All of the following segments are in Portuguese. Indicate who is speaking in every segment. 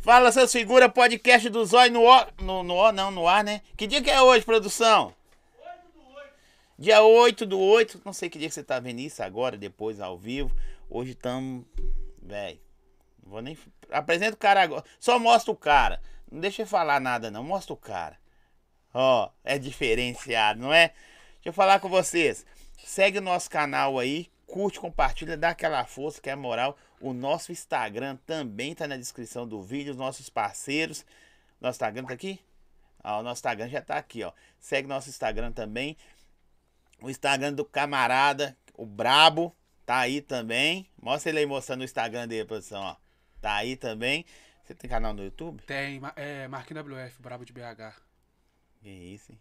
Speaker 1: Fala, seus figura, podcast do Zói no O. No, no O, não, no ar, né? Que dia que é hoje, produção? Dia 8 do 8. Não sei que dia que você tá vendo isso agora, depois, ao vivo. Hoje estamos. Véi. Não vou nem. Apresenta o cara agora. Só mostra o cara. Não deixa eu falar nada, não. Mostra o cara. Ó, é diferenciado, não é? Deixa eu falar com vocês. Segue o nosso canal aí, curte, compartilha, dá aquela força que é moral. O nosso Instagram também tá na descrição do vídeo, os nossos parceiros. Nosso Instagram tá aqui? Ah, o nosso Instagram já tá aqui, ó. Segue nosso Instagram também. O Instagram do camarada, o Brabo, tá aí também. Mostra ele aí mostrando o Instagram dele, produção, ó. Tá aí também. Você tem canal no YouTube?
Speaker 2: Tem, ma- é, Marquinhos WF, Brabo de BH.
Speaker 1: Que isso, hein?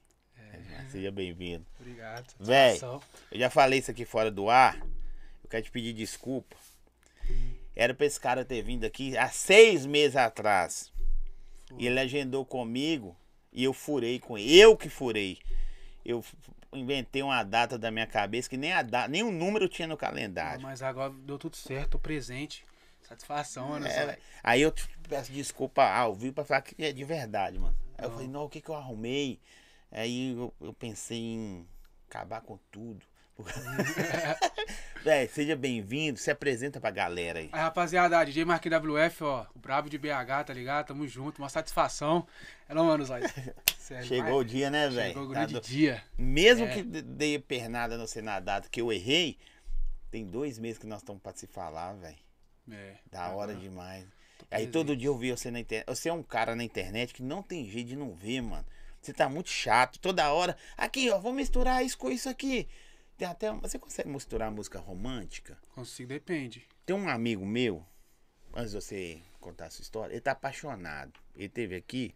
Speaker 1: Seja bem-vindo.
Speaker 2: Obrigado.
Speaker 1: Véi.
Speaker 2: satisfação.
Speaker 1: Eu já falei isso aqui fora do ar. Eu quero te pedir desculpa. Era pra esse cara ter vindo aqui há seis meses atrás. E ele agendou comigo e eu furei com ele. Eu que furei. Eu f- inventei uma data da minha cabeça que nem, a da... nem um número tinha no calendário.
Speaker 2: Mas agora deu tudo certo, tô presente. Satisfação, né?
Speaker 1: É,
Speaker 2: só-
Speaker 1: véi. aí eu te peço desculpa ao vivo pra falar que é de verdade, mano. Aí eu falei, não, o que que eu arrumei? Aí eu, eu pensei em acabar com tudo. Véi, seja bem-vindo, se apresenta pra galera aí.
Speaker 2: Aí, É, rapaziada, DJ Marquinhos WF, ó, o Brabo de BH, tá ligado? Tamo junto, uma satisfação. É não, mano, Zóio. Sério,
Speaker 1: Chegou o
Speaker 2: mas-
Speaker 1: dia, né,
Speaker 2: Chegou
Speaker 1: velho?
Speaker 2: o
Speaker 1: Tá
Speaker 2: grande
Speaker 1: do-
Speaker 2: dia.
Speaker 1: Mesmo
Speaker 2: É.
Speaker 1: que de- dei pernada no Senadado, que eu errei, tem dois meses que nós estamos pra se falar, velho.
Speaker 2: É.
Speaker 1: Da hora demais. Aí
Speaker 2: presente.
Speaker 1: todo dia eu vi você na internet. Você é um cara na internet que não tem jeito de não ver, mano. Você tá muito chato. Toda hora. Aqui, ó, vou misturar isso com isso aqui. Tem até. um, Você consegue misturar música romântica?
Speaker 2: Consigo, depende.
Speaker 1: Tem um amigo meu, antes de você contar a sua história, ele tá apaixonado. Ele teve aqui,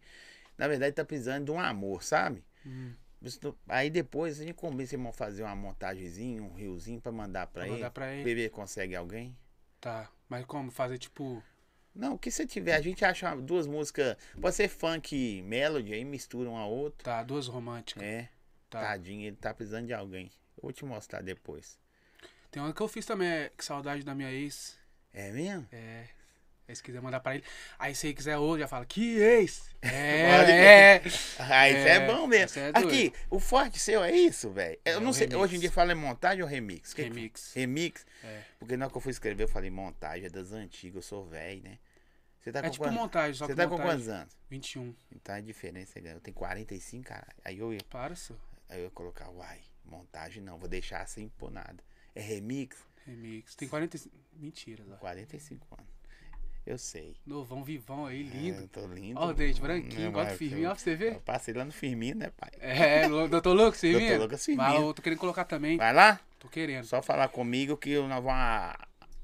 Speaker 1: na verdade, tá precisando de um amor, sabe?
Speaker 2: Hum.
Speaker 1: Você não- Aí depois a gente começa a fazer uma montagemzinha, um riozinho pra mandar pra
Speaker 2: Pra
Speaker 1: ele.
Speaker 2: mandar pra ele.
Speaker 1: O bebê consegue alguém?
Speaker 2: Tá. Mas como? Fazer tipo.
Speaker 1: Não, o que você tiver, a gente acha uma- duas músicas. Pode ser funk e melody, aí misturam a outra.
Speaker 2: Tá, duas românticas.
Speaker 1: É,
Speaker 2: Tá.
Speaker 1: tadinho, ele tá precisando de alguém. Eu vou te mostrar depois.
Speaker 2: Tem uma que eu fiz também, é, que saudade da minha ex.
Speaker 1: É mesmo?
Speaker 2: É. Aí se quiser mandar pra ele. Aí se ele quiser outro, já fala, que ex!
Speaker 1: Pode-
Speaker 2: É, é.
Speaker 1: Ah, isso é,
Speaker 2: É,
Speaker 1: bom mesmo.
Speaker 2: isso é doido.
Speaker 1: Aqui, o forte seu é isso, velho. Eu
Speaker 2: É
Speaker 1: não
Speaker 2: o
Speaker 1: sei,
Speaker 2: remix.
Speaker 1: hoje em dia fala em montagem ou remix? Que que-
Speaker 2: Remix.
Speaker 1: remix?
Speaker 2: É.
Speaker 1: Porque na hora que eu fui escrever, eu falei montagem, é das antigas, eu sou velho, né? Você tá
Speaker 2: É
Speaker 1: com
Speaker 2: tipo
Speaker 1: quantos-
Speaker 2: montagem, só
Speaker 1: Você
Speaker 2: que
Speaker 1: tá com
Speaker 2: montagem.
Speaker 1: quantos anos?
Speaker 2: 21.
Speaker 1: Então é diferença, né? eu tenho 45, cara. Aí eu ia,
Speaker 2: Para, só.
Speaker 1: aí eu ia colocar, uai, montagem não, vou deixar sem pôr nada. É remix?
Speaker 2: Remix. Tem 45. Mentira, Zó.
Speaker 1: 45 anos. Eu sei.
Speaker 2: Novão vivão aí,
Speaker 1: Eu
Speaker 2: lindo.
Speaker 1: tô É, lindo.
Speaker 2: Ó, o dente
Speaker 1: mano.
Speaker 2: branquinho,
Speaker 1: Não, é
Speaker 2: igual
Speaker 1: mas
Speaker 2: firminho, ó, pra você
Speaker 1: eu-
Speaker 2: ver.
Speaker 1: Eu passei lá no Firmino, né, pai?
Speaker 2: É, lo- doutor Lucas, você
Speaker 1: Tá. Doutor
Speaker 2: viu?
Speaker 1: Lucas Firmino.
Speaker 2: Mas eu tô querendo colocar também.
Speaker 1: Vai lá?
Speaker 2: Tô querendo.
Speaker 1: Só falar comigo que nós vamos a-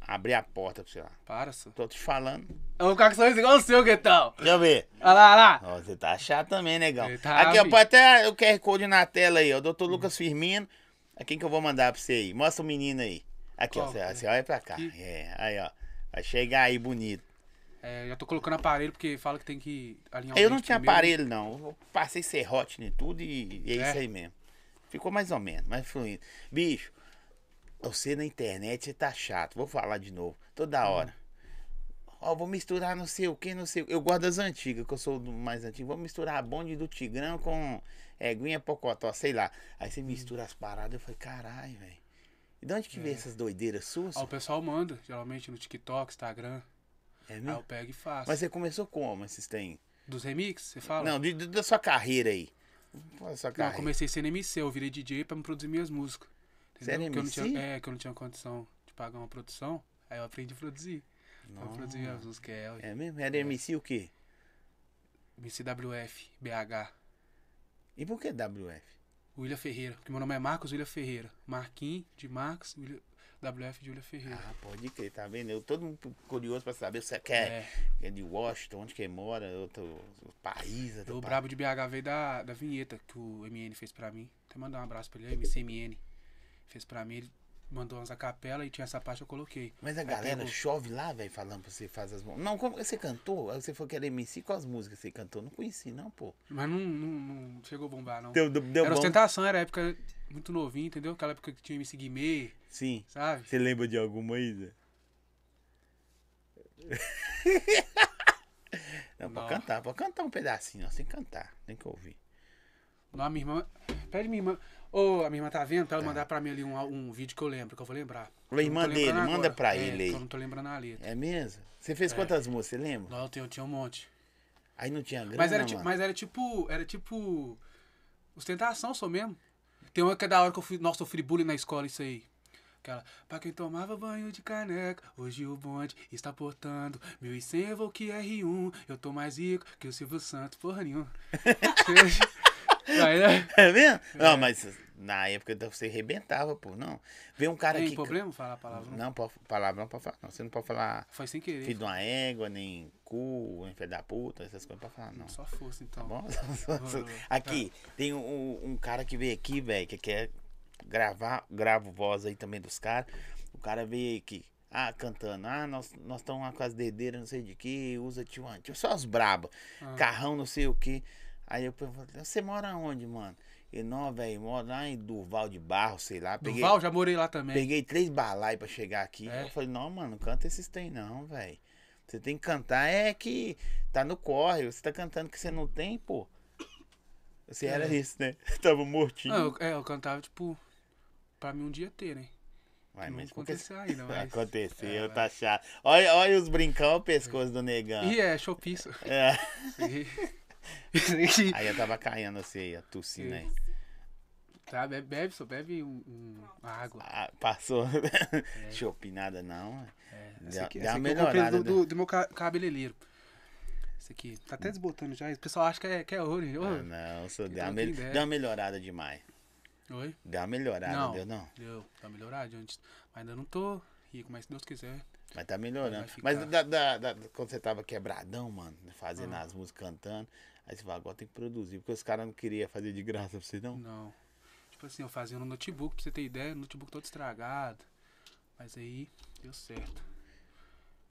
Speaker 1: abrir a porta pra você lá.
Speaker 2: Para, só.
Speaker 1: Tô te falando.
Speaker 2: Eu vou ficar com sorriso igual o seu, Guetão.
Speaker 1: Deixa eu ver.
Speaker 2: Olha lá, olha lá.
Speaker 1: Ó, Você tá chato também, negão.
Speaker 2: Ele tá,
Speaker 1: Aqui, ó,
Speaker 2: bicho.
Speaker 1: põe até o QR Code na tela aí, ó. Doutor Lucas Firmino. A quem que eu vou mandar pra você aí? Mostra o menino aí. Aqui, ó.
Speaker 2: Qual?
Speaker 1: Você, você olha pra cá.
Speaker 2: Aqui?
Speaker 1: É, aí, ó. Vai chegar aí bonito.
Speaker 2: É, já tô colocando aparelho porque fala que tem que alinhar o
Speaker 1: Eu não
Speaker 2: dente
Speaker 1: tinha
Speaker 2: primeiro.
Speaker 1: aparelho, não. Eu passei serrote em tudo e, e é,
Speaker 2: É?
Speaker 1: isso aí mesmo. Ficou mais ou menos, mas fluindo. Bicho, você na internet você tá chato. Vou falar de novo. Toda
Speaker 2: Hum.
Speaker 1: hora. Ó, vou misturar não sei o que, não sei o Eu gosto das antigas, que eu sou do mais antigo. Vou misturar a bonde do Tigrão com Eguinha Pocotó, sei lá. Aí
Speaker 2: Hum.
Speaker 1: você mistura as paradas, eu falei, caralho, velho. E de onde que
Speaker 2: É.
Speaker 1: vem essas doideiras suas?
Speaker 2: Ó, o pessoal manda, geralmente no TikTok, Instagram.
Speaker 1: é
Speaker 2: Aí
Speaker 1: mesmo?
Speaker 2: eu pego e faço.
Speaker 1: Mas você começou como esses tem?
Speaker 2: Dos remix, você fala?
Speaker 1: Não, de- de- da sua carreira aí. Fala da sua
Speaker 2: Não, eu
Speaker 1: carreira.
Speaker 2: comecei sendo MC, eu virei DJ pra me produzir minhas músicas.
Speaker 1: Você
Speaker 2: Entendeu?
Speaker 1: era
Speaker 2: que eu não
Speaker 1: MC?
Speaker 2: tinha, é, que eu não tinha condição de pagar uma produção. Aí eu aprendi a produzir. Então eu produzi as músicas, é,
Speaker 1: É mesmo? Era MC o quê?
Speaker 2: MCWF, BH,
Speaker 1: E por que WF?
Speaker 2: William Ferreira. Porque meu nome é Marcos William Ferreira. Marquinhos de Marcos, William, WF de William Ferreira.
Speaker 1: Ah, pode crer, tá vendo? Eu todo mundo curioso pra saber se você quer. É de Washington, onde que mora, outro país,
Speaker 2: o
Speaker 1: outro país.
Speaker 2: Brabo de BH veio da, da vinheta que o MN fez pra mim. Até mandar um abraço pra ele, MCMN. Fez pra mim, ele mandou umas a capela e tinha essa parte eu coloquei.
Speaker 1: Mas a
Speaker 2: Aí
Speaker 1: galera
Speaker 2: pegou.
Speaker 1: chove lá, velho, falando pra você fazer as músicas. Não, como você cantou? Aí Você falou que era MC, quais músicas você cantou? Não conheci, não, pô.
Speaker 2: Mas não, não, não chegou a bombar, não.
Speaker 1: Deu, deu, deu
Speaker 2: era
Speaker 1: bom.
Speaker 2: ostentação, era época muito novinho, entendeu? Aquela época que tinha MC Guimê,
Speaker 1: Sim.
Speaker 2: sabe?
Speaker 1: Você lembra de alguma, Isa? Não, pra
Speaker 2: Não.
Speaker 1: cantar, pra cantar um pedacinho, nós tem que cantar, tem que ouvir.
Speaker 2: Não, a minha irmã. Pede minha irmã. Ô, a minha irmã tá vendo? Pra ela mandar pra mim ali um, um vídeo que eu lembro, que eu vou lembrar.
Speaker 1: É. Ô, irmã
Speaker 2: Eu não tô lembrando
Speaker 1: dele, manda pra
Speaker 2: É,
Speaker 1: ele
Speaker 2: que
Speaker 1: aí.
Speaker 2: Eu não tô lembrando a letra.
Speaker 1: É mesmo? Você fez quantas músicas, você lembra?
Speaker 2: Lá eu, tenho, eu tinha um monte.
Speaker 1: Aí não tinha grana,
Speaker 2: Mas era, ti-
Speaker 1: mano.
Speaker 2: mas era tipo. Era tipo. Ostentação só mesmo. Tem uma que é da hora que eu fui. Nossa, eu sofri bullying na escola isso aí. Aquela. Pra quem tomava banho de caneca, hoje o bonde está portando. 1100 eu vou que R1. Eu tô mais rico que o Silvio Santos, porra nenhuma. Aí, né?
Speaker 1: É mesmo? Não, mas na época então, você arrebentava, pô. Não. Vem um cara
Speaker 2: Tem
Speaker 1: que.
Speaker 2: problema falar a palavra? Não.
Speaker 1: Não, pode- palavra não pode falar. Não. Você não pode falar
Speaker 2: Foi sem querer.
Speaker 1: filho de uma égua, nem cu, nem filho da puta, essas coisas não pode falar, não.
Speaker 2: Só força, então.
Speaker 1: Bom? Só- só-
Speaker 2: Vou-
Speaker 1: Aqui, tem um, um cara que veio aqui, velho, que quer gravar, gravo voz aí também dos caras. O cara veio aqui, ah, cantando, ah, nós estamos lá com as dedeiras, não sei de que, usa tio tio, só as braba, carrão, não sei o que. Aí eu perguntei, você mora onde, mano? Ele, não, velho, mora lá em Duval de Barro, sei lá. Peguei,
Speaker 2: Duval, já morei lá também.
Speaker 1: peguei três balai pra chegar aqui.
Speaker 2: É?
Speaker 1: Eu falei, não, mano, não canta esses tem não, velho. Você tem que cantar, é que tá no corre. Você tá cantando que você não tem, pô. Você era
Speaker 2: É.
Speaker 1: isso, né? Tava mortinho.
Speaker 2: Ah, eu, é, eu cantava, tipo, pra mim um dia ter, né?
Speaker 1: Vai,
Speaker 2: não
Speaker 1: mas porque-
Speaker 2: aconteceu ainda, mas...
Speaker 1: Aconteceu,
Speaker 2: É,
Speaker 1: tá chato. Olha, olha os brincão, o pescoço do negão.
Speaker 2: E é, chopiço.
Speaker 1: É.
Speaker 2: E-
Speaker 1: Aí eu tava caindo assim, aí, a tossina aí.
Speaker 2: tá, bebe, bebe, só bebe um, um- uma água.
Speaker 1: Ah, passou. Chopinada não.
Speaker 2: É,
Speaker 1: Dá-
Speaker 2: essa aqui,
Speaker 1: dá
Speaker 2: essa
Speaker 1: uma
Speaker 2: aqui eu comprei
Speaker 1: melhorada, né?
Speaker 2: do, do, do meu ca- cabeleireiro. Esse aqui. Tá até desbotando já. O pessoal acha que é, que é ouro. hein? Ô,
Speaker 1: Ah, não, só deu
Speaker 2: não
Speaker 1: uma,
Speaker 2: tem
Speaker 1: mel-
Speaker 2: ideia.
Speaker 1: deu uma melhorada demais.
Speaker 2: Oi?
Speaker 1: Deu uma melhorada,
Speaker 2: Não.
Speaker 1: deu Ah, não?
Speaker 2: Deu, tá melhorado antes. Mas ainda não tô rico, mas se Deus quiser.
Speaker 1: Mas tá melhorando.
Speaker 2: Vai ficar.
Speaker 1: Mas da- da- da- quando você tava quebradão, mano, fazendo
Speaker 2: Ah.
Speaker 1: as músicas, cantando, aí você fala, agora tem que produzir, porque os caras não queriam fazer de graça pra você, não?
Speaker 2: Não. Tipo assim, eu fazia no notebook, pra você ter ideia, notebook todo estragado. Mas aí deu certo.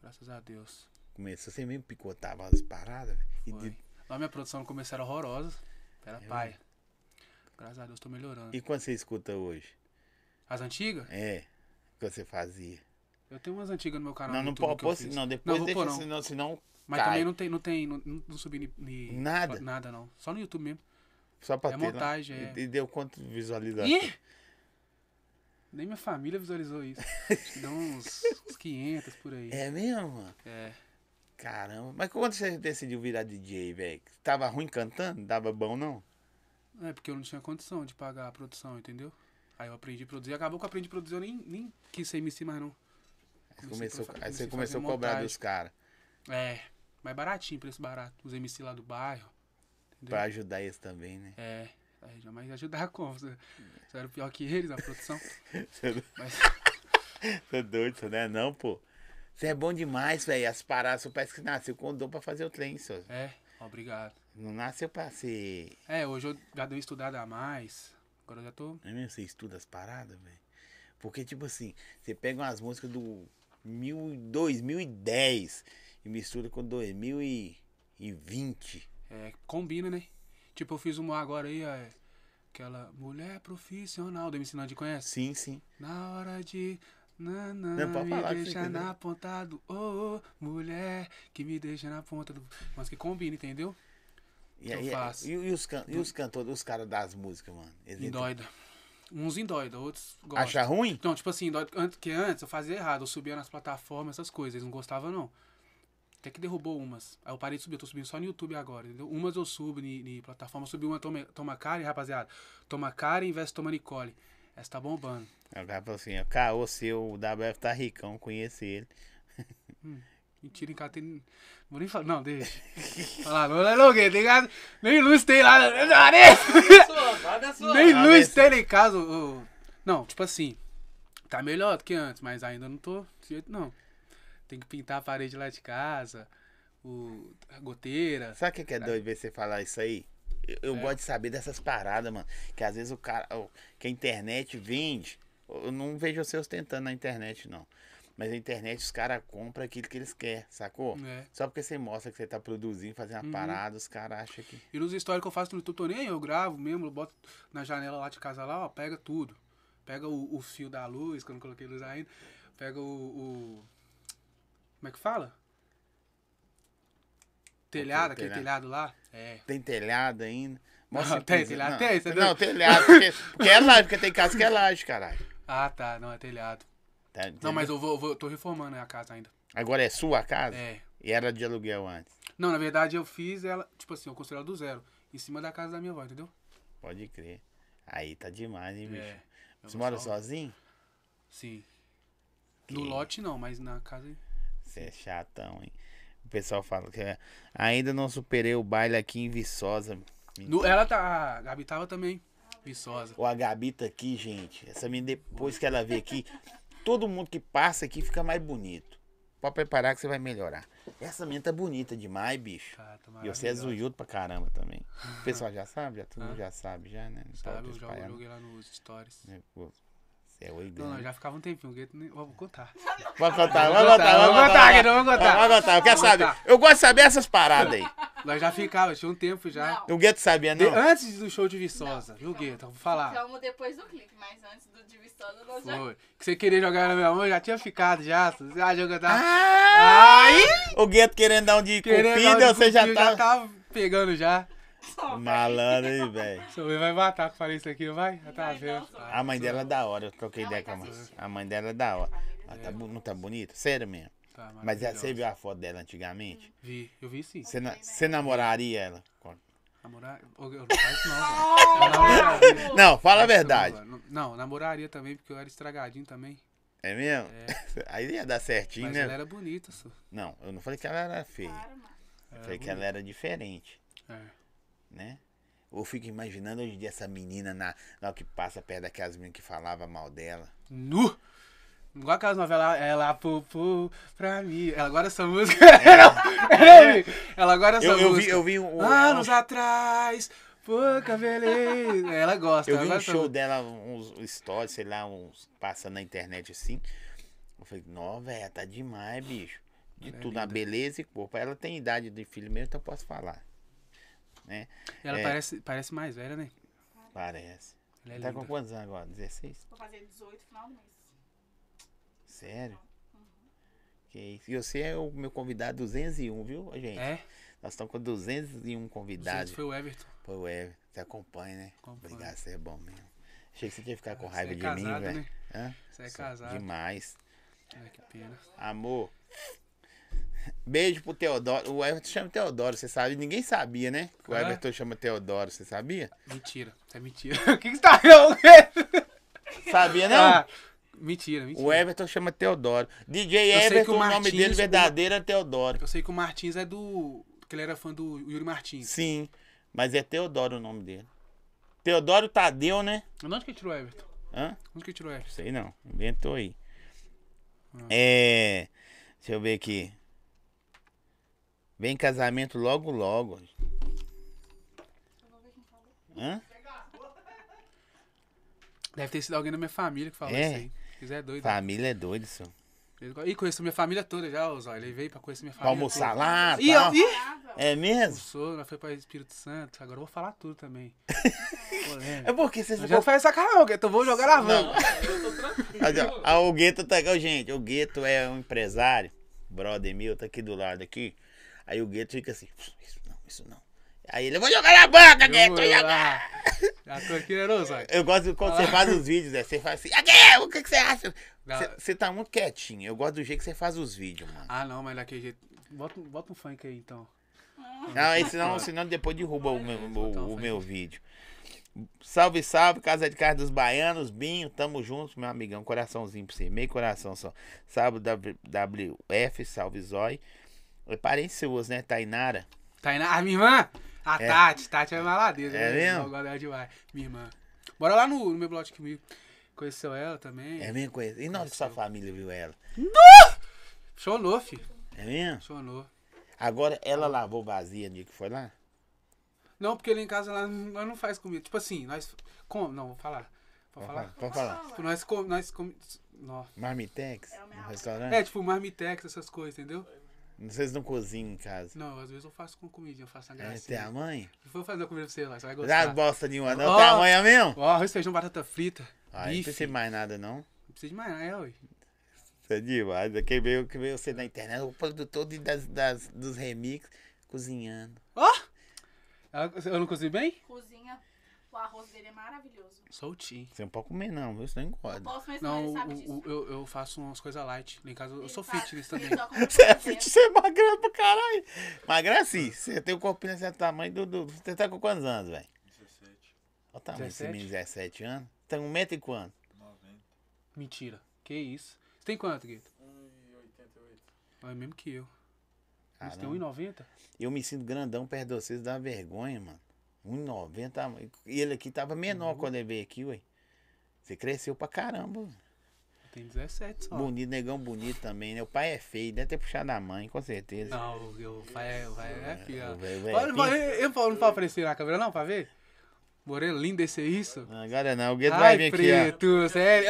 Speaker 2: Graças a Deus.
Speaker 1: Começou, você mesmo picotava as paradas, velho. E,
Speaker 2: Foi.
Speaker 1: de-
Speaker 2: Lá minha produção começaram horrorosa. Era
Speaker 1: É
Speaker 2: paia. Graças a Deus tô melhorando.
Speaker 1: e quando você escuta hoje?
Speaker 2: As antigas?
Speaker 1: É, o que você fazia?
Speaker 2: Eu tenho umas antigas no meu canal.
Speaker 1: não, não
Speaker 2: no Ah, YouTube
Speaker 1: pode
Speaker 2: que eu
Speaker 1: pôr, assim,
Speaker 2: fiz.
Speaker 1: não, depois
Speaker 2: vou
Speaker 1: deixa,
Speaker 2: pôr,
Speaker 1: senão, senão
Speaker 2: Mas
Speaker 1: cai.
Speaker 2: também não tem, não tem, não, não subi ni, ni-
Speaker 1: Nada?
Speaker 2: Nada não. Só no YouTube mesmo.
Speaker 1: Só pra
Speaker 2: é
Speaker 1: ter lá.
Speaker 2: montagem,
Speaker 1: E-
Speaker 2: é.
Speaker 1: E, deu quanto visualização?
Speaker 2: Ih! Nem minha família visualizou isso. Acho que dá uns, uns 500 por aí.
Speaker 1: É mesmo, mano?
Speaker 2: É.
Speaker 1: Caramba. Mas quando você decidiu virar DJ, velho? Tava ruim cantando? Dava bom, não?
Speaker 2: É, porque eu não tinha condição de pagar a produção, entendeu? Aí eu aprendi a produzir. Acabou que eu aprendi a produzir, eu nem, nem quis ser MC mais não.
Speaker 1: Aí,
Speaker 2: Comecei
Speaker 1: começou,
Speaker 2: a fa-
Speaker 1: aí você
Speaker 2: comecei a
Speaker 1: começou a
Speaker 2: fazer
Speaker 1: cobrar
Speaker 2: montagem.
Speaker 1: dos caras.
Speaker 2: É, mas baratinho, preço barato. Os MC lá do bairro. entendeu?
Speaker 1: Pra ajudar eles também, né?
Speaker 2: É, aí jamais ajudava como? Você, você era pior que eles na produção.
Speaker 1: Você
Speaker 2: Mas
Speaker 1: é doido, você não é não, pô. Você é bom demais, velho. As paradas, você parece que nasceu com o dom pra fazer o trem, só.
Speaker 2: é, obrigado.
Speaker 1: Não nasceu pra ser...
Speaker 2: É, hoje eu já dei uma estudada a mais. Agora eu já tô.
Speaker 1: Não é mesmo? Você estuda as paradas, velho. Porque, tipo assim, você pega umas músicas do mil, 2010 e mistura com 2020.
Speaker 2: É, combina, né? Tipo, eu fiz uma agora aí, é, aquela mulher profissional do MC Nandi conhece?
Speaker 1: Sim, sim.
Speaker 2: Na hora de. Na, na,
Speaker 1: Não, pode
Speaker 2: me
Speaker 1: falar que você
Speaker 2: deixa
Speaker 1: entendeu.
Speaker 2: na ponta do. Ô, ô, mulher, que me deixa na ponta do. Mas que combina, entendeu?
Speaker 1: E,
Speaker 2: Eu
Speaker 1: aí, é,
Speaker 2: faço.
Speaker 1: e, e os, can- e os cantores, os caras das músicas, mano? Eles entram-
Speaker 2: Indóida. Uns indóida, outros gostam.
Speaker 1: Acha ruim?
Speaker 2: Não, tipo assim, do- antes- que antes eu fazia errado, eu subia nas plataformas, essas coisas, eles não gostavam não. Até que derrubou umas. Aí eu parei de subir, eu tô subindo só no YouTube agora, entendeu? Umas eu subo ni, ni plataforma, eu subi uma toma, toma Karen, rapaziada. Toma Karen versus Toma Nicole. Essa tá bombando.
Speaker 1: Aí O cara falou assim, ó, caô seu, o WF tá ricão, conheci ele.
Speaker 2: Mentira, em casa tem. Não vou nem falar, não, deixa. Falar, não, é não, não, tem casa. Nem luz tem lá. né? Nem
Speaker 1: Ah,
Speaker 2: luz
Speaker 1: mas-
Speaker 2: tem lá em casa. ô, ô. Não, tipo assim, tá melhor do que antes, mas ainda não tô de jeito não. Tem que pintar a parede lá de casa, o, a goteira.
Speaker 1: Sabe o que, que é doido ver você falar isso aí? Eu, eu
Speaker 2: É.
Speaker 1: gosto de saber dessas paradas, mano. Que às vezes o cara. o- que a internet vende. Eu não vejo você ostentando na internet, não. Mas a internet os caras compram aquilo que eles querem, sacou?
Speaker 2: É.
Speaker 1: Só porque você mostra que você tá produzindo, fazendo
Speaker 2: Uhum.
Speaker 1: uma parada, os caras acham que.
Speaker 2: E nos stories que eu faço no YouTube, tô nem aí, eu gravo mesmo, eu boto na janela lá de casa lá, ó, pega tudo. Pega o, o fio da luz, que eu não coloquei luz ainda. Pega o. o- Como é que fala? Telhado, aquele
Speaker 1: telhado.
Speaker 2: telhado lá. É.
Speaker 1: Tem telhado ainda. Mó
Speaker 2: Não,
Speaker 1: simples,
Speaker 2: tem telhado,
Speaker 1: não.
Speaker 2: tem, você
Speaker 1: Não,
Speaker 2: viu?
Speaker 1: telhado. Porque, porque é laje, porque tem casa que é laje, caralho.
Speaker 2: Ah, tá. Não, é telhado.
Speaker 1: Tá entendendo?
Speaker 2: Não, mas eu vou, eu vou- eu tô reformando né, a casa ainda.
Speaker 1: Agora é sua casa?
Speaker 2: É.
Speaker 1: E era de aluguel antes.
Speaker 2: Não, na verdade eu fiz ela, tipo assim, eu construí ela do zero. Em cima da casa da minha avó, entendeu?
Speaker 1: Pode crer. Aí tá demais, hein, bicho?
Speaker 2: É, eu
Speaker 1: Você
Speaker 2: vou
Speaker 1: mora
Speaker 2: só-
Speaker 1: sozinho?
Speaker 2: Sim.
Speaker 1: Que-
Speaker 2: No lote não, mas na casa.
Speaker 1: Você é chatão, hein? O pessoal fala que é, ainda não superei o baile aqui em Viçosa.
Speaker 2: No, ela tá. A Gabi tava também. Viçosa.
Speaker 1: Ou a Gabi tá aqui, gente. Essa menina, depois que ela vê aqui, todo mundo que passa aqui fica mais bonito. Pode preparar que você vai melhorar. Essa menina tá bonita demais, bicho.
Speaker 2: Tá, tá
Speaker 1: E você é
Speaker 2: maravilhosa.
Speaker 1: zoiudo pra caramba também. O pessoal já sabe? Já, todo mundo já sabe, já, né? Não
Speaker 2: Sabe,
Speaker 1: pode
Speaker 2: eu jogo-
Speaker 1: espalhar, não.
Speaker 2: joguei lá nos stories.
Speaker 1: Você é oi
Speaker 2: Não, não,
Speaker 1: grande.
Speaker 2: já ficava um tempinho, porque nem- eu vou contar.
Speaker 1: Vamos contar,
Speaker 2: Vou
Speaker 1: vamos contar,
Speaker 2: contar,
Speaker 1: vamos
Speaker 2: vou
Speaker 1: contar.
Speaker 2: contar, Guido, vou contar.
Speaker 1: Vamos contar, eu quero
Speaker 2: Vou
Speaker 1: saber.
Speaker 2: contar.
Speaker 1: Eu gosto de saber essas paradas aí.
Speaker 2: Nós já ficava, tinha um tempo já.
Speaker 3: Não.
Speaker 1: O Gueto sabia,
Speaker 2: De-
Speaker 1: não?
Speaker 2: antes do show de Viçosa, viu, Gueto? Vou falar.
Speaker 3: Ficamos Então, depois do clipe, mas antes do Divisando nós já.
Speaker 2: Foi. Que você queria jogar na minha mão, eu já tinha ficado já. Você já jogava.
Speaker 1: Ah, O Gueto querendo dar um de
Speaker 2: Querendo
Speaker 1: cupida,
Speaker 2: dar um
Speaker 1: você já
Speaker 2: cupido,
Speaker 1: tá...
Speaker 2: já tá. tava pegando já.
Speaker 3: Só,
Speaker 1: Malandro, hein, velho.
Speaker 2: Sua mãe vai matar que eu falei isso aqui, não vai? Já tá
Speaker 3: Vai,
Speaker 2: vendo.
Speaker 3: não, só.
Speaker 2: Ah,
Speaker 1: A mãe dela é da hora, eu troquei
Speaker 3: Ela
Speaker 1: ideia com
Speaker 3: tá
Speaker 1: a mãe.
Speaker 3: assistindo.
Speaker 1: A mãe dela é da hora. Ela tá, bu- não tá bonita? Sério mesmo.
Speaker 2: tá,
Speaker 1: Mas ela-
Speaker 2: maravilhosa.
Speaker 1: você viu a foto dela antigamente?
Speaker 2: Vi, eu vi sim.
Speaker 1: Você, na- você namoraria ela?
Speaker 2: Namorar. Eu eu não faço não, velho. Eu namoraria.
Speaker 1: Não, fala a verdade.
Speaker 2: Não, Não, namoraria também, porque eu era estragadinho também.
Speaker 1: É mesmo? Aí ia dar certinho,
Speaker 2: Mas
Speaker 1: né?
Speaker 2: ela é- era bonita, só.
Speaker 1: Não, eu não falei que ela era feia.
Speaker 3: Claro, mano.
Speaker 1: Eu falei que ela era diferente.
Speaker 2: É.
Speaker 1: né? Eu fico imaginando hoje em dia essa menina na, na que passa perto daquelas meninas que falava mal dela.
Speaker 2: Nu! Igual aquelas novelas, ela pupou pra mim. Ela agora essa música. Não, ela agora essa
Speaker 1: É. Eu, eu vi,
Speaker 2: música.
Speaker 1: eu vi um, um-
Speaker 2: Anos atrás, pouca beleza. Ela gosta.
Speaker 1: eu
Speaker 2: ela
Speaker 1: vi um
Speaker 2: gosta
Speaker 1: show
Speaker 2: muito.
Speaker 1: dela, uns stories, sei lá, uns passando na internet assim. Eu falei, não, velho, tá demais, bicho. De
Speaker 2: Ela é
Speaker 1: tudo, a
Speaker 2: linda.
Speaker 1: beleza e corpo. Ela tem idade de filho mesmo, então eu posso falar. Né?
Speaker 2: Ela
Speaker 1: é.
Speaker 2: parece, parece mais velha, né?
Speaker 1: Parece.
Speaker 2: Ela é
Speaker 1: tá com
Speaker 2: linda.
Speaker 1: quantos anos agora? 16?
Speaker 3: Vou fazer 18 final do mês.
Speaker 1: Sério? Que isso. E você é o meu convidado 201, viu, gente?
Speaker 2: É?
Speaker 1: Nós estamos com 201
Speaker 2: Gente,
Speaker 1: convidados.
Speaker 2: foi o Everton.
Speaker 1: Pô, é, você acompanha, né?
Speaker 2: um. Acompanho.
Speaker 1: Obrigado, você é bom mesmo. Achei que você tinha ficado Tá com
Speaker 2: Você
Speaker 1: raiva
Speaker 2: é
Speaker 1: de mim,
Speaker 2: casado,
Speaker 1: velho.
Speaker 2: né?
Speaker 1: Hã?
Speaker 2: Você é
Speaker 1: Sou
Speaker 2: casado.
Speaker 1: Demais.
Speaker 2: Ai, que pena.
Speaker 1: Amor. Beijo pro Teodoro. O Everton chama Teodoro, você sabe? Ninguém sabia, né? Que O
Speaker 2: É?
Speaker 1: Everton chama Teodoro, você sabia?
Speaker 2: Mentira. Isso é mentira. O que, que você tá rindo?
Speaker 1: Sabia, não?
Speaker 2: Ah, mentira, mentira.
Speaker 1: o Everton chama Teodoro. DJ
Speaker 2: Eu sei que
Speaker 1: Everton,
Speaker 2: o
Speaker 1: o, nome
Speaker 2: Martins-
Speaker 1: dele verdadeiro é Teodoro.
Speaker 2: Eu sei que o Martins é do. que ele era fã do Yuri Martins.
Speaker 1: Sim, mas é Teodoro o nome dele. Teodoro Tadeu, né?
Speaker 2: Mas Onde que ele tirou o Everton?
Speaker 1: Hã?
Speaker 2: Onde que ele tirou o Everton?
Speaker 1: Sei não, inventou aí.
Speaker 2: Ah.
Speaker 1: É. Deixa eu ver aqui. Vem casamento logo, logo. Hã?
Speaker 2: Deve ter sido alguém da minha família que falou
Speaker 1: É.
Speaker 2: isso aí. Isso é doido.
Speaker 1: Família é doido, senhor.
Speaker 2: E conheço minha família toda já, ô Zóio. Ele veio pra conhecer minha
Speaker 1: Pra
Speaker 2: família.
Speaker 1: almoçar Ah,
Speaker 2: toda.
Speaker 1: lá,
Speaker 2: E
Speaker 1: tal.
Speaker 2: eu. Ih!
Speaker 3: Brava.
Speaker 1: É mesmo?
Speaker 2: Almoçou, nós foi pra Espírito Santo. Agora eu vou falar tudo também.
Speaker 1: É porque vocês
Speaker 2: Eu já faz sacanagem, eu vou jogar na van.
Speaker 1: Olha, ó, ah, o Gueto tá aqui, ó, gente. O Gueto é um empresário, brother meu, tá aqui do lado aqui. Aí o Gueto fica assim, isso não, isso não. Aí ele, eu vou jogar na banca, Gueto, vou
Speaker 2: Eu
Speaker 1: jogar.
Speaker 2: lá. Já tô aqui, né, ô Zóio?
Speaker 1: Eu gosto quando você faz os vídeos, né? Você faz assim, Aguel, o que, que você acha?
Speaker 2: Ah. Não.
Speaker 1: Você- Você tá muito quietinho. Eu gosto do jeito que você faz os vídeos, mano.
Speaker 2: Ah, não, mas daquele jeito. Bota, um- bota um funk aí então.
Speaker 1: Não, aí Ah,
Speaker 2: Tá.
Speaker 1: senão, senão depois derruba o meu,
Speaker 2: botar um
Speaker 1: o, o
Speaker 2: funk.
Speaker 1: meu vídeo. Salve, salve, Casa de Carne dos Baianos, Binho, tamo junto, meu amigão. Coraçãozinho pra você, meio coração só. Salve, W- WF, salve, Zói. É parente suas, né, Tainara?
Speaker 2: Tá indo. A minha irmã? A
Speaker 1: É.
Speaker 2: Tati. Tati é maladeira.
Speaker 1: É
Speaker 2: né?
Speaker 1: mesmo?
Speaker 2: Eu gosto dela demais. Minha irmã. Bora lá no, no meu blog comigo. Conheceu ela também.
Speaker 1: É mesmo coisa. E na hora que sua família viu ela?
Speaker 2: Chonou, filho.
Speaker 1: É mesmo?
Speaker 2: Chonou.
Speaker 1: Agora ela lavou vazia, dia que foi lá?
Speaker 2: Não, porque lá em casa lá, n- nós não faz comida. Tipo assim, nós. Como? Não, vou falar. Vou falar.
Speaker 1: Pode falar.
Speaker 2: Tipo, nós com, nós com, nó.
Speaker 1: Marmitex?
Speaker 3: É o meu
Speaker 1: No
Speaker 3: avô.
Speaker 1: restaurante?
Speaker 2: É, tipo, marmitex, essas coisas, entendeu?
Speaker 1: Vocês não cozinham em casa?
Speaker 2: Não, às vezes eu faço com comida, eu faço na
Speaker 1: É, Tá tem a
Speaker 2: gracinha.
Speaker 1: mãe?
Speaker 2: Vou fazer uma comida pra você lá, você vai
Speaker 1: Já
Speaker 2: assim. gostar.
Speaker 1: bosta nenhuma, não?
Speaker 2: Ó.
Speaker 1: Tem a mãe é mesmo?
Speaker 2: Ó, arroz, feijão, batata frita.
Speaker 1: Ai, não
Speaker 2: bife.
Speaker 1: precisa de mais nada, não.
Speaker 2: Não precisa de mais nada, é, ui.
Speaker 1: é Isso é demais. Quem veio, quem veio você na internet, o produtor de- das, das- dos remix, cozinhando.
Speaker 2: Ó! Ela- Eu não cozinho bem?
Speaker 3: Cozinha. O arroz dele é maravilhoso.
Speaker 2: Soltinho.
Speaker 1: Você não pode comer, não, viu? Você não engorda.
Speaker 3: Posso, mas não,
Speaker 2: Não,
Speaker 3: ele sabe
Speaker 2: o-
Speaker 3: disso.
Speaker 2: o- eu, eu faço umas coisas light. Lá em casa eu
Speaker 3: Ele
Speaker 2: sou
Speaker 3: sabe,
Speaker 2: fitness
Speaker 3: ele
Speaker 2: também.
Speaker 3: só come
Speaker 1: Você é
Speaker 3: coisa
Speaker 1: fit,
Speaker 3: dentro.
Speaker 1: você é magrelo pra caralho. Magrelo assim, você tem o corpinho desse tamanho do, do. Você tá com quantos anos, velho?
Speaker 4: 17,
Speaker 1: Olha o tamanho desse
Speaker 2: 17?
Speaker 1: menino de 17 anos. Tem um metro e quanto?
Speaker 4: 90.
Speaker 2: Mentira. Que isso? Você tem quanto, Guito?
Speaker 4: Ai, 88.
Speaker 2: É mesmo que eu. um Você tem
Speaker 1: Caramba.
Speaker 2: 1,90?
Speaker 1: Eu me sinto grandão perto de vocês, dá vergonha, mano. 1,90. E ele aqui tava menor quando ele veio aqui, ué. Você cresceu pra caramba. ué.
Speaker 2: Tem 17 só.
Speaker 1: Bonito, negão bonito também, né? O pai é feio, deve ter puxado a mãe, com certeza.
Speaker 2: Não, eu vai, vai, é pior.
Speaker 1: o velho é
Speaker 2: Olha,
Speaker 1: pica.
Speaker 2: eu, eu, eu não pode aparecer na câmera não, pra ver? Moreno, lindo esse é isso?
Speaker 1: Agora não, o Gueto vai
Speaker 2: Ai,
Speaker 1: vir aqui,
Speaker 2: preto, sério.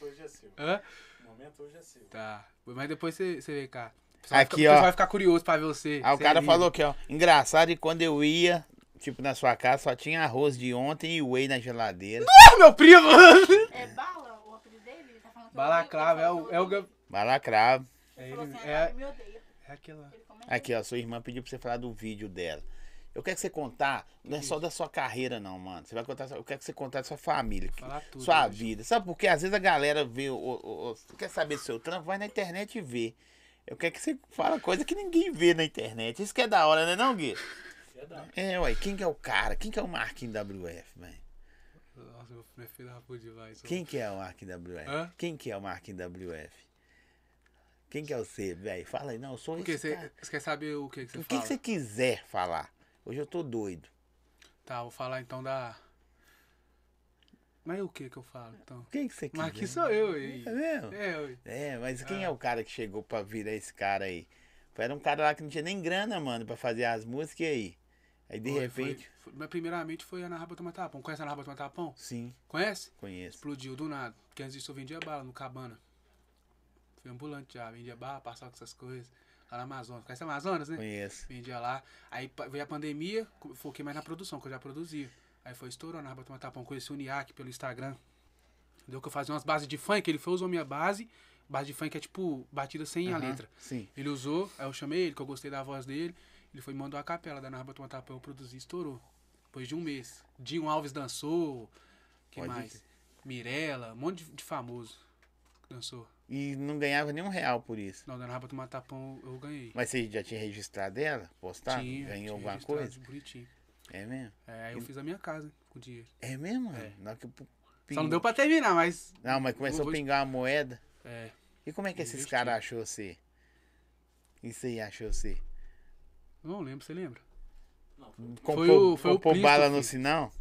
Speaker 4: Hoje é seu.
Speaker 2: Hã?
Speaker 4: O momento hoje é seu.
Speaker 2: Tá, mas depois você você vê cá. O pessoal
Speaker 1: Aqui,
Speaker 2: vai ficar, o pessoal
Speaker 1: ó.
Speaker 2: vai ficar curioso pra ver você.
Speaker 1: ó. Aí o
Speaker 2: Você
Speaker 1: cara
Speaker 2: é lindo.
Speaker 1: falou que, ó, engraçado que quando eu ia, tipo, na sua casa, só tinha arroz de ontem e whey na geladeira.
Speaker 2: Ah, meu primo!
Speaker 3: É bala o apelido dele? Ele tá falando que eu
Speaker 2: Balaclava, é
Speaker 3: odeio,
Speaker 2: o...
Speaker 3: ele
Speaker 2: É, o,
Speaker 3: falou
Speaker 2: Gab-
Speaker 3: que
Speaker 1: Balacravo.
Speaker 2: é,
Speaker 3: eu odeio.
Speaker 2: ele,
Speaker 3: Ele falou assim, "Ah,
Speaker 2: é,
Speaker 3: me odeia.
Speaker 2: é aquela...
Speaker 3: Ele comentou.
Speaker 1: Aqui, ó, sua irmã pediu pra você falar do vídeo dela. Eu quero que você contar, não é só da sua carreira, não, mano. Você vai contar, só- eu quero que você contar da sua família. que-
Speaker 2: Falar tudo,
Speaker 1: sua
Speaker 2: né,
Speaker 1: vida. Sabe por quê? Às vezes a galera vê, o, o- o- quer saber do seu trampo, vai na internet e vê. Eu quero que você fala coisa que ninguém vê na internet. Isso que é da hora, né não, Gui?
Speaker 4: É da.
Speaker 1: É, ué, quem que é o cara? Quem que é o Marquinhos WF, velho?
Speaker 2: Nossa, meu- minha filha rapou demais. ó.
Speaker 1: Quem que é o Marquinhos WF?
Speaker 2: Hã?
Speaker 1: Quem que é o Marquinhos WF? Quem que é você, velho? Fala aí, não, eu sou
Speaker 2: Por quê?
Speaker 1: é esse
Speaker 2: Você
Speaker 1: cara.
Speaker 2: você quer saber o que que você
Speaker 1: O que
Speaker 2: fala?
Speaker 1: que você quiser falar. Hoje eu tô doido.
Speaker 2: Tá, vou falar então da... Mas o que que eu falo, então?
Speaker 1: O que que você quiser.
Speaker 2: Mas aqui sou eu, e...
Speaker 1: É mesmo?
Speaker 2: É, oi.
Speaker 1: É, mas quem
Speaker 2: Ah.
Speaker 1: é o cara que chegou pra virar esse cara aí? Era um cara lá que não tinha nem grana, mano, pra fazer as músicas e aí? Aí de
Speaker 2: Foi, foi-
Speaker 1: repente.
Speaker 2: foi- mas primeiramente foi a Narraba Toma Tapão. Conhece a Narraba Toma Tapão?
Speaker 1: Sim,
Speaker 2: Conhece?
Speaker 1: conheço.
Speaker 2: Explodiu do nada. Porque antes disso eu vendia bala no Cabana. Fui ambulante já, vendia bala, passava com essas coisas. Lá na Amazonas. Conhece a Amazonas, né?
Speaker 1: Conheço.
Speaker 2: Vendia lá. Aí pa- veio a pandemia, co- foquei mais na produção, que eu já produzia. Aí foi estourou na Arba Toma Tapão. Conheci o Niak pelo Instagram. Deu que eu fazia umas bases de funk, ele foi, usou minha base. Base de funk é tipo batida sem a
Speaker 1: Aham,
Speaker 2: letra.
Speaker 1: Sim.
Speaker 2: Ele usou, aí eu chamei ele, que eu gostei da voz dele. Ele foi e mandou a capela da Narba Toma Tapão, eu produzi e estourou. Depois de um mês. Dinho Alves dançou. Quem
Speaker 1: Pode
Speaker 2: mais?
Speaker 1: crer.
Speaker 2: Mirella, um monte de, de famoso dançou.
Speaker 1: E não ganhava nenhum real por isso.
Speaker 2: Não, da Narba Toma Tapão eu ganhei.
Speaker 1: Mas você já tinha registrado ela? Postado?
Speaker 2: Tinha,
Speaker 1: Ganhou
Speaker 2: tinha
Speaker 1: alguma
Speaker 2: registrado
Speaker 1: coisa?
Speaker 2: Bonitinho.
Speaker 1: É mesmo?
Speaker 2: É, aí eu fiz a minha casa com o dinheiro.
Speaker 1: É mesmo?
Speaker 2: É.
Speaker 1: mano? Na hora que pingou-
Speaker 2: Só não deu pra terminar, mas.
Speaker 1: Não, mas começou
Speaker 2: Vou-
Speaker 1: a pingar uma moeda.
Speaker 2: É.
Speaker 1: E como é que esses
Speaker 2: Investi.
Speaker 1: caras achou você? Isso aí achou você?
Speaker 2: eu Não lembro, você lembra?
Speaker 1: Comprou,
Speaker 2: o- foi o
Speaker 1: comprou
Speaker 2: Plisto,
Speaker 1: bala no
Speaker 2: filho.
Speaker 1: sinal?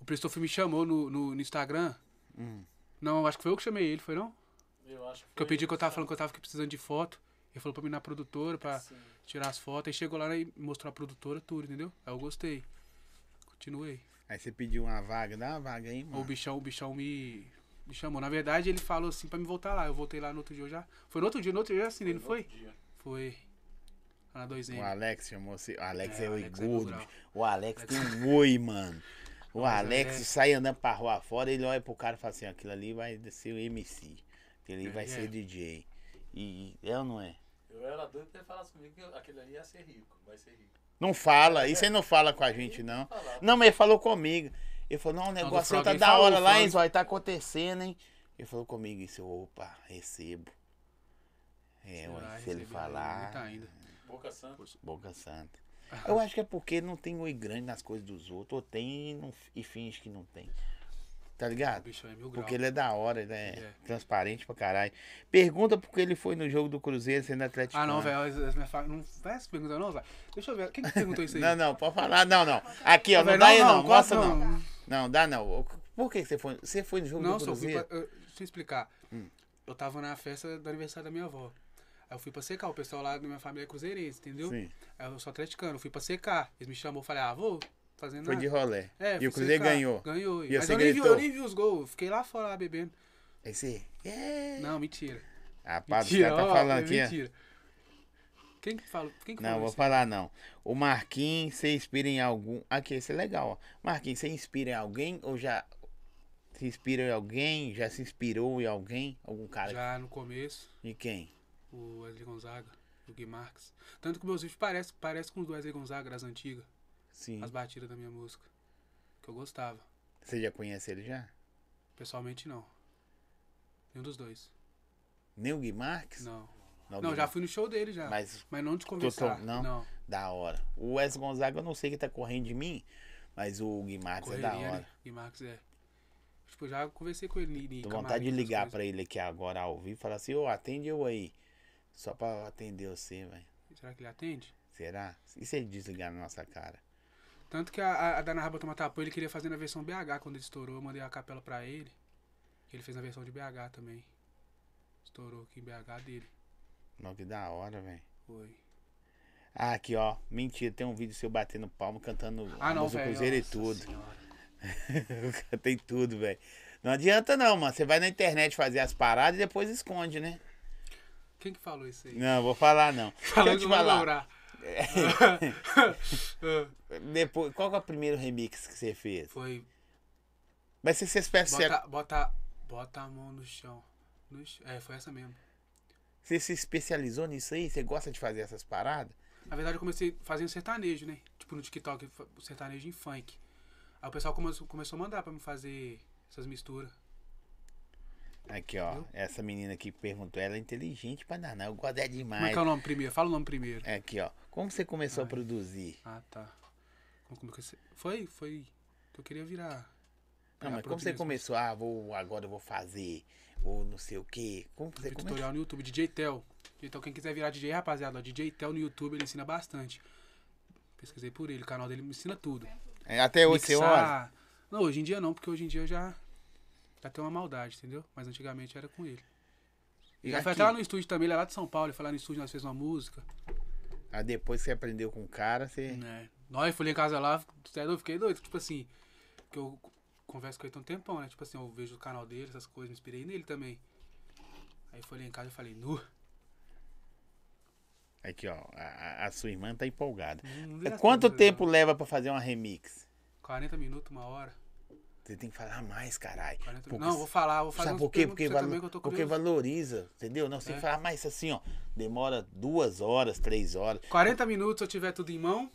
Speaker 2: O Pristoff me chamou no, no, no Instagram.
Speaker 1: Hum.
Speaker 2: Não, acho que foi eu que chamei ele, foi não?
Speaker 4: Eu acho que.
Speaker 2: Porque eu pedi que eu tava falando que eu tava precisando de foto. Ele falou pra mim ir na produtora pra tirar as fotos. Aí chegou lá e mostrou a produtora, tudo, entendeu? Aí eu gostei. Continuei.
Speaker 1: Aí você pediu uma vaga, dá uma vaga aí,
Speaker 2: O
Speaker 1: mano.
Speaker 2: bichão, o bichão me, me chamou. Na verdade, ele falou assim pra me voltar lá. Eu voltei lá no outro dia eu já. Foi no outro dia, no outro dia eu já assinei, não foi? Foi. Lá na 2M.
Speaker 1: O Alex chamou você. O Alex é,
Speaker 2: É, o
Speaker 1: o
Speaker 2: Alex é
Speaker 1: gordo.
Speaker 2: gordural.
Speaker 1: bicho. o Alex tem um oi, mano. O Alex
Speaker 2: é-
Speaker 1: sai andando pra rua fora, ele olha pro cara e fala assim, aquilo ali vai ser o MC. Aquele ali vai
Speaker 2: É.
Speaker 1: ser DJ. E e é ou não é?
Speaker 4: Eu era doido pra ele falasse comigo que aquele ali ia ser rico. Vai ser rico.
Speaker 1: Não fala, isso aí não fala com a gente, não.
Speaker 4: Falava.
Speaker 1: Não, mas ele falou comigo. Ele falou, não, o
Speaker 2: Então, do
Speaker 1: negócio
Speaker 2: Frog
Speaker 1: tá
Speaker 2: ele
Speaker 1: da
Speaker 2: falou,
Speaker 1: hora lá,
Speaker 2: Frog.
Speaker 1: hein, Zói, tá acontecendo, hein? Ele falou comigo isso, eu, opa, recebo. É,
Speaker 2: Sei lá, né?
Speaker 1: ué, se ele
Speaker 2: recebi
Speaker 1: falar,
Speaker 2: muita tá ainda.
Speaker 4: Boca Santa.
Speaker 1: boca santa. Eu acho que é porque não tem oi grande nas coisas dos outros, ou tem e, não, e finge que não tem. Tá
Speaker 2: O
Speaker 1: ligado?
Speaker 2: bichão é mil graus.
Speaker 1: Porque ele é da hora, ele é
Speaker 2: Ele é.
Speaker 1: transparente pra caralho. Pergunta porque ele foi no jogo do Cruzeiro sendo atlético.
Speaker 2: Ah, não, velho. as- as minhas fa- Não vai se perguntar, não, velho. Deixa eu ver. Quem que perguntou isso aí?
Speaker 1: Não, não, pode falar, não, não. Aqui, ó, não
Speaker 2: Velho,
Speaker 1: dá aí não,
Speaker 2: quase
Speaker 1: mostra não. Não, dá não. Por que você foi? Você foi no jogo
Speaker 2: Não,
Speaker 1: do
Speaker 2: só fui
Speaker 1: Cruzeiro?
Speaker 2: pra, eu- Deixa eu explicar.
Speaker 1: Hum.
Speaker 2: Eu tava na festa do aniversário da minha avó. Aí eu fui pra secar. O pessoal lá da minha família é cruzeirense, entendeu?
Speaker 1: Sim.
Speaker 2: Aí eu sou atleticano. Eu fui pra secar. Eles me chamou. Eu falei, ah, vou fazer nada.
Speaker 1: Foi de rolé.
Speaker 2: É,
Speaker 1: e
Speaker 2: fui
Speaker 1: o Cruzeiro
Speaker 2: secar.
Speaker 1: ganhou.
Speaker 2: Ganhou.
Speaker 1: E então?
Speaker 2: Mas
Speaker 1: você
Speaker 2: eu nem, vi,
Speaker 1: gritou.
Speaker 2: eu nem vi os gols. eu Fiquei lá fora, lá, bebendo.
Speaker 1: Aí você. É.
Speaker 2: Não, mentira.
Speaker 1: Ah, pá, os
Speaker 2: Mentira,
Speaker 1: caras tá
Speaker 2: ó,
Speaker 1: falando
Speaker 2: é
Speaker 1: aqui, ó.
Speaker 2: Mentira. Quem que falou? Quem que
Speaker 1: Não,
Speaker 2: falou
Speaker 1: vou
Speaker 2: isso?
Speaker 1: falar não. O Marquinhos, você inspira em algum. Aqui, esse é legal, ó. Marquinhos, você inspira em alguém ou já se inspira em alguém? Já se inspirou em alguém? Algum cara?
Speaker 2: Já no começo,
Speaker 1: De quem?
Speaker 2: o Wesley Gonzaga. do Gui Marques. Tanto que meus vídeos parecem parece com os do Wesley Gonzaga, das antigas.
Speaker 1: Sim.
Speaker 2: As batidas da minha música. Que eu gostava.
Speaker 1: Você já conhece ele já?
Speaker 2: Pessoalmente, não. Nenhum dos dois.
Speaker 1: Nem o Gui Marques?
Speaker 2: Não.
Speaker 1: Não, o
Speaker 2: Não,
Speaker 1: Gui
Speaker 2: já
Speaker 1: Marques.
Speaker 2: fui no show dele já.
Speaker 1: Mas
Speaker 2: Mas não de conversar.
Speaker 1: não?
Speaker 2: não.
Speaker 1: da hora. O Wes Gonzaga, eu não sei que tá correndo de mim, mas o Gui Marques é da
Speaker 2: Correria,
Speaker 1: hora.
Speaker 2: né? Gui Marques é. Tipo, já conversei com ele. em
Speaker 1: Tô
Speaker 2: camarim,
Speaker 1: vontade de
Speaker 2: essas
Speaker 1: ligar
Speaker 2: coisas.
Speaker 1: pra ele aqui agora ao vivo e falar assim, ô, atende eu aí. Só pra atender você, velho.
Speaker 2: Será que ele atende?
Speaker 1: Será? E se ele desligar na nossa cara?
Speaker 2: Tanto que a, a, a da Narra Bota Matapu ele queria fazer na versão BH quando ele estourou. Eu mandei a capela pra ele. Ele fez na versão de BH também. Estourou aqui em BH dele.
Speaker 1: Não, que da hora, velho.
Speaker 2: Foi.
Speaker 1: Ah, aqui, ó. Mentira, tem um vídeo seu batendo palma, cantando
Speaker 2: Ah, não,
Speaker 1: música
Speaker 2: velho.
Speaker 1: Cruzeiro e
Speaker 2: Nossa
Speaker 1: tudo.
Speaker 2: Senhora.
Speaker 1: Eu cantei tudo, velho. Não adianta não, mano. Você vai na internet fazer as paradas e depois esconde, né?
Speaker 2: Quem que falou isso aí?
Speaker 1: Não, vou falar não. Deixa eu
Speaker 2: Falando
Speaker 1: te
Speaker 2: que vai
Speaker 1: falar. É.
Speaker 2: lembrar. Ah,
Speaker 1: Depois, qual que é o primeiro remix que você fez?
Speaker 2: Foi.
Speaker 1: Mas se você se, se,
Speaker 2: Bota, bota, bota a mão no chão. No chão. É, foi essa mesmo.
Speaker 1: você se especializou nisso aí? Você gosta de fazer essas paradas?
Speaker 2: Na verdade, eu comecei fazendo sertanejo, né? Tipo, no TikTok, fa- sertanejo em funk. Aí o pessoal começou, começou a mandar pra me fazer essas misturas.
Speaker 1: Aqui, ó. Essa menina aqui que perguntou, ela é inteligente pra danar. Eu gosto é
Speaker 2: Como é
Speaker 1: demais.
Speaker 2: que é o nome primeiro? Fala o nome primeiro.
Speaker 1: É Aqui, ó. Como você começou a produzir?
Speaker 2: Ah, tá. Como, como que você... Foi, foi... que Eu queria virar...
Speaker 1: Não,
Speaker 2: pegar
Speaker 1: mas como você
Speaker 2: produtor mesmo.
Speaker 1: começou? Ah, vou, agora eu vou fazer. Ou não sei o quê. Como é você
Speaker 2: Tem
Speaker 1: começou?
Speaker 2: tutorial no YouTube, DJ Tel. Então quem quiser virar DJ, rapaziada, ó, DJ Tel no YouTube, ele ensina bastante. Pesquisei por ele, o canal dele me ensina tudo.
Speaker 1: É, Até hoje você olha.
Speaker 2: Mixar. Não, hoje em dia não, porque hoje em dia eu já, já tem uma maldade, entendeu? Mas antigamente era com ele. E já foi
Speaker 1: Aqui.
Speaker 2: até lá no estúdio também, ele é lá de São Paulo, ele foi lá no estúdio, nós fez uma música.
Speaker 1: Aí depois que você aprendeu com o cara, você.
Speaker 2: Né? Nós, eu fui lá em casa lá, você é doido? fiquei doido, tipo assim, que eu converso com ele tem um tempão, né? Tipo assim, eu vejo o canal dele, essas coisas, me inspirei nele também. Aí eu fui lá em casa e falei, nu,
Speaker 1: Aqui, ó. A, a- a sua irmã tá empolgada.
Speaker 2: Não- não vira
Speaker 1: Quanto
Speaker 2: assim, não.
Speaker 1: tempo leva pra fazer uma remix?
Speaker 2: 40 minutos, uma hora.
Speaker 1: Você tem que falar "Ah, mais, caralho.
Speaker 2: 40
Speaker 1: Porque-
Speaker 2: minutos. Não, vou falar, vou fazer
Speaker 1: Sabe
Speaker 2: umas
Speaker 1: por quê?
Speaker 2: perguntas
Speaker 1: Porque,
Speaker 2: pra você
Speaker 1: valo-
Speaker 2: também que eu tô
Speaker 1: porque
Speaker 2: curioso.
Speaker 1: valoriza, entendeu? Não, você tem
Speaker 2: É.
Speaker 1: que falar mais assim, ó. Demora duas horas, três horas.
Speaker 2: 40 minutos se eu tiver tudo em mão.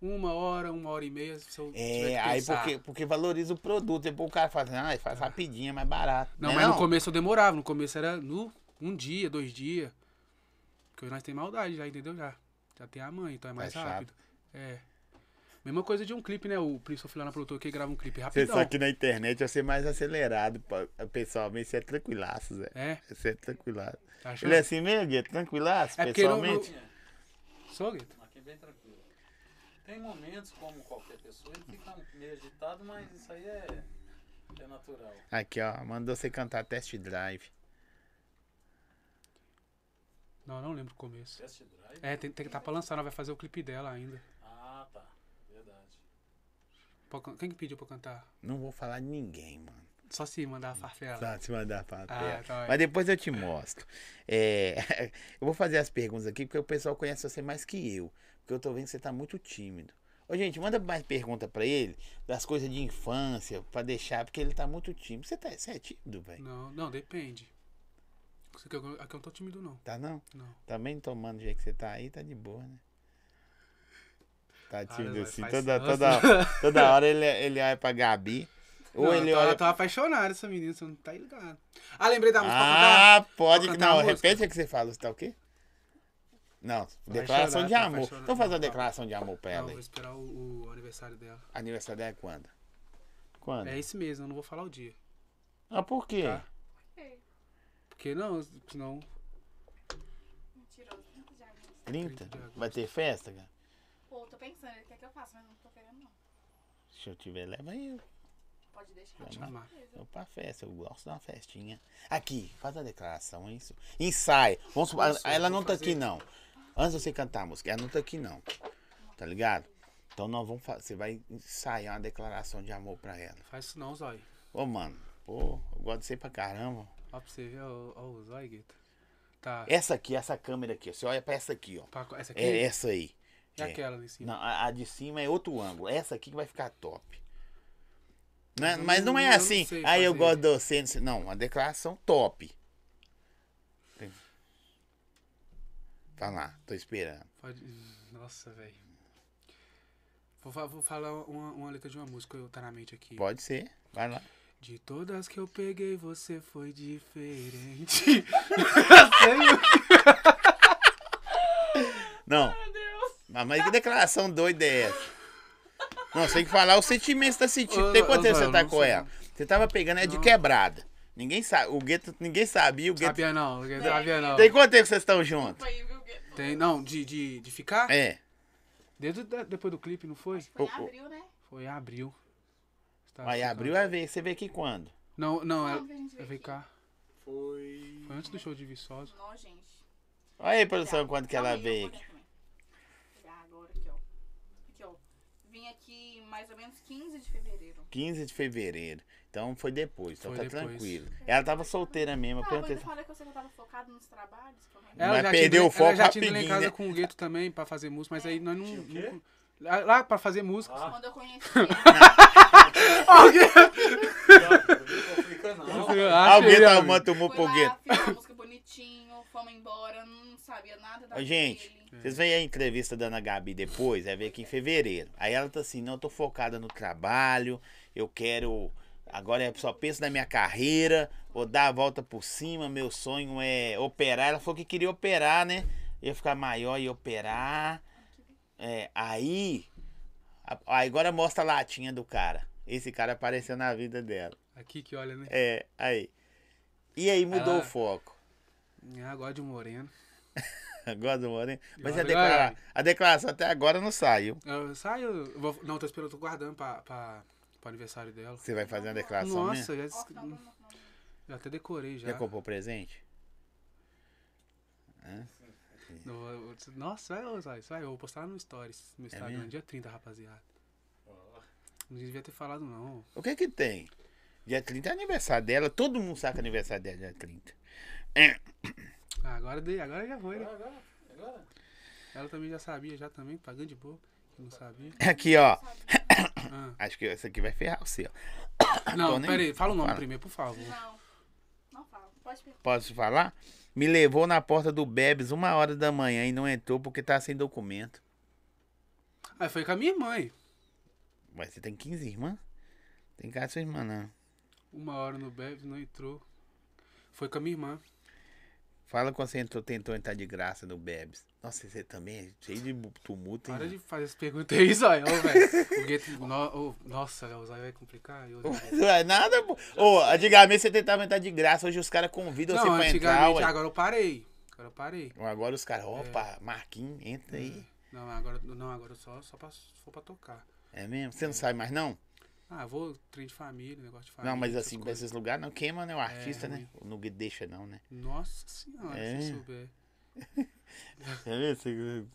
Speaker 2: Uma hora, uma hora e meia, se eu tiver
Speaker 1: É,
Speaker 2: que
Speaker 1: aí
Speaker 2: pensar.
Speaker 1: porque, porque valoriza o produto. Depois o cara fala assim, ah, faz rapidinho, é mais barato.
Speaker 2: Não,
Speaker 1: Né
Speaker 2: mas no começo eu demorava. No começo era no um dia, dois dias. Porque nós tem maldade já, entendeu? Já, já tem a mãe, então é mais
Speaker 1: chato.
Speaker 2: rápido. É. Mesma coisa de um clipe, né? O Príncipe Filana produtor que grava um clipe
Speaker 1: Você
Speaker 2: rapidão.
Speaker 1: sabe que na internet vai ser mais acelerado, pa- pessoalmente. Você é tranquilaço, Zé.
Speaker 2: É,
Speaker 1: Você é tranquilaço.
Speaker 2: tá achando?
Speaker 1: Ele é assim mesmo, Gui? Tranquilaço,
Speaker 2: É porque não-
Speaker 1: pessoalmente?
Speaker 2: Sou, Gueto?
Speaker 4: Aqui é bem tranquilo. Tem momentos, como qualquer pessoa, ele fica meio agitado, mas isso aí é, é natural.
Speaker 1: Aqui, ó. Mandou você cantar Test Drive.
Speaker 2: Não, não lembro o começo.
Speaker 4: Test drive?
Speaker 2: É, tem, tem que tá pra lançar, ela vai fazer o clipe dela ainda.
Speaker 4: Ah, tá. Verdade.
Speaker 2: Pra can- Quem que pediu pra eu cantar?
Speaker 1: Não vou falar de ninguém, mano.
Speaker 2: Só se mandar a farfela.
Speaker 1: Tá, te mandar pra
Speaker 2: Ah,
Speaker 1: terra.
Speaker 2: tá bem.
Speaker 1: Mas depois eu te mostro. É, eu vou fazer as perguntas aqui, porque o pessoal conhece você mais que eu. Porque eu tô vendo que você tá muito tímido. Ô, gente, manda mais pergunta pra ele das coisas de infância, pra deixar, porque ele tá muito tímido. Você, tá, você é tímido, velho?
Speaker 2: Não, não, depende. Isso Aqui eu, aqui eu não tô tímido, não.
Speaker 1: Tá não?
Speaker 2: Não.
Speaker 1: Também tomando do jeito que você tá aí, tá de boa, né? Tá tímido
Speaker 2: vai,
Speaker 1: assim.
Speaker 2: faz
Speaker 1: Toda,
Speaker 2: isso.
Speaker 1: toda, toda hora ele, ele olha pra Gabi. Ou
Speaker 2: Não,
Speaker 1: ele
Speaker 2: eu tô,
Speaker 1: olha
Speaker 2: eu tô apaixonado essa menina, você não tá aí ligado. Ah, lembrei da música pra
Speaker 1: Ah, pode.
Speaker 2: Pra cantar
Speaker 1: Não,
Speaker 2: uma música?
Speaker 1: repete o que você fala, você tá o quê? Não, declaração
Speaker 2: chorar,
Speaker 1: de
Speaker 2: tá, vai
Speaker 1: amor.
Speaker 2: chorar.
Speaker 1: Então faz uma
Speaker 2: Não, tá.
Speaker 1: declaração de amor pra
Speaker 2: cantar. Não,
Speaker 1: ela
Speaker 2: vou
Speaker 1: aí.
Speaker 2: esperar o, o aniversário dela.
Speaker 1: Aniversário dela é quando? Quando?
Speaker 2: É esse mesmo, eu não vou falar o dia.
Speaker 1: Ah, por quê?
Speaker 2: Tá.
Speaker 3: Ei,
Speaker 2: Porque não, senão.
Speaker 3: mentiroso. Nunca já vi isso.
Speaker 1: 30?
Speaker 2: 30 de agosto.
Speaker 1: Vai ter festa, cara?
Speaker 3: Pô, tô pensando, ele quer que eu faça, mas não tô querendo, não.
Speaker 1: Se eu tiver, leva eu.
Speaker 3: Pode deixar.
Speaker 1: Vamos
Speaker 2: lá. Chamar.
Speaker 1: Eu pra festa, eu gosto de uma festinha. Aqui, faz a declaração, é isso. Ensaia. Vamos supor,
Speaker 2: Nossa,
Speaker 1: ela
Speaker 2: Ah, eu
Speaker 1: não
Speaker 2: vou
Speaker 1: tá
Speaker 2: fazer.
Speaker 1: aqui não. Antes de você cantar a música, ela não tá aqui não. Tá ligado? Então nós vamos fa- você vai ensaiar uma declaração de amor pra ela.
Speaker 2: Faz isso não, Zói.
Speaker 1: Ô, mano, pô, eu gosto de você pra caramba.
Speaker 2: Ó, pra você ver, ó, ó o Zói, Gueto. Tá.
Speaker 1: Essa aqui, essa câmera aqui, ó, você olha pra essa aqui, ó.
Speaker 2: Pra- essa aqui?
Speaker 1: É
Speaker 2: É,
Speaker 1: essa aí. É.
Speaker 2: aquela ali em cima.
Speaker 1: Não, a, a de cima é outro ângulo. Essa aqui que vai ficar top. Né? Mas não é
Speaker 2: Hum, Eu não
Speaker 1: assim.
Speaker 2: sei
Speaker 1: Aí eu
Speaker 2: fazer.
Speaker 1: gosto de você. não sei- Não, uma declaração top. Tá lá, tô esperando.
Speaker 2: Pode. Nossa, velho. Vou, fa- vou falar uma, uma letra de uma música, eu tá na mente aqui.
Speaker 1: Pode ser. Vai lá.
Speaker 2: De todas que eu peguei, você foi diferente.
Speaker 1: Não. Mas, mas que declaração doida é essa? Não, você tem que falar o sentimento que você tá sentindo.
Speaker 2: Ô,
Speaker 1: Tem quanto
Speaker 2: ô,
Speaker 1: tempo você
Speaker 2: Zóio,
Speaker 1: tá
Speaker 2: não
Speaker 1: com
Speaker 2: sei.
Speaker 1: ela? Você tava pegando é de
Speaker 2: Não.
Speaker 1: quebrada. Ninguém sabe. O gueto, ninguém sabia. O gueto.
Speaker 2: Sabia não, sabia não.
Speaker 1: Tem quanto tempo que vocês estão juntos?
Speaker 3: Desculpa aí, viu, Gueto?
Speaker 2: Tem, não, de, de, de ficar?
Speaker 1: É.
Speaker 2: Desde o- da- depois do clipe, não foi?
Speaker 3: Foi em
Speaker 1: Ô, ô.
Speaker 3: abril, né?
Speaker 2: Foi em abril. Tá
Speaker 1: Aí
Speaker 2: ficando.
Speaker 1: abriu a ver. Você veio aqui quando?
Speaker 2: Não, não,
Speaker 3: Quando
Speaker 2: ela,
Speaker 3: que a gente
Speaker 2: ela
Speaker 3: veio
Speaker 2: veio
Speaker 3: aqui?
Speaker 2: cá.
Speaker 4: Foi.
Speaker 2: Foi antes do show de Viçosa.
Speaker 3: Não, gente.
Speaker 1: Olha aí, produção, quando que
Speaker 3: Calma
Speaker 1: ela
Speaker 3: aí, eu
Speaker 1: veio
Speaker 3: vou
Speaker 1: aqui.
Speaker 3: olhar também. Já agora aqui, ó. Aqui, ó. Vim aqui mais ou menos 15 de fevereiro.
Speaker 1: 15 de fevereiro. Então foi depois, então tá
Speaker 2: Foi depois.
Speaker 1: tranquilo. Ela tava solteira mesmo, eu
Speaker 3: Ah, mas
Speaker 1: perguntei.
Speaker 3: eu falei que eu sei que eu tava focado nos trabalhos. pelo menos.
Speaker 1: É.
Speaker 2: Ela
Speaker 1: Mas
Speaker 2: já
Speaker 1: perdeu
Speaker 2: tinha,
Speaker 1: o
Speaker 2: ela
Speaker 1: foco
Speaker 2: já tinha ido lá em
Speaker 1: rapidinho,
Speaker 2: casa
Speaker 1: né?
Speaker 2: com o Gueto também pra fazer música, mas aí nós não.
Speaker 4: Tinha o quê? Ah.
Speaker 2: não- lá, lá pra fazer música.
Speaker 3: Quando eu conheci ele.
Speaker 4: Não, complica não.
Speaker 1: Ah, Alguém
Speaker 2: tá
Speaker 1: tava mandando
Speaker 3: Fui
Speaker 1: pro
Speaker 3: lá,
Speaker 1: gueto.
Speaker 3: fiz uma música bonitinho, fomos embora, não sabia nada da
Speaker 1: Ô,
Speaker 3: vida
Speaker 1: Gente,
Speaker 3: dele.
Speaker 1: vocês veem a entrevista da Ana Gabi depois, é ver aqui em fevereiro. Aí ela tá assim, não, eu tô focada no trabalho, eu quero. Agora eu só penso na minha carreira, vou dar a volta por cima, meu sonho é operar. Ela falou que queria operar, né? Ia ficar maior e operar. É, aí. a- aí agora mostra a latinha do cara. Esse cara apareceu na vida dela.
Speaker 2: Aqui que olha, né?
Speaker 1: É, aí. E aí mudou
Speaker 2: Ela-
Speaker 1: o foco.
Speaker 2: Ah, gosto de moreno.
Speaker 1: Gosta do Moreno? Mas a,
Speaker 2: Gosto,
Speaker 1: declara-
Speaker 2: gosto.
Speaker 1: a declaração até agora não saiu.
Speaker 2: Eu saio. eu vou- não, tô esperando, tô guardando pra, pra, pro aniversário dela.
Speaker 1: Você vai fazer uma declaração mesmo?
Speaker 2: Nossa, já,
Speaker 3: Ó,
Speaker 2: des-
Speaker 3: final do ano, final do ano.
Speaker 2: já até decorei já.
Speaker 1: né? Já comprou presente?
Speaker 2: Eu vou- eu vou- Nossa, vai, ô, Zóio, isso vai, eu vou postar no Stories, no Instagram,
Speaker 1: É mesmo?
Speaker 2: dia 30, rapaziada. Não devia ter falado, não.
Speaker 1: O que que tem? Dia 30 é aniversário dela. Todo mundo sabe que é aniversário dela dia 30. É,
Speaker 2: Ah, agora, dei, agora já foi, né?
Speaker 4: Agora, agora.
Speaker 2: Ela também já sabia, já também, pagando de boa. que Não sabia.
Speaker 1: Aqui, ó.
Speaker 2: Ah.
Speaker 1: Acho que essa aqui vai ferrar o seu.
Speaker 2: Não,
Speaker 1: Então nem-
Speaker 2: pera aí, fala o nome
Speaker 1: fala.
Speaker 2: primeiro, por favor.
Speaker 3: Não, não fala. Pode perguntar.
Speaker 1: Posso falar? Me levou na porta do Bebes uma hora da manhã e não entrou porque tá sem documento.
Speaker 2: Aí Ah, foi com a minha mãe.
Speaker 1: Mas você tem 15 irmãs? Tem cara de sua irmã, né? não.
Speaker 2: Uma hora no bebe, não entrou. Foi com a minha irmã.
Speaker 1: Fala quando você entrou, tentou entrar de graça no Bebes. Nossa, você também é cheio de bu- tumulto, hein?
Speaker 2: Para de fazer as perguntas aí, Zóio. Ô, velho. O gueto. no- ô, nossa, velho, o Zóio vai complicar. Eu,
Speaker 1: Não é nada, pô. Ô, antigamente você tentava entrar de graça, hoje os caras convidam você
Speaker 2: não,
Speaker 1: pra entrar.
Speaker 2: antigamente,
Speaker 1: ué.
Speaker 2: agora eu parei. Agora eu parei.
Speaker 1: Então, Agora os caras,
Speaker 2: É.
Speaker 1: opa, Marquinhos, entra aí.
Speaker 2: Não, agora, não, agora eu só, só pra, se for pra tocar.
Speaker 1: É mesmo? Você não sai mais, não?
Speaker 2: Ah, eu vou trem de família, negócio de família.
Speaker 1: Não, mas
Speaker 2: essas
Speaker 1: assim, pra
Speaker 2: coisas. É,
Speaker 1: esses lugares não queima, né? O artista, né?
Speaker 2: ruim.
Speaker 1: Não deixa, não, né?
Speaker 2: Nossa senhora,
Speaker 1: É.
Speaker 2: se souber. É
Speaker 1: Tá vendo? Você- Tá
Speaker 2: Gueto, ele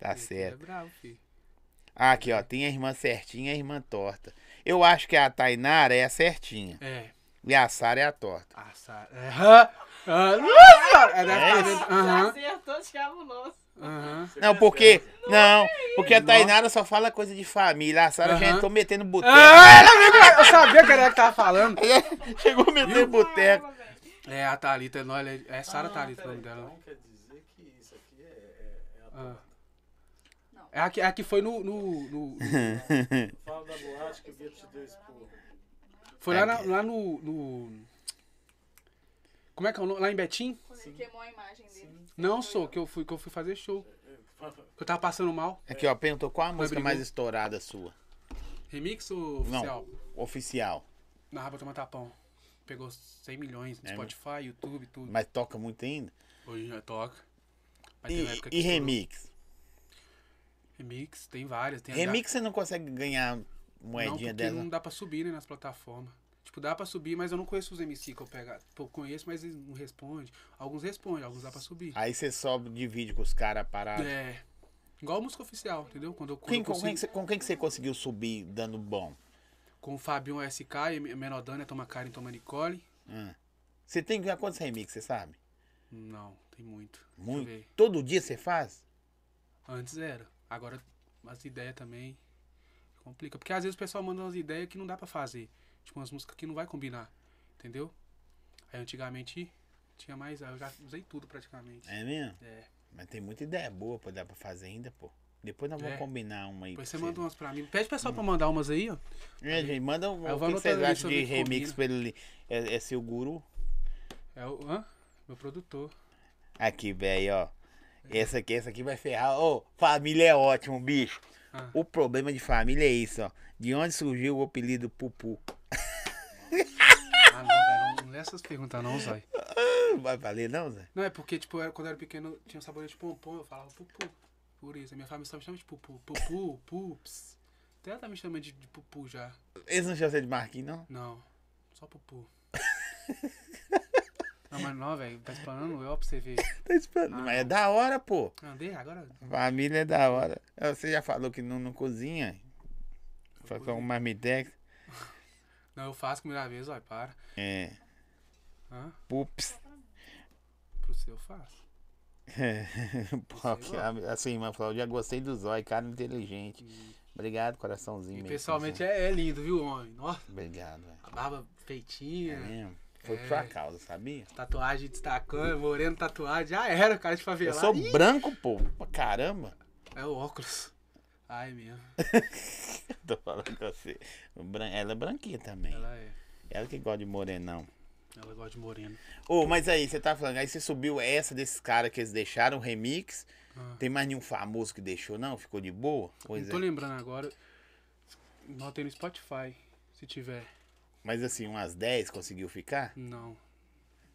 Speaker 2: É
Speaker 1: certo.
Speaker 2: bravo, filho.
Speaker 1: Ah, aqui, ó. Tem a irmã certinha e a irmã torta. Eu acho que a Tainara é a certinha.
Speaker 2: É.
Speaker 1: E a Sara é a torta.
Speaker 2: Ah, Sara. É. hã? Ah, nossa! É, deve
Speaker 1: É
Speaker 2: estar
Speaker 1: isso?
Speaker 2: vendo. Aham.
Speaker 3: Acertou de cabuloso.
Speaker 2: Aham.
Speaker 1: Não, porque.
Speaker 2: é
Speaker 1: Não, porque a
Speaker 2: Nossa.
Speaker 1: Tainara só fala coisa de família. A Sara já
Speaker 2: Aham.
Speaker 1: entrou metendo boteco. né?
Speaker 2: Ah, ela viu que- eu sabia que era ela que tava falando.
Speaker 1: Chegou metendo Um boteco.
Speaker 3: Fala, velho.
Speaker 2: É, a Thalita, não, ela é, é Sara
Speaker 4: Ah,
Speaker 2: Thalita o
Speaker 4: peraí,
Speaker 2: nome dela.
Speaker 4: Então quer dizer que isso aqui é, é, é a
Speaker 2: Ah.
Speaker 4: torta.
Speaker 2: É a que, é a que foi no. no- no- no-
Speaker 4: Fala da boate que o Gueto te deu esse pulo.
Speaker 2: foi
Speaker 1: É
Speaker 2: lá, na- lá no, no- Como é que é o nome? Lá em Betim?
Speaker 3: Quando ele queimou a imagem dele.
Speaker 2: Não sou, que eu fui, que eu fui fazer show. Que eu tava passando mal.
Speaker 1: Aqui, ó, perguntou qual a música
Speaker 2: brigou?
Speaker 1: mais estourada sua?
Speaker 2: Remix ou oficial?
Speaker 1: Não, oficial.
Speaker 2: Na raba toma tapão. Pegou 100 milhões no
Speaker 1: É mesmo?
Speaker 2: Spotify, YouTube, tudo.
Speaker 1: Mas toca muito ainda.
Speaker 2: Hoje já toca. Mas
Speaker 1: E,
Speaker 2: uma época que
Speaker 1: e
Speaker 2: estourou.
Speaker 1: remix?
Speaker 2: Remix, tem várias. Tem a
Speaker 1: Remix você não consegue ganhar
Speaker 2: da- não,
Speaker 1: moedinha
Speaker 2: porque
Speaker 1: dela.
Speaker 2: não dá pra subir, né, nas plataformas. Tipo, dá pra subir, mas eu não conheço os MC que eu pego. Pô, conheço, mas eles não respondem. Alguns respondem, alguns dá pra subir.
Speaker 1: Aí você sobe de vídeo com os caras parados.
Speaker 2: É. Igual música oficial, entendeu? Quando eu, quando
Speaker 1: Ah. Quem,
Speaker 2: eu
Speaker 1: com,
Speaker 2: consigo-
Speaker 1: quem que você- com quem que você conseguiu subir dando bom?
Speaker 2: com o Fabião SK, e Menodânia, é Toma Karen, Toma Nicole.
Speaker 1: Hã? Você tem que ganhar quantos remix, você sabe?
Speaker 2: Não, tem muito. Deixa eu
Speaker 1: Muito.
Speaker 2: ver.
Speaker 1: Todo dia você faz?
Speaker 2: Antes era. Agora as ideias também complica. Porque às vezes o pessoal manda umas ideias que não dá pra fazer. Tipo, umas músicas que não vai combinar. Entendeu? Aí antigamente tinha mais. Eu já usei tudo praticamente.
Speaker 1: É mesmo?
Speaker 2: É.
Speaker 1: Mas tem muita ideia boa pra dar pra fazer ainda, pô. Depois nós vamos
Speaker 2: É.
Speaker 1: combinar uma aí.
Speaker 2: Depois você
Speaker 1: pra
Speaker 2: manda umas pra mim. Pede o pessoal
Speaker 1: Hum.
Speaker 2: pra mandar umas aí, ó.
Speaker 1: É, gente, manda um.
Speaker 2: Eu
Speaker 1: O
Speaker 2: vou
Speaker 1: que que vocês
Speaker 2: anotando aí
Speaker 1: acham de
Speaker 2: sobre o que
Speaker 1: remix pra ele? É, é seu guru?
Speaker 2: É o. Hã? Meu produtor.
Speaker 1: Aqui, velho, ó. Essa aqui, essa aqui vai ferrar. Ô, família é ótimo, bicho.
Speaker 2: Ah.
Speaker 1: O problema de família é isso, ó. De onde surgiu o apelido Pupu?
Speaker 2: Ah, não, velho. Não, não lê essas perguntas, não, Zói.
Speaker 1: Ah, Vai valer, não, Zé?
Speaker 2: Não, é porque, tipo, eu era- quando eu era pequeno, tinha um sabonete pompom, eu falava pupu. Por isso, a minha família só me chama de pupu. Pupu, pups. Até ela tá me chamando de, de pupu já.
Speaker 1: Eles não chamam você de Marquinhos, não?
Speaker 2: Não, só pupu. não, mas não, velho, tá explanando eu pra você ver.
Speaker 1: Tá esperando. Mas é da hora, pô.
Speaker 2: Andei, agora.
Speaker 1: Família é da hora. Você já falou que não, não cozinha? Faz só um marmitex.
Speaker 2: Não, eu faço primeira vez, ó, para.
Speaker 1: É.
Speaker 2: Hã?
Speaker 1: Pups.
Speaker 2: Pro seu eu faço.
Speaker 1: Pô, que a, a sua irmã falou, já gostei do zóio, cara inteligente. Obrigado, coraçãozinho.
Speaker 2: E
Speaker 1: mesmo,
Speaker 2: pessoalmente
Speaker 1: Zé.
Speaker 2: é, é lindo, viu, homem? Nossa,
Speaker 1: Obrigado, velho.
Speaker 2: a barba
Speaker 1: É
Speaker 2: feitinha,
Speaker 1: mesmo? Foi por sua causa, sabia?
Speaker 2: tatuagem destacando, moreno tatuagem, já era, cara de
Speaker 1: Eu
Speaker 2: favelado.
Speaker 1: sou
Speaker 2: Ih,
Speaker 1: branco, pô. Pra Caramba.
Speaker 2: É o óculos. Ai, mesmo.
Speaker 1: Tô falando com você. O bran- Ela é branquinha também. Ela,
Speaker 2: Ela é.
Speaker 1: que gosta de morenão.
Speaker 2: Ela gosta de moreno.
Speaker 1: Ô, mas aí, você tá falando, aí você subiu essa desses caras que eles deixaram, o remix.
Speaker 2: Ah.
Speaker 1: Tem mais nenhum famoso que deixou, não? Ficou de boa? Pois
Speaker 2: não tô
Speaker 1: é.
Speaker 2: lembrando agora. Não tem no Spotify. Se tiver.
Speaker 1: Mas assim, umas 10 conseguiu ficar?
Speaker 2: Não.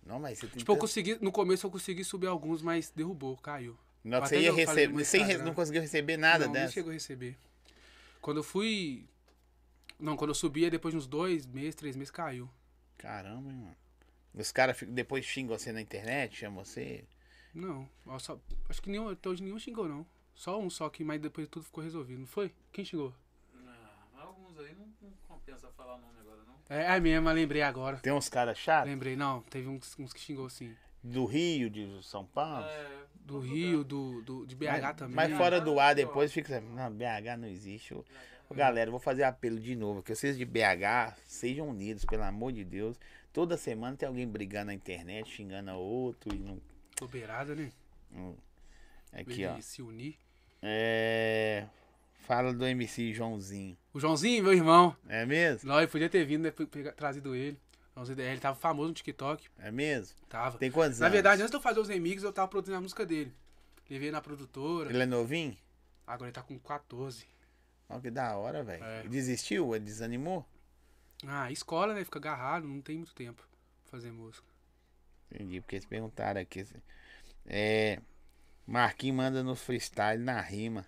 Speaker 1: Não, mas você tem
Speaker 2: Tipo, eu
Speaker 1: tanto-
Speaker 2: consegui. No começo eu consegui subir alguns, mas derrubou, caiu.
Speaker 1: Não,
Speaker 2: Até
Speaker 1: você ia
Speaker 2: eu falei no
Speaker 1: receber,
Speaker 2: meu
Speaker 1: sem re-
Speaker 2: Instagram.
Speaker 1: não conseguiu receber nada
Speaker 2: não, nem
Speaker 1: dessa.
Speaker 2: chegou a receber. Quando eu fui. Não, quando eu subia, depois de uns dois meses, três meses, caiu.
Speaker 1: Caramba, hein, mano. Os caras ficam- depois xingam você na internet, chamam você.
Speaker 2: Não. ó, só- acho que nenhum, até hoje nenhum xingou, não. Só um só que, mas depois tudo ficou resolvido, não foi? Quem xingou?
Speaker 4: Ah, mas alguns aí não, não compensa falar nome agora, não.
Speaker 2: É, é mesmo, lembrei agora.
Speaker 1: Tem uns caras chatos
Speaker 2: Lembrei, não, teve uns, uns que xingou sim.
Speaker 1: do Rio, de São Paulo.
Speaker 4: É,
Speaker 2: Ah, Do Rio, do, do, de BH
Speaker 1: mas,
Speaker 2: também.
Speaker 1: Mas fora do ar depois fica. assim, Não, BH não existe. Ô, ô, Galera, eu vou fazer apelo de novo. Que vocês de BH sejam unidos, pelo amor de Deus. Toda semana tem alguém brigando na internet, xingando a outro e não.
Speaker 2: Bobeirada, né?
Speaker 1: não- Aqui,
Speaker 2: Ele
Speaker 1: ó.
Speaker 2: se unir.
Speaker 1: É. Fala do MC Joãozinho.
Speaker 2: O Joãozinho, meu irmão.
Speaker 1: É mesmo?
Speaker 2: Nós podia ter vindo, né? pe- pegar- trazido ele. Joãozinho, ele tava famoso no TikTok.
Speaker 1: É mesmo?
Speaker 2: Tava.
Speaker 1: Tem quantos
Speaker 2: Na
Speaker 1: anos?
Speaker 2: verdade, antes de eu fazer os remixes, eu tava produzindo a música dele. Levei na produtora.
Speaker 1: Ele é novinho?
Speaker 2: Agora ele tá com 14.
Speaker 1: Olha que da hora, velho.
Speaker 2: É.
Speaker 1: Ele Desistiu? Ele Desanimou?
Speaker 2: Ah, escola, né? Fica agarrado, não tem muito tempo pra fazer música.
Speaker 1: Entendi, porque eles perguntaram aqui. se- É. Marquinhos manda nos freestyle na rima.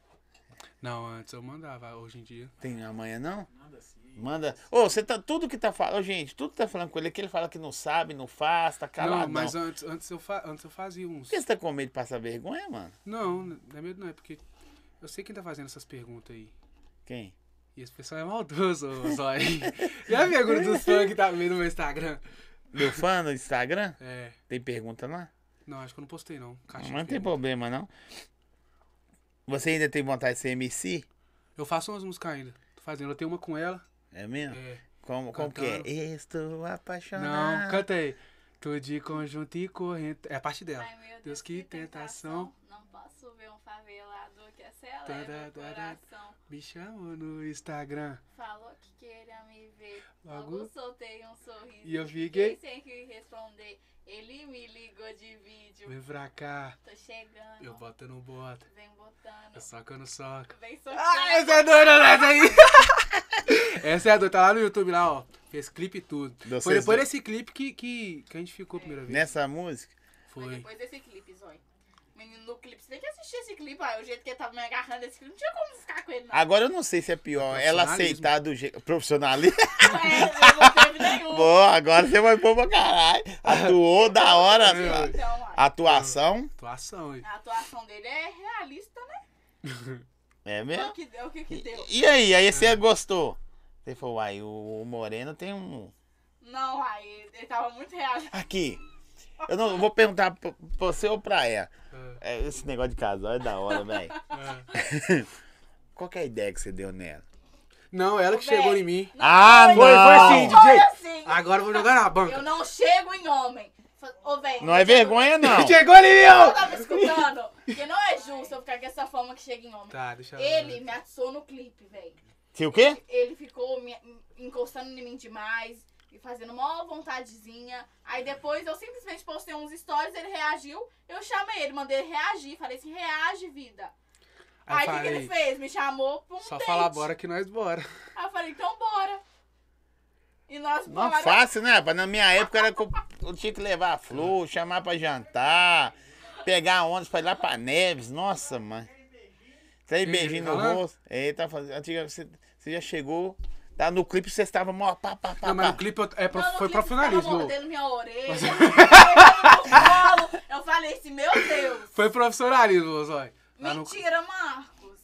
Speaker 2: Não, antes eu mandava, hoje em dia.
Speaker 1: Tem amanhã não?
Speaker 4: manda assim.
Speaker 1: Manda. Ô, você tá. Tudo que tá falando. Gente, tudo que tá falando com ele aqui, ele fala que não sabe, não faz, tá calado.
Speaker 2: não, mas antes, antes, eu fa- antes eu fazia
Speaker 1: Por
Speaker 2: uns.
Speaker 1: que você tá com medo de passar vergonha, mano?
Speaker 2: Não, não é medo não, é porque eu sei quem tá fazendo essas perguntas aí.
Speaker 1: Quem?
Speaker 2: E esse pessoal é maldoso, ô, Zói. Já a pergunta dos fãs que tá vendo no meu Instagram?
Speaker 1: Meu fã no Instagram?
Speaker 2: É.
Speaker 1: Tem pergunta lá?
Speaker 2: Não, acho que eu não postei, não. Caixa
Speaker 1: Mas
Speaker 2: de
Speaker 1: não tem
Speaker 2: pergunta.
Speaker 1: problema, não. Você ainda tem vontade de ser MC?
Speaker 2: Eu faço umas músicas ainda. Tô fazendo. Eu tenho uma com ela.
Speaker 1: É mesmo?
Speaker 2: É.
Speaker 1: Como, como que é?
Speaker 2: Cantando.
Speaker 1: Estou apaixonado.
Speaker 2: Não, canta aí. Tô de conjunto e corrente. É a parte dela.
Speaker 3: Ai, meu
Speaker 2: Deus, que tentação.
Speaker 3: Não posso ver um favelado que
Speaker 2: Tá,
Speaker 3: acelera
Speaker 2: tá,
Speaker 3: o
Speaker 2: tá, tá.
Speaker 3: coração.
Speaker 2: Me chamou no Instagram.
Speaker 3: Falou que queria me ver.
Speaker 2: Logo-
Speaker 3: Logo, soltei um sorriso.
Speaker 2: E eu fiquei-
Speaker 3: sem que responder. Ele me ligou de vídeo.
Speaker 2: Vem pra cá.
Speaker 3: Tô chegando.
Speaker 2: Eu boto ou não boto.
Speaker 3: Vem botando.
Speaker 2: Eu soco ou não soco.
Speaker 3: Vem socando.
Speaker 2: Ah, essa é doida, né? essa aí. Essa é a doida. Tá lá no YouTube, lá, ó. Fez clipe e tudo.
Speaker 1: Vocês
Speaker 2: Foi depois
Speaker 1: dois-
Speaker 2: desse clipe que, que, que a gente ficou a primeira vez.
Speaker 1: Nessa música?
Speaker 3: Foi
Speaker 2: Foi.
Speaker 3: depois desse clipe, Zói. Menino, no clipe, você tem que assistir esse clipe, ó. O jeito que ele tava me agarrando esse clipe, não tinha como ficar com ele, não.
Speaker 1: Agora eu não sei se é pior. Ela
Speaker 2: Profissionalismo.
Speaker 1: aceitar do jeito. Profissionalismo?
Speaker 3: É, não teve nenhum.
Speaker 1: Boa, agora você vai pôr pra caralho. Atuou da hora.
Speaker 2: É.
Speaker 3: Então,
Speaker 1: Ah.
Speaker 3: ó,
Speaker 1: Atuação.
Speaker 2: Atuação, hein?
Speaker 3: a atuação dele é realista, né?
Speaker 1: É
Speaker 3: É
Speaker 1: mesmo?
Speaker 3: o que deu, o que, que deu.
Speaker 1: E aí, aí você gostou? Você falou, uai, o Moreno tem um.
Speaker 3: Não, aí ele tava muito realista.
Speaker 1: Aqui. Eu não eu vou perguntar pra pra você ou pra ela.
Speaker 2: É,
Speaker 1: É, Esse negócio de casal é da hora, velho.
Speaker 2: é.
Speaker 1: Qual que é a ideia que você deu nela?
Speaker 2: Não, ela que
Speaker 3: Ô, véi.
Speaker 2: chegou em mim.
Speaker 1: Ah,
Speaker 2: Foi, foi
Speaker 1: não!
Speaker 2: assim, DJ.
Speaker 3: Foi assim.
Speaker 2: Agora eu vou jogar na
Speaker 3: Eu
Speaker 2: banca.
Speaker 3: não chego em homem. Fa- Ô, velho.
Speaker 1: Não é vergonha, não.
Speaker 2: Chegou ali,
Speaker 3: Eu
Speaker 2: ó!
Speaker 3: tava tá escutando. Porque não é justo eu ficar com essa fama que chega em homem.
Speaker 2: Tá, deixa eu-
Speaker 3: Ele me atiçou no clipe, velho.
Speaker 1: Se Tipo, o quê?
Speaker 3: Ele ficou me encostando em mim demais. E fazendo mó vontadezinha. Aí depois eu simplesmente postei uns stories, ele reagiu. Eu chamei ele, mandei ele reagir. Falei assim, reage, vida.
Speaker 2: Aí
Speaker 3: Aí
Speaker 2: eu
Speaker 3: o que, que ele
Speaker 2: falei,
Speaker 3: fez? Me chamou pra um
Speaker 2: só
Speaker 3: date.
Speaker 2: falar bora que nós bora.
Speaker 3: Aí eu falei, então bora. E nós
Speaker 1: Não
Speaker 3: bora.
Speaker 1: fácil, né? rapaz? Na minha época era que eu eu tinha que levar flor, chamar pra jantar, pegar ônibus pra ir lá pra Neves. Nossa, mãe. Três
Speaker 2: Sim,
Speaker 1: beijinhos no
Speaker 2: aham.
Speaker 1: rosto. É, tá fazendo. antiga- Você, você já chegou. Tá no clipe, você estava mó pá, pá, pá,
Speaker 3: Tá,
Speaker 2: Não, mas
Speaker 1: pá.
Speaker 2: o clipe eu- é pro,
Speaker 3: Mano,
Speaker 2: foi
Speaker 3: o clipe
Speaker 2: profissionalismo.
Speaker 3: Tava mordendo minha orelha, mordendo meu colo. Eu falei assim, meu Deus.
Speaker 2: Foi profissionalismo, Zói. Lá no-
Speaker 3: Mentira, Marcos.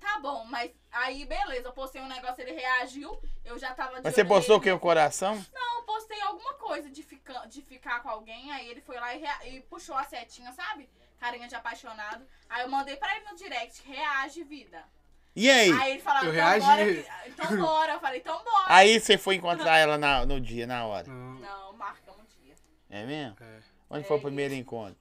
Speaker 3: Tá bom, mas aí beleza, eu postei um negócio, ele reagiu, eu já tava de
Speaker 1: Mas você
Speaker 3: olho
Speaker 1: postou o
Speaker 3: nele.
Speaker 1: quê? O coração?
Speaker 3: Não, eu postei alguma coisa de, fica, de ficar com alguém, aí ele foi lá e, rea- e puxou a setinha, sabe? Carinha de apaixonado. Aí eu mandei pra ele no direct, reage, vida.
Speaker 1: E aí?
Speaker 3: Aí ele falou,
Speaker 2: Eu
Speaker 3: então bora,
Speaker 2: reagi.
Speaker 3: que- então bora. Eu falei, então bora.
Speaker 1: Aí você foi encontrar ela na- no dia, na hora.
Speaker 2: Não,
Speaker 3: Não, marca um dia.
Speaker 1: É mesmo?
Speaker 2: é,
Speaker 1: Onde foi o primeiro encontro?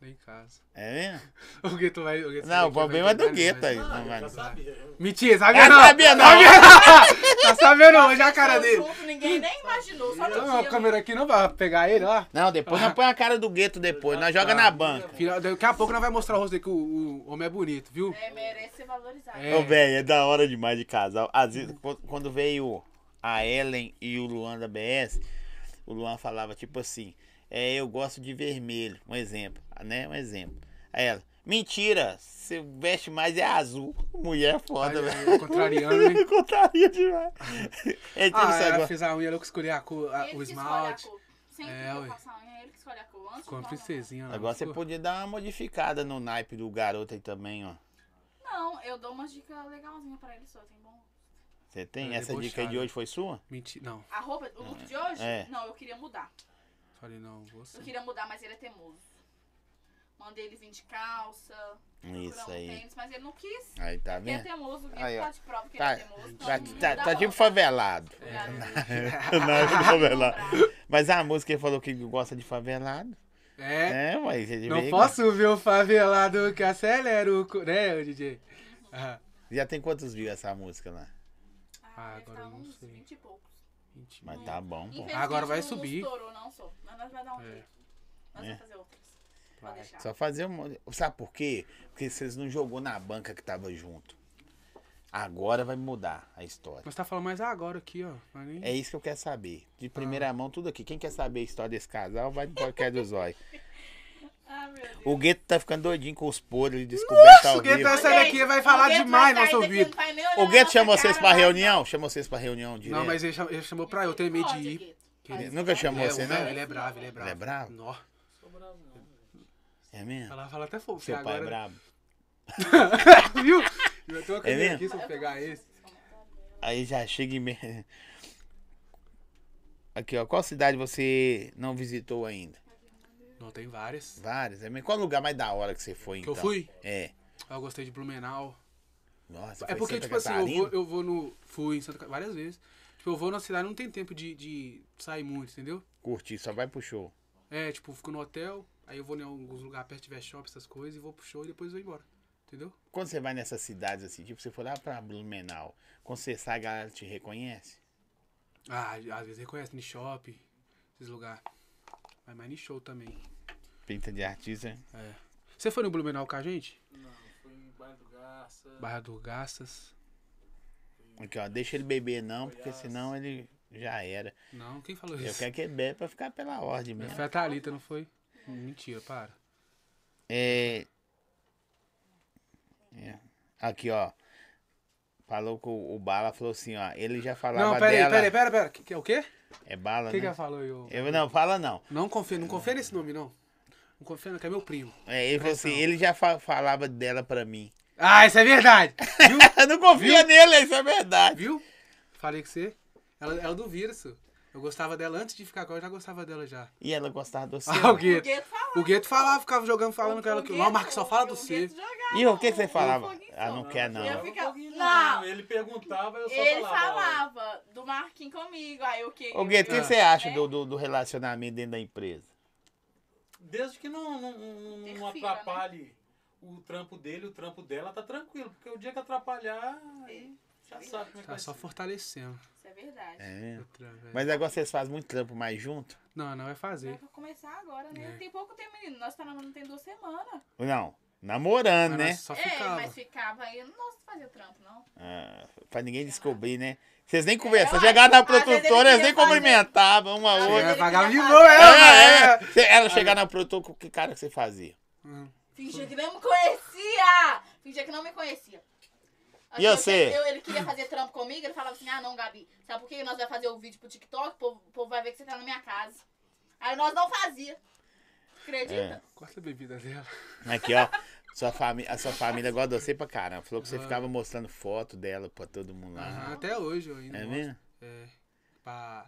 Speaker 2: nem em casa.
Speaker 1: É mesmo?
Speaker 2: O Gueto vai. O Gueto
Speaker 1: Não, o
Speaker 2: vai-
Speaker 1: problema é do
Speaker 2: vai-
Speaker 1: gueto
Speaker 2: vai-
Speaker 1: aí. Não,
Speaker 4: eu
Speaker 1: vai.
Speaker 4: Ah, já é. sabia.
Speaker 2: Mentira, sabia
Speaker 1: Eu
Speaker 2: não?
Speaker 1: sabia não.
Speaker 2: não. tá sabendo hoje a cara
Speaker 3: No
Speaker 2: dele.
Speaker 3: grupo, ninguém nem imaginou, só no
Speaker 2: Toma
Speaker 3: dia.
Speaker 2: a é câmera aqui, não vai pegar ele, ó.
Speaker 1: Não, depois não põe a cara do gueto depois. Nós joga na banca.
Speaker 2: Filha, Daqui a pouco nós vai mostrar o rosto dele que o, o homem é bonito, viu?
Speaker 3: É, merece ser valorizado.
Speaker 2: É.
Speaker 1: Ô, velho, é da hora demais de casal. Às vezes, qu- quando veio a Ellen e o Luan da BS, o Luan falava tipo assim: É, eu gosto de vermelho. Um exemplo, né? Um exemplo. Aí ela, mentira, você veste mais é azul. Mulher é foda,
Speaker 2: Aí, aí,
Speaker 1: velho.
Speaker 2: contrariando, né?
Speaker 1: Contraria demais. É tipo
Speaker 2: Ah,
Speaker 1: isso
Speaker 2: ela
Speaker 1: agora.
Speaker 2: fez a unha, ela que escolheu a cor, a-
Speaker 3: Ele
Speaker 2: o
Speaker 3: que escolhe a
Speaker 2: esmalte.
Speaker 3: cor. Sempre
Speaker 2: É,
Speaker 3: que
Speaker 2: ué.
Speaker 3: eu faço a unha, ele que escolhe a cor. Antes
Speaker 2: Ficou uma
Speaker 3: não,
Speaker 2: princesinha. né? lá,
Speaker 1: Agora você
Speaker 2: ficou?
Speaker 1: podia dar uma modificada no naipe do garoto aí também, ó.
Speaker 3: Não, Não, eu dou umas dicas legalzinhas pra ele só, tem bom.
Speaker 1: Você tem?
Speaker 2: É
Speaker 1: Essa dica aí de
Speaker 2: debochado.
Speaker 1: hoje foi sua?
Speaker 2: Mentira, não.
Speaker 3: A roupa, o look de hoje?
Speaker 1: É.
Speaker 3: Não, eu queria mudar.
Speaker 2: Falei, não, você.
Speaker 3: Eu queria mudar, mas ele é teimoso. Mandei ele vir de calça,
Speaker 1: Isso
Speaker 3: procurar um
Speaker 1: aí.
Speaker 3: tênis, mas ele não quis.
Speaker 1: Aí, tá
Speaker 3: Ele é
Speaker 1: vendo?
Speaker 3: teimoso, ele
Speaker 1: Aí, ó.
Speaker 3: tá de prova que
Speaker 1: Tá-
Speaker 3: ele é teimoso. então
Speaker 1: Tá,
Speaker 3: não muda
Speaker 1: tá,
Speaker 3: a
Speaker 1: tá tipo
Speaker 3: roupa.
Speaker 1: favelado.
Speaker 2: É.
Speaker 3: Cuidado, né?
Speaker 1: Não, de favelado.
Speaker 3: Comprar.
Speaker 1: Mas a música ele falou que gosta de favelado.
Speaker 2: É,
Speaker 1: É, mas ele
Speaker 2: não
Speaker 1: veio-
Speaker 2: posso ver o favelado que acelera o. cu- Né, o DJ? Ah,
Speaker 1: Já tem quantos views essa música lá?
Speaker 3: Ah, deve
Speaker 2: agora
Speaker 3: tá
Speaker 2: eu não
Speaker 3: uns
Speaker 2: sei.
Speaker 3: 20 e poucos.
Speaker 2: mentira.
Speaker 1: Mas tá bom, pô.
Speaker 3: Infelizmente,
Speaker 2: Agora vai
Speaker 3: não- não
Speaker 2: subir.
Speaker 3: estourou, não, só. Mas nós vai dar um
Speaker 2: É.
Speaker 3: jeito. Nós
Speaker 1: É.
Speaker 3: vamos fazer outras. Pode deixar.
Speaker 1: Só fazer um. Sabe por quê? Porque vocês não jogou na banca que tava junto. Agora vai mudar a história.
Speaker 2: Mas tá falando mais agora aqui, ó. Mas nem-
Speaker 1: É isso que eu quero saber. De
Speaker 2: Ah.
Speaker 1: primeira mão, tudo aqui. Quem quer saber a história desse casal, vai no podcast do Zói.
Speaker 3: Ah, meu Deus.
Speaker 1: O Gueto tá ficando doidinho com os podres de descoberta ao
Speaker 2: o Gueto
Speaker 1: vivo.
Speaker 2: tá vai sair daqui e vai falar
Speaker 3: Gente, o Gueto
Speaker 2: demais
Speaker 3: vai
Speaker 2: no nosso
Speaker 3: sair daqui,
Speaker 2: ouvido.
Speaker 3: não vai nem olhar
Speaker 1: O
Speaker 3: na
Speaker 1: Gueto
Speaker 3: nossa
Speaker 1: chamou vocês
Speaker 3: cara,
Speaker 1: pra
Speaker 3: não.
Speaker 1: reunião? Chamou vocês pra reunião direto?
Speaker 2: Não, mas ele chamou, ele chamou pra eu, eu tenho medo de ir.
Speaker 3: Gueto.
Speaker 2: Queria-
Speaker 3: Faz
Speaker 1: Nunca
Speaker 3: isso.
Speaker 1: chamou né?
Speaker 2: é,
Speaker 1: você,
Speaker 2: o velho,
Speaker 1: não?
Speaker 2: Ele é bravo, ele é bravo.
Speaker 1: Ele é bravo?
Speaker 2: Nó.
Speaker 4: Sou bravo, não.
Speaker 1: É mesmo?
Speaker 2: Ela fala até fofo.
Speaker 1: Seu pai é
Speaker 2: agora,
Speaker 1: brabo.
Speaker 2: Viu? Eu tô com
Speaker 1: É
Speaker 2: ele
Speaker 1: mesmo?
Speaker 2: aqui, se eu pegar esse.
Speaker 1: Aí já chega e. me- Aqui, ó. Qual cidade você não visitou ainda?
Speaker 2: Não, tem várias.
Speaker 1: Várias. É mesmo? Qual lugar mais da hora que você foi,
Speaker 2: Que eu
Speaker 1: então?
Speaker 2: fui?
Speaker 1: É.
Speaker 2: Eu gostei de Blumenau.
Speaker 1: Nossa,
Speaker 2: É
Speaker 1: foi
Speaker 2: porque,
Speaker 1: Santa
Speaker 2: tipo assim, eu
Speaker 1: Catarina?
Speaker 2: vou, eu vou no. Fui em Santa Catarina várias vezes. Tipo, eu vou na cidade, não tem tempo de, de sair muito, entendeu?
Speaker 1: Curti, só vai pro show.
Speaker 2: É, tipo, fico no hotel, aí eu vou em alguns lugares perto, tiver shopping, essas coisas, e vou pro show e depois vou embora. Entendeu?
Speaker 1: Quando você vai nessas cidades assim, tipo, você for lá pra Blumenau, quando você sai, a galera te reconhece?
Speaker 2: Ah, às vezes reconhece no shopping, esses lugares. Mas mais em show também.
Speaker 1: Pinta de artista.
Speaker 2: É. Você foi no Blumenau com a gente?
Speaker 4: Não, fui em Bairro do Garça.
Speaker 2: Barra do Gastas?
Speaker 1: Aqui, ó. Deixa ele beber, não, porque senão ele já era.
Speaker 2: Não, quem falou
Speaker 1: Eu
Speaker 2: isso?
Speaker 1: quero que ele bebe pra ficar pela ordem mesmo.
Speaker 2: Foi a Thalita, não foi? Mentira, para.
Speaker 1: É... é. Aqui, ó. Falou com o Bala, falou assim, ó. Ele já falava
Speaker 2: Não, peraí,
Speaker 1: dela.
Speaker 2: peraí, pera, pera. Que, que é o quê?
Speaker 1: É Bala,
Speaker 2: O que, que
Speaker 1: né?
Speaker 2: ela falou aí? ô?
Speaker 1: Eu, não, fala não.
Speaker 2: Não confia, não confia nesse nome, não. Não confia, não, que é meu primo.
Speaker 1: É, ele falou assim,
Speaker 2: Pressão.
Speaker 1: ele já fa- falava dela pra mim.
Speaker 2: Ah, isso é verdade! Viu?
Speaker 1: Eu não confia nele, isso é verdade.
Speaker 2: Viu? Falei com você. Ela, ela duvida isso. Eu gostava dela antes de ficar com ela, eu já gostava dela já.
Speaker 1: E ela gostava do seu.
Speaker 2: Ah, o
Speaker 3: O
Speaker 2: Gueto.
Speaker 3: Gueto falava.
Speaker 2: O Gueto falava, ficava jogando, falando com ela que. Não, o Marcos
Speaker 3: é
Speaker 2: só fala do C.
Speaker 1: E o que, que você falava? Ah,
Speaker 3: Ah,
Speaker 1: não quer não.
Speaker 3: Eu
Speaker 4: eu
Speaker 3: ficava- Não.
Speaker 4: não. Ele perguntava, eu só
Speaker 3: Ele
Speaker 4: falava. ó,
Speaker 3: falava do Marquinhos comigo, aí o que...
Speaker 1: Ô, Gueto, o que
Speaker 2: Ah.
Speaker 1: você acha
Speaker 3: É.
Speaker 1: do, do, do relacionamento dentro da empresa?
Speaker 4: Desde que não, não, não- não,
Speaker 3: Interfira,
Speaker 4: atrapalhe o trampo dele, o trampo dela, tá tranquilo. Porque o dia que atrapalhar, aí já sabe como é que
Speaker 2: Tá
Speaker 4: vai
Speaker 2: só
Speaker 4: ser.
Speaker 2: fortalecendo.
Speaker 3: Isso é verdade.
Speaker 1: É.
Speaker 2: Outra, velho.
Speaker 1: Mas agora vocês fazem muito trampo mais junto?
Speaker 2: Não, não vai
Speaker 3: Vai
Speaker 2: fazer.
Speaker 3: começar agora, né?
Speaker 2: É.
Speaker 3: Tem pouco tempo, menino. Nós tá namorando tem duas semanas.
Speaker 1: Não, namorando,
Speaker 2: Mas
Speaker 1: né?
Speaker 2: nós Só
Speaker 3: É,
Speaker 2: ficava.
Speaker 3: mas ficava aí. Nossa, fazia trampo, não.
Speaker 1: Ah, pra ninguém descobrir, né? Vocês nem
Speaker 3: É,
Speaker 1: conversam.
Speaker 3: ué.
Speaker 1: Chegaram na
Speaker 3: Às vezes ele
Speaker 1: produtora, eles
Speaker 3: queria
Speaker 1: nem
Speaker 3: fazer. né?
Speaker 1: cumprimentavam uma
Speaker 3: Às
Speaker 1: a
Speaker 3: vezes
Speaker 1: outra.
Speaker 3: ele
Speaker 2: É, vagava de
Speaker 3: queria
Speaker 2: boa,
Speaker 1: É,
Speaker 2: é,
Speaker 3: né?
Speaker 1: é. Cê- Ela chegar na produtora, que cara que você fazia?
Speaker 2: Hum.
Speaker 3: Fingia que não me conhecia! Fingia que não me conhecia. Assim,
Speaker 1: E
Speaker 3: eu-
Speaker 1: você?
Speaker 3: eu- ele queria fazer trampo comigo, ele falava assim, ah não, Gabi, sabe por que nós vai fazer o vídeo pro TikTok? O povo, o povo vai ver que você tá na minha casa. Aí nós não fazia.
Speaker 1: É.
Speaker 3: Acredita?
Speaker 2: Corta a bebida dela.
Speaker 1: Aqui, é ó. Sua fami- a sua família gosta de você pra caramba. Falou que você ficava mostrando foto dela pra todo mundo
Speaker 2: Aham,
Speaker 1: lá.
Speaker 2: Até hoje eu ainda.
Speaker 1: É
Speaker 2: gosto.
Speaker 1: mesmo?
Speaker 2: Ah. É. Pra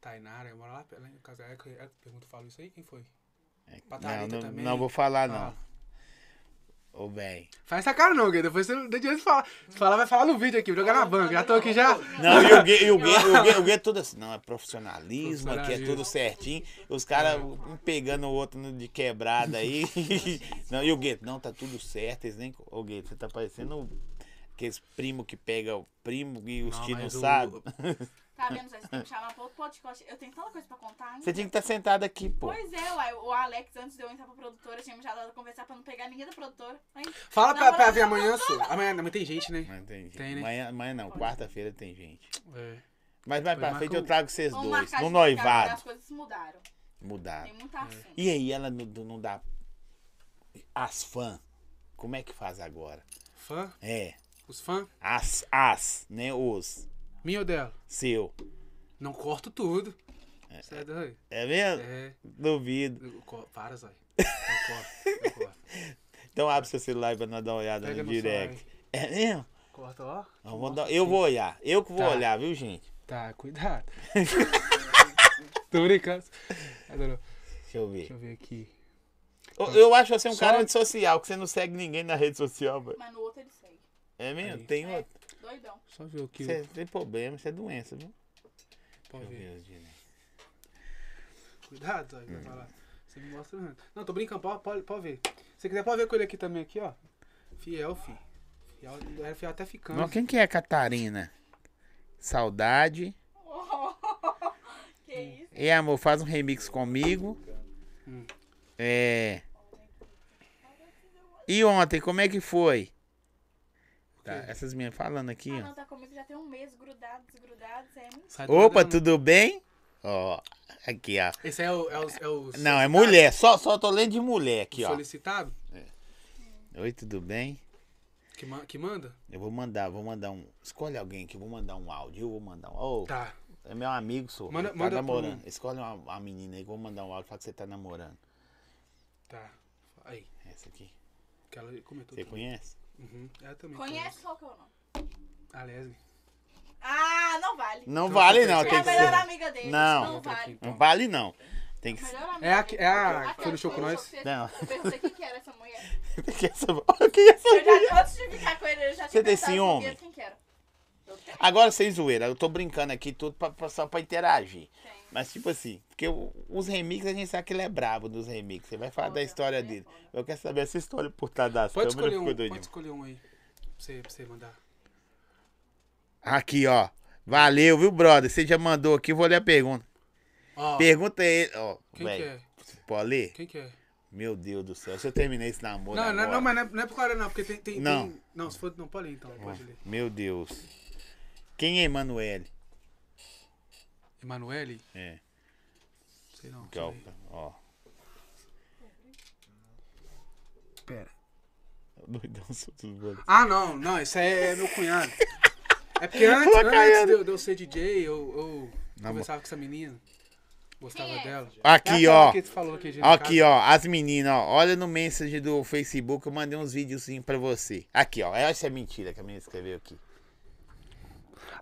Speaker 2: Tainara, eu moro lá, lá em casa. É, que- é, pergunta, falo isso aí? Quem foi? Pra
Speaker 1: Não,
Speaker 2: Thalita
Speaker 1: não,
Speaker 2: também.
Speaker 1: não vou falar, não.
Speaker 2: Ah.
Speaker 1: Ô, bem.
Speaker 2: Faz essa cara não, Guedes. Depois você não tem direito de falar. Se falar, vai falar no vídeo aqui. Vou jogar na banca. Já tô aqui já.
Speaker 1: Não, e o Gui, e o Gui, e o Gui, o Gui é tudo assim, não, é profissionalismo, aqui é
Speaker 2: Profissionalismo.
Speaker 1: tudo certinho. Os caras um pegando o outro no- de quebrada aí. Não, e o Gueto, não, tá tudo certo, eles nem. Ô Gueto, você tá parecendo aqueles primo que pega o primo e os
Speaker 2: Não,
Speaker 1: que não
Speaker 2: mas o-
Speaker 1: sabem.
Speaker 3: Tá vendo? Zé? Você tem que chamar pro outro podcast. Eu tenho tanta coisa pra contar ainda.
Speaker 1: Você tinha que estar sentado aqui, pô.
Speaker 3: Pois é, uai, o Alex, antes de eu entrar pra produtora, tinha me chamado pra conversar pra não pegar ninguém da produtora. Aí,
Speaker 2: Fala pra,
Speaker 3: Não,
Speaker 2: pra
Speaker 3: não,
Speaker 2: ver
Speaker 3: não,
Speaker 2: amanhã, sou. Amanhã, amanhã tem gente, né?
Speaker 1: Mas tem gente.
Speaker 2: Tem, né?
Speaker 1: Amanhã, amanhã não, quarta-feira tem gente.
Speaker 2: É.
Speaker 1: Mas vai pra
Speaker 2: Foi, marca um-
Speaker 1: frente, eu
Speaker 2: o-
Speaker 1: trago vocês
Speaker 3: vamos
Speaker 1: dois.
Speaker 3: marcar
Speaker 1: No
Speaker 3: de ficar, porque As
Speaker 1: noivado.
Speaker 3: coisas mudaram.
Speaker 1: Mudar.
Speaker 3: Tem muito assunto.
Speaker 1: E aí, ela não, não dá. As fãs. Como é que faz agora?
Speaker 2: Fã?
Speaker 1: É.
Speaker 2: Os fã?
Speaker 1: As, as, né? Os.
Speaker 2: Minha ou dela?
Speaker 1: Seu.
Speaker 2: Não corto tudo. Você é doido?
Speaker 1: É mesmo?
Speaker 2: É.
Speaker 1: Duvido.
Speaker 2: Eu co- Para, Zói. Eu corto. Eu corto.
Speaker 1: Então abre seu celular pra nós dar uma olhada
Speaker 2: Pega
Speaker 1: no
Speaker 2: no
Speaker 1: direct. É mesmo?
Speaker 2: Corta, ó.
Speaker 1: Eu vou, dar- eu vou olhar. Eu que vou
Speaker 2: Tá.
Speaker 1: olhar, viu, gente?
Speaker 2: Tá, cuidado. Tô brincando. Adorou.
Speaker 1: Deixa eu ver.
Speaker 2: Deixa eu ver aqui.
Speaker 1: Eu, eu acho você um
Speaker 2: Só-
Speaker 1: cara antissocial, que você não segue ninguém na rede social, velho.
Speaker 3: Mas no outro ele segue.
Speaker 1: É mesmo? Tem
Speaker 3: É.
Speaker 1: outro.
Speaker 3: Doidão.
Speaker 2: Só ver o que.
Speaker 1: Você tem problema, você é doença, viu?
Speaker 2: Pode
Speaker 1: Meu
Speaker 2: ver.
Speaker 1: Deus, Dini.
Speaker 2: Cuidado, Zói, vai falar. Você me mostra. não. Não, tô brincando, pode, pode, pode ver. Se você quiser, pode ver com ele aqui também, aqui, ó. Fiel, fi. Fiel, era fiel até ficando.
Speaker 1: Não, quem que é a Catarina? Saudade.
Speaker 3: que isso?
Speaker 1: E amor, faz um remix comigo.
Speaker 2: Hum.
Speaker 1: É. E ontem, como é que foi? Tá,
Speaker 2: quê?
Speaker 1: essas minhas falando aqui,
Speaker 3: Ah,
Speaker 1: ó.
Speaker 3: não, tá comigo já tem um mês, grudado, desgrudado, isso é muito...
Speaker 2: Sai do
Speaker 1: Opa,
Speaker 2: lado, não.
Speaker 1: tudo bem? Ó, aqui, ó.
Speaker 2: Esse é o. É o, é o
Speaker 1: Não, é mulher, só, só tô lendo de mulher aqui, ó.
Speaker 2: Solicitado?
Speaker 1: Oi, tudo bem?
Speaker 2: Que, ma- que manda?
Speaker 1: Eu vou mandar, vou mandar um. Escolhe alguém que eu vou mandar um áudio. Eu vou mandar um. Ô,
Speaker 2: Tá.
Speaker 1: é meu amigo, sou.
Speaker 2: Manda-
Speaker 1: tá
Speaker 2: manda pro-
Speaker 1: namorando. Escolhe uma, uma menina aí que eu vou mandar um áudio. Fala que você tá namorando.
Speaker 2: Tá. Aí.
Speaker 1: Essa aqui.
Speaker 2: Que ela comentou.
Speaker 1: Você
Speaker 2: também.
Speaker 1: conhece?
Speaker 2: Uhum. Ela também.
Speaker 3: Conhece qual que é o nome?
Speaker 2: A Leslie.
Speaker 3: Ah, não vale.
Speaker 1: Não
Speaker 2: Então,
Speaker 1: vale,
Speaker 2: você
Speaker 1: não.
Speaker 2: tem
Speaker 3: é
Speaker 1: Tem
Speaker 3: a
Speaker 1: que
Speaker 3: melhor
Speaker 1: ser.
Speaker 3: amiga dele.
Speaker 1: Não.
Speaker 3: Não vale.
Speaker 1: Não vale, não. Tem que ser.
Speaker 3: Melhor amiga
Speaker 2: tá É a que-
Speaker 3: dele.
Speaker 2: é a
Speaker 3: Aquela
Speaker 2: que foi no show com nós?
Speaker 3: que você-
Speaker 1: Não.
Speaker 3: Eu perguntei quem que era essa mulher.
Speaker 1: Tem que é essa- Olha que essa
Speaker 3: Eu
Speaker 1: mulher.
Speaker 3: já, antes de ficar com ele, eu já
Speaker 1: Você
Speaker 3: tinha
Speaker 1: tem
Speaker 3: pensado
Speaker 1: ciúme?
Speaker 3: em quem que era. Eu tenho.
Speaker 1: Agora, sem zoeira, eu tô brincando aqui tudo pra, pra- só pra interagir.
Speaker 3: tenho.
Speaker 1: Mas, tipo assim, porque o- os remixes a gente sabe que ele é brabo dos remixes. Você vai falar da
Speaker 3: Olha,
Speaker 1: história
Speaker 3: é
Speaker 1: dele.
Speaker 3: foda.
Speaker 1: Eu quero saber essa história por trás das
Speaker 2: Pode
Speaker 1: câmeras.
Speaker 2: escolher um.
Speaker 1: ficou
Speaker 2: Pode
Speaker 1: doidinho.
Speaker 2: escolher um aí. Pra você, pra você mandar.
Speaker 1: Aqui, ó. Valeu, viu, brother? Você já mandou aqui, eu vou ler a pergunta.
Speaker 2: Ó,
Speaker 1: Pergunta ele, ó.
Speaker 2: Quem
Speaker 1: velho.
Speaker 2: que é?
Speaker 1: Pode ler?
Speaker 2: Quem que é?
Speaker 1: Meu Deus do céu, se eu terminei esse namoro
Speaker 2: Não, não,
Speaker 1: agora.
Speaker 2: não, mas não é, não é por causa não, porque tem... tem
Speaker 1: Não.
Speaker 2: tem- não, se for... Não, pode ler então, pode ler.
Speaker 1: Meu Deus. Quem é Emanuele?
Speaker 2: Emanuele?
Speaker 1: É,
Speaker 2: Sei não.
Speaker 1: que é o- ó.
Speaker 2: Pera.
Speaker 1: Doidão, sou tudo bom.
Speaker 2: Ah, não, não, esse é, é meu cunhado. É porque antes,
Speaker 1: Fala,
Speaker 2: antes
Speaker 1: Caiano.
Speaker 2: de, eu- de eu ser DJ, eu, eu
Speaker 1: Na
Speaker 2: conversava com essa menina. Gostava
Speaker 3: Quem é?
Speaker 2: dela. É
Speaker 1: Aqui,
Speaker 2: aquela
Speaker 1: ó.
Speaker 2: Que tu falou aqui, gente,
Speaker 1: Aqui, ó, as meninas, ó. Olha no message do Facebook, eu mandei uns videozinhos pra você. Aqui, ó. Essa é mentira que a menina escreveu aqui.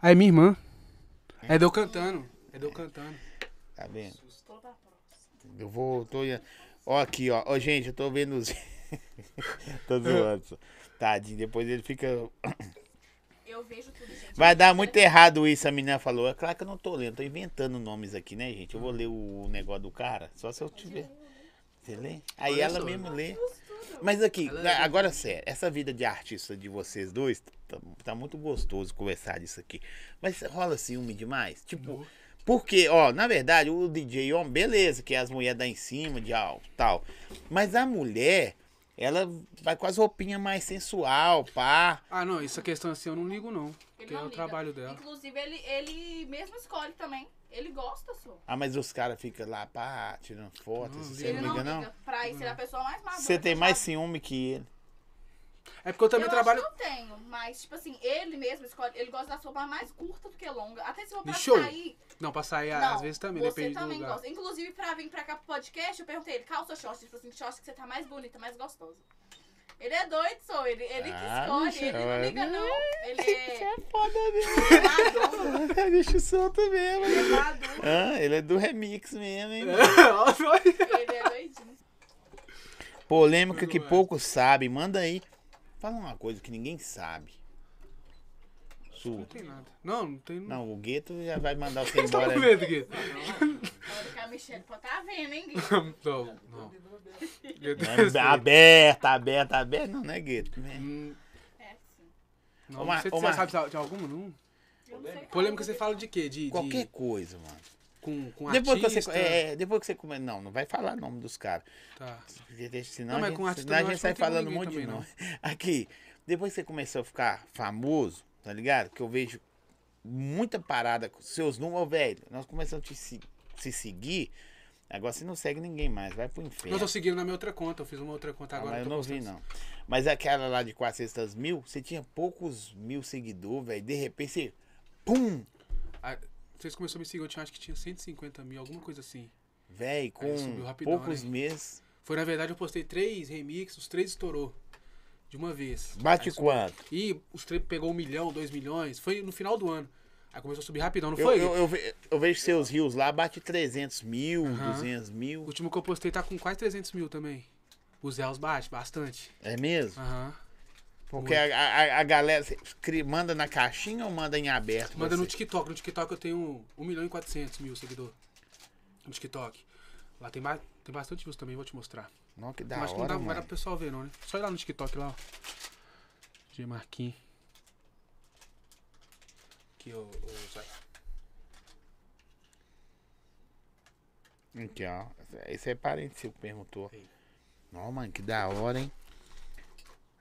Speaker 2: Aí, minha irmã. É, deu cantando. É deu cantando.
Speaker 1: Tá vendo?
Speaker 4: Susto.
Speaker 3: Toda a próxima.
Speaker 1: Eu vou. Tô... ia- Ó, aqui, ó. Ó, gente, eu tô vendo os. tô zoando. só. Tadinho, depois ele fica.
Speaker 3: Eu vejo tudo, gente.
Speaker 1: Vai dar muito errado isso, a menina falou. É claro que eu não tô lendo, tô inventando nomes aqui, né, gente? Eu vou ler o negócio do cara, só se eu tiver. Você lê? Aí
Speaker 5: Olha
Speaker 1: ela
Speaker 5: só.
Speaker 1: mesmo lê.
Speaker 3: tudo.
Speaker 1: Mas aqui,
Speaker 5: Ela
Speaker 1: a-
Speaker 5: lê.
Speaker 1: agora é sério, essa vida de artista de vocês dois, tá, tá muito gostoso conversar disso aqui. Mas rola ciúme demais? Tipo, porque, ó, na verdade, o DJ homem, beleza, que é as mulheres dá em cima de algo tal. Mas a mulher, ela vai com as roupinhas mais sensual, pá.
Speaker 2: Ah, não, essa questão assim eu não ligo, não.
Speaker 3: Ele
Speaker 2: Porque
Speaker 3: não
Speaker 2: é o
Speaker 3: liga.
Speaker 2: trabalho dela.
Speaker 3: Inclusive, ele, ele mesmo escolhe também. Ele gosta só.
Speaker 1: Ah, mas os caras ficam lá, pá, tirando foto.
Speaker 2: Não,
Speaker 1: Você
Speaker 2: liga.
Speaker 3: Ele
Speaker 1: não liga, não?
Speaker 3: Pra isso, ele é a pessoa mais madura.
Speaker 1: Você tem
Speaker 3: que eu
Speaker 1: mais
Speaker 3: já vi.
Speaker 1: ciúme que ele.
Speaker 2: É porque eu também
Speaker 3: eu
Speaker 2: trabalho.
Speaker 3: Acho que eu tenho, mas, tipo assim, ele mesmo escolhe. Ele gosta das roupas mais curtas do que longa. Até se for pra
Speaker 2: De show.
Speaker 3: sair.
Speaker 2: Não, pra sair
Speaker 3: não,
Speaker 2: às vezes também,
Speaker 3: você
Speaker 2: depende
Speaker 3: também
Speaker 2: do lugar.
Speaker 3: gosta. Inclusive, pra vir pra cá pro podcast, eu perguntei ele, calça ou short? Tipo assim, short que você tá mais bonita, mais gostosa. Ele é doido, sou ele. Ele que
Speaker 1: Ah,
Speaker 3: escolhe,
Speaker 1: bicho,
Speaker 3: ele não
Speaker 1: é.
Speaker 3: liga, não. Ele é
Speaker 1: foda
Speaker 3: maduro,
Speaker 1: mesmo. Bicho solto mesmo. hein?
Speaker 3: ele é maduro,
Speaker 1: Ah, ele é do remix mesmo, hein?
Speaker 3: ele é doidinho.
Speaker 1: Polêmica que
Speaker 2: Tudo é.
Speaker 1: poucos sabem. Manda aí. Fala uma coisa que ninguém sabe.
Speaker 2: Não
Speaker 1: Su.
Speaker 2: tem nada. Não, não tem. Não.
Speaker 1: Não, o Gueto já vai mandar você
Speaker 2: Tá
Speaker 1: embora.
Speaker 2: um. com medo aqui.
Speaker 3: Olha que a Michelle pode tá vendo, hein, Gui?
Speaker 2: Não, não. Meu Deus.
Speaker 1: É, aberta, aberta, aberta. Não, não é Gueto. né?
Speaker 2: Hum,
Speaker 3: É, sim.
Speaker 2: Não,
Speaker 1: Ô, Mar-
Speaker 2: você,
Speaker 1: ô,
Speaker 2: você
Speaker 1: Mar-
Speaker 2: sabe de alguma? Não?
Speaker 3: Eu não sei
Speaker 2: Polêmica
Speaker 3: qual
Speaker 2: você
Speaker 3: é.
Speaker 2: fala de quê? De, de-
Speaker 1: Qualquer coisa, mano.
Speaker 2: Com, com
Speaker 1: Depois que,
Speaker 2: artista?
Speaker 1: você, é, é, depois que você come. Não, não vai falar nome dos caras.
Speaker 2: Tá.
Speaker 1: Porque Senão,
Speaker 2: Não,
Speaker 1: a
Speaker 2: mas
Speaker 1: gente,
Speaker 2: com arte
Speaker 1: senão a
Speaker 2: também
Speaker 1: gente
Speaker 2: eu acho que
Speaker 1: sai
Speaker 2: não tem
Speaker 1: falando um
Speaker 2: ninguém
Speaker 1: monte de
Speaker 2: também,
Speaker 1: nome. Aqui, depois que você começou a ficar famoso, tá ligado? Que eu vejo muita parada com seus números, velho. Nós começamos a te se, se seguir. Agora você não segue ninguém mais, vai pro
Speaker 2: Não,
Speaker 1: inferno.
Speaker 2: eu tô seguindo na minha outra conta. Eu fiz uma outra conta
Speaker 1: Ah,
Speaker 2: agora.
Speaker 1: mas eu
Speaker 2: tô
Speaker 1: não vi,
Speaker 2: postando.
Speaker 1: não. Mas aquela lá de 400 mil, você tinha poucos mil seguidores, velho. De repente você. Pum!
Speaker 2: Ah, Vocês começaram a me seguir, eu tinha, acho que tinha 150 mil, alguma coisa assim.
Speaker 1: Velho, com
Speaker 2: subiu rapidão,
Speaker 1: poucos
Speaker 2: né?
Speaker 1: meses.
Speaker 2: Foi, na verdade, eu postei três remixes, os três estourou. De uma vez.
Speaker 1: Bate
Speaker 2: Aí subiu.
Speaker 1: quanto?
Speaker 2: E os três pegou um milhão, dois milhões. Foi no final do ano. Aí começou a subir rapidão, não
Speaker 1: Eu,
Speaker 2: foi?
Speaker 1: eu, eu ve- eu vejo seus rios lá, bate 300 mil,
Speaker 2: Aham.
Speaker 1: 200
Speaker 2: O
Speaker 1: mil.
Speaker 2: último que eu postei tá com quase 300 mil também. Os réus bate bastante.
Speaker 1: É mesmo?
Speaker 2: Aham.
Speaker 1: Porque a, a- a galera cê cri- manda na caixinha ou manda em aberto?
Speaker 2: Manda no
Speaker 1: você?
Speaker 2: TikTok. No TikTok eu tenho 1 milhão e 400 mil seguidores. No TikTok. Lá tem, ba tem bastante views também, vou te mostrar.
Speaker 1: Não, que
Speaker 2: Eu
Speaker 1: da
Speaker 2: acho que não
Speaker 1: hora,
Speaker 2: dá não dá
Speaker 1: mano.
Speaker 2: pro pessoal ver, não, né? Só ir lá no TikTok lá, ó. De Marquinhos. Aqui, ô, ô, Zóia.
Speaker 1: Aqui, ó. Esse é parente seu que perguntou.
Speaker 2: Sim.
Speaker 1: Não, mano, que da hora, hein?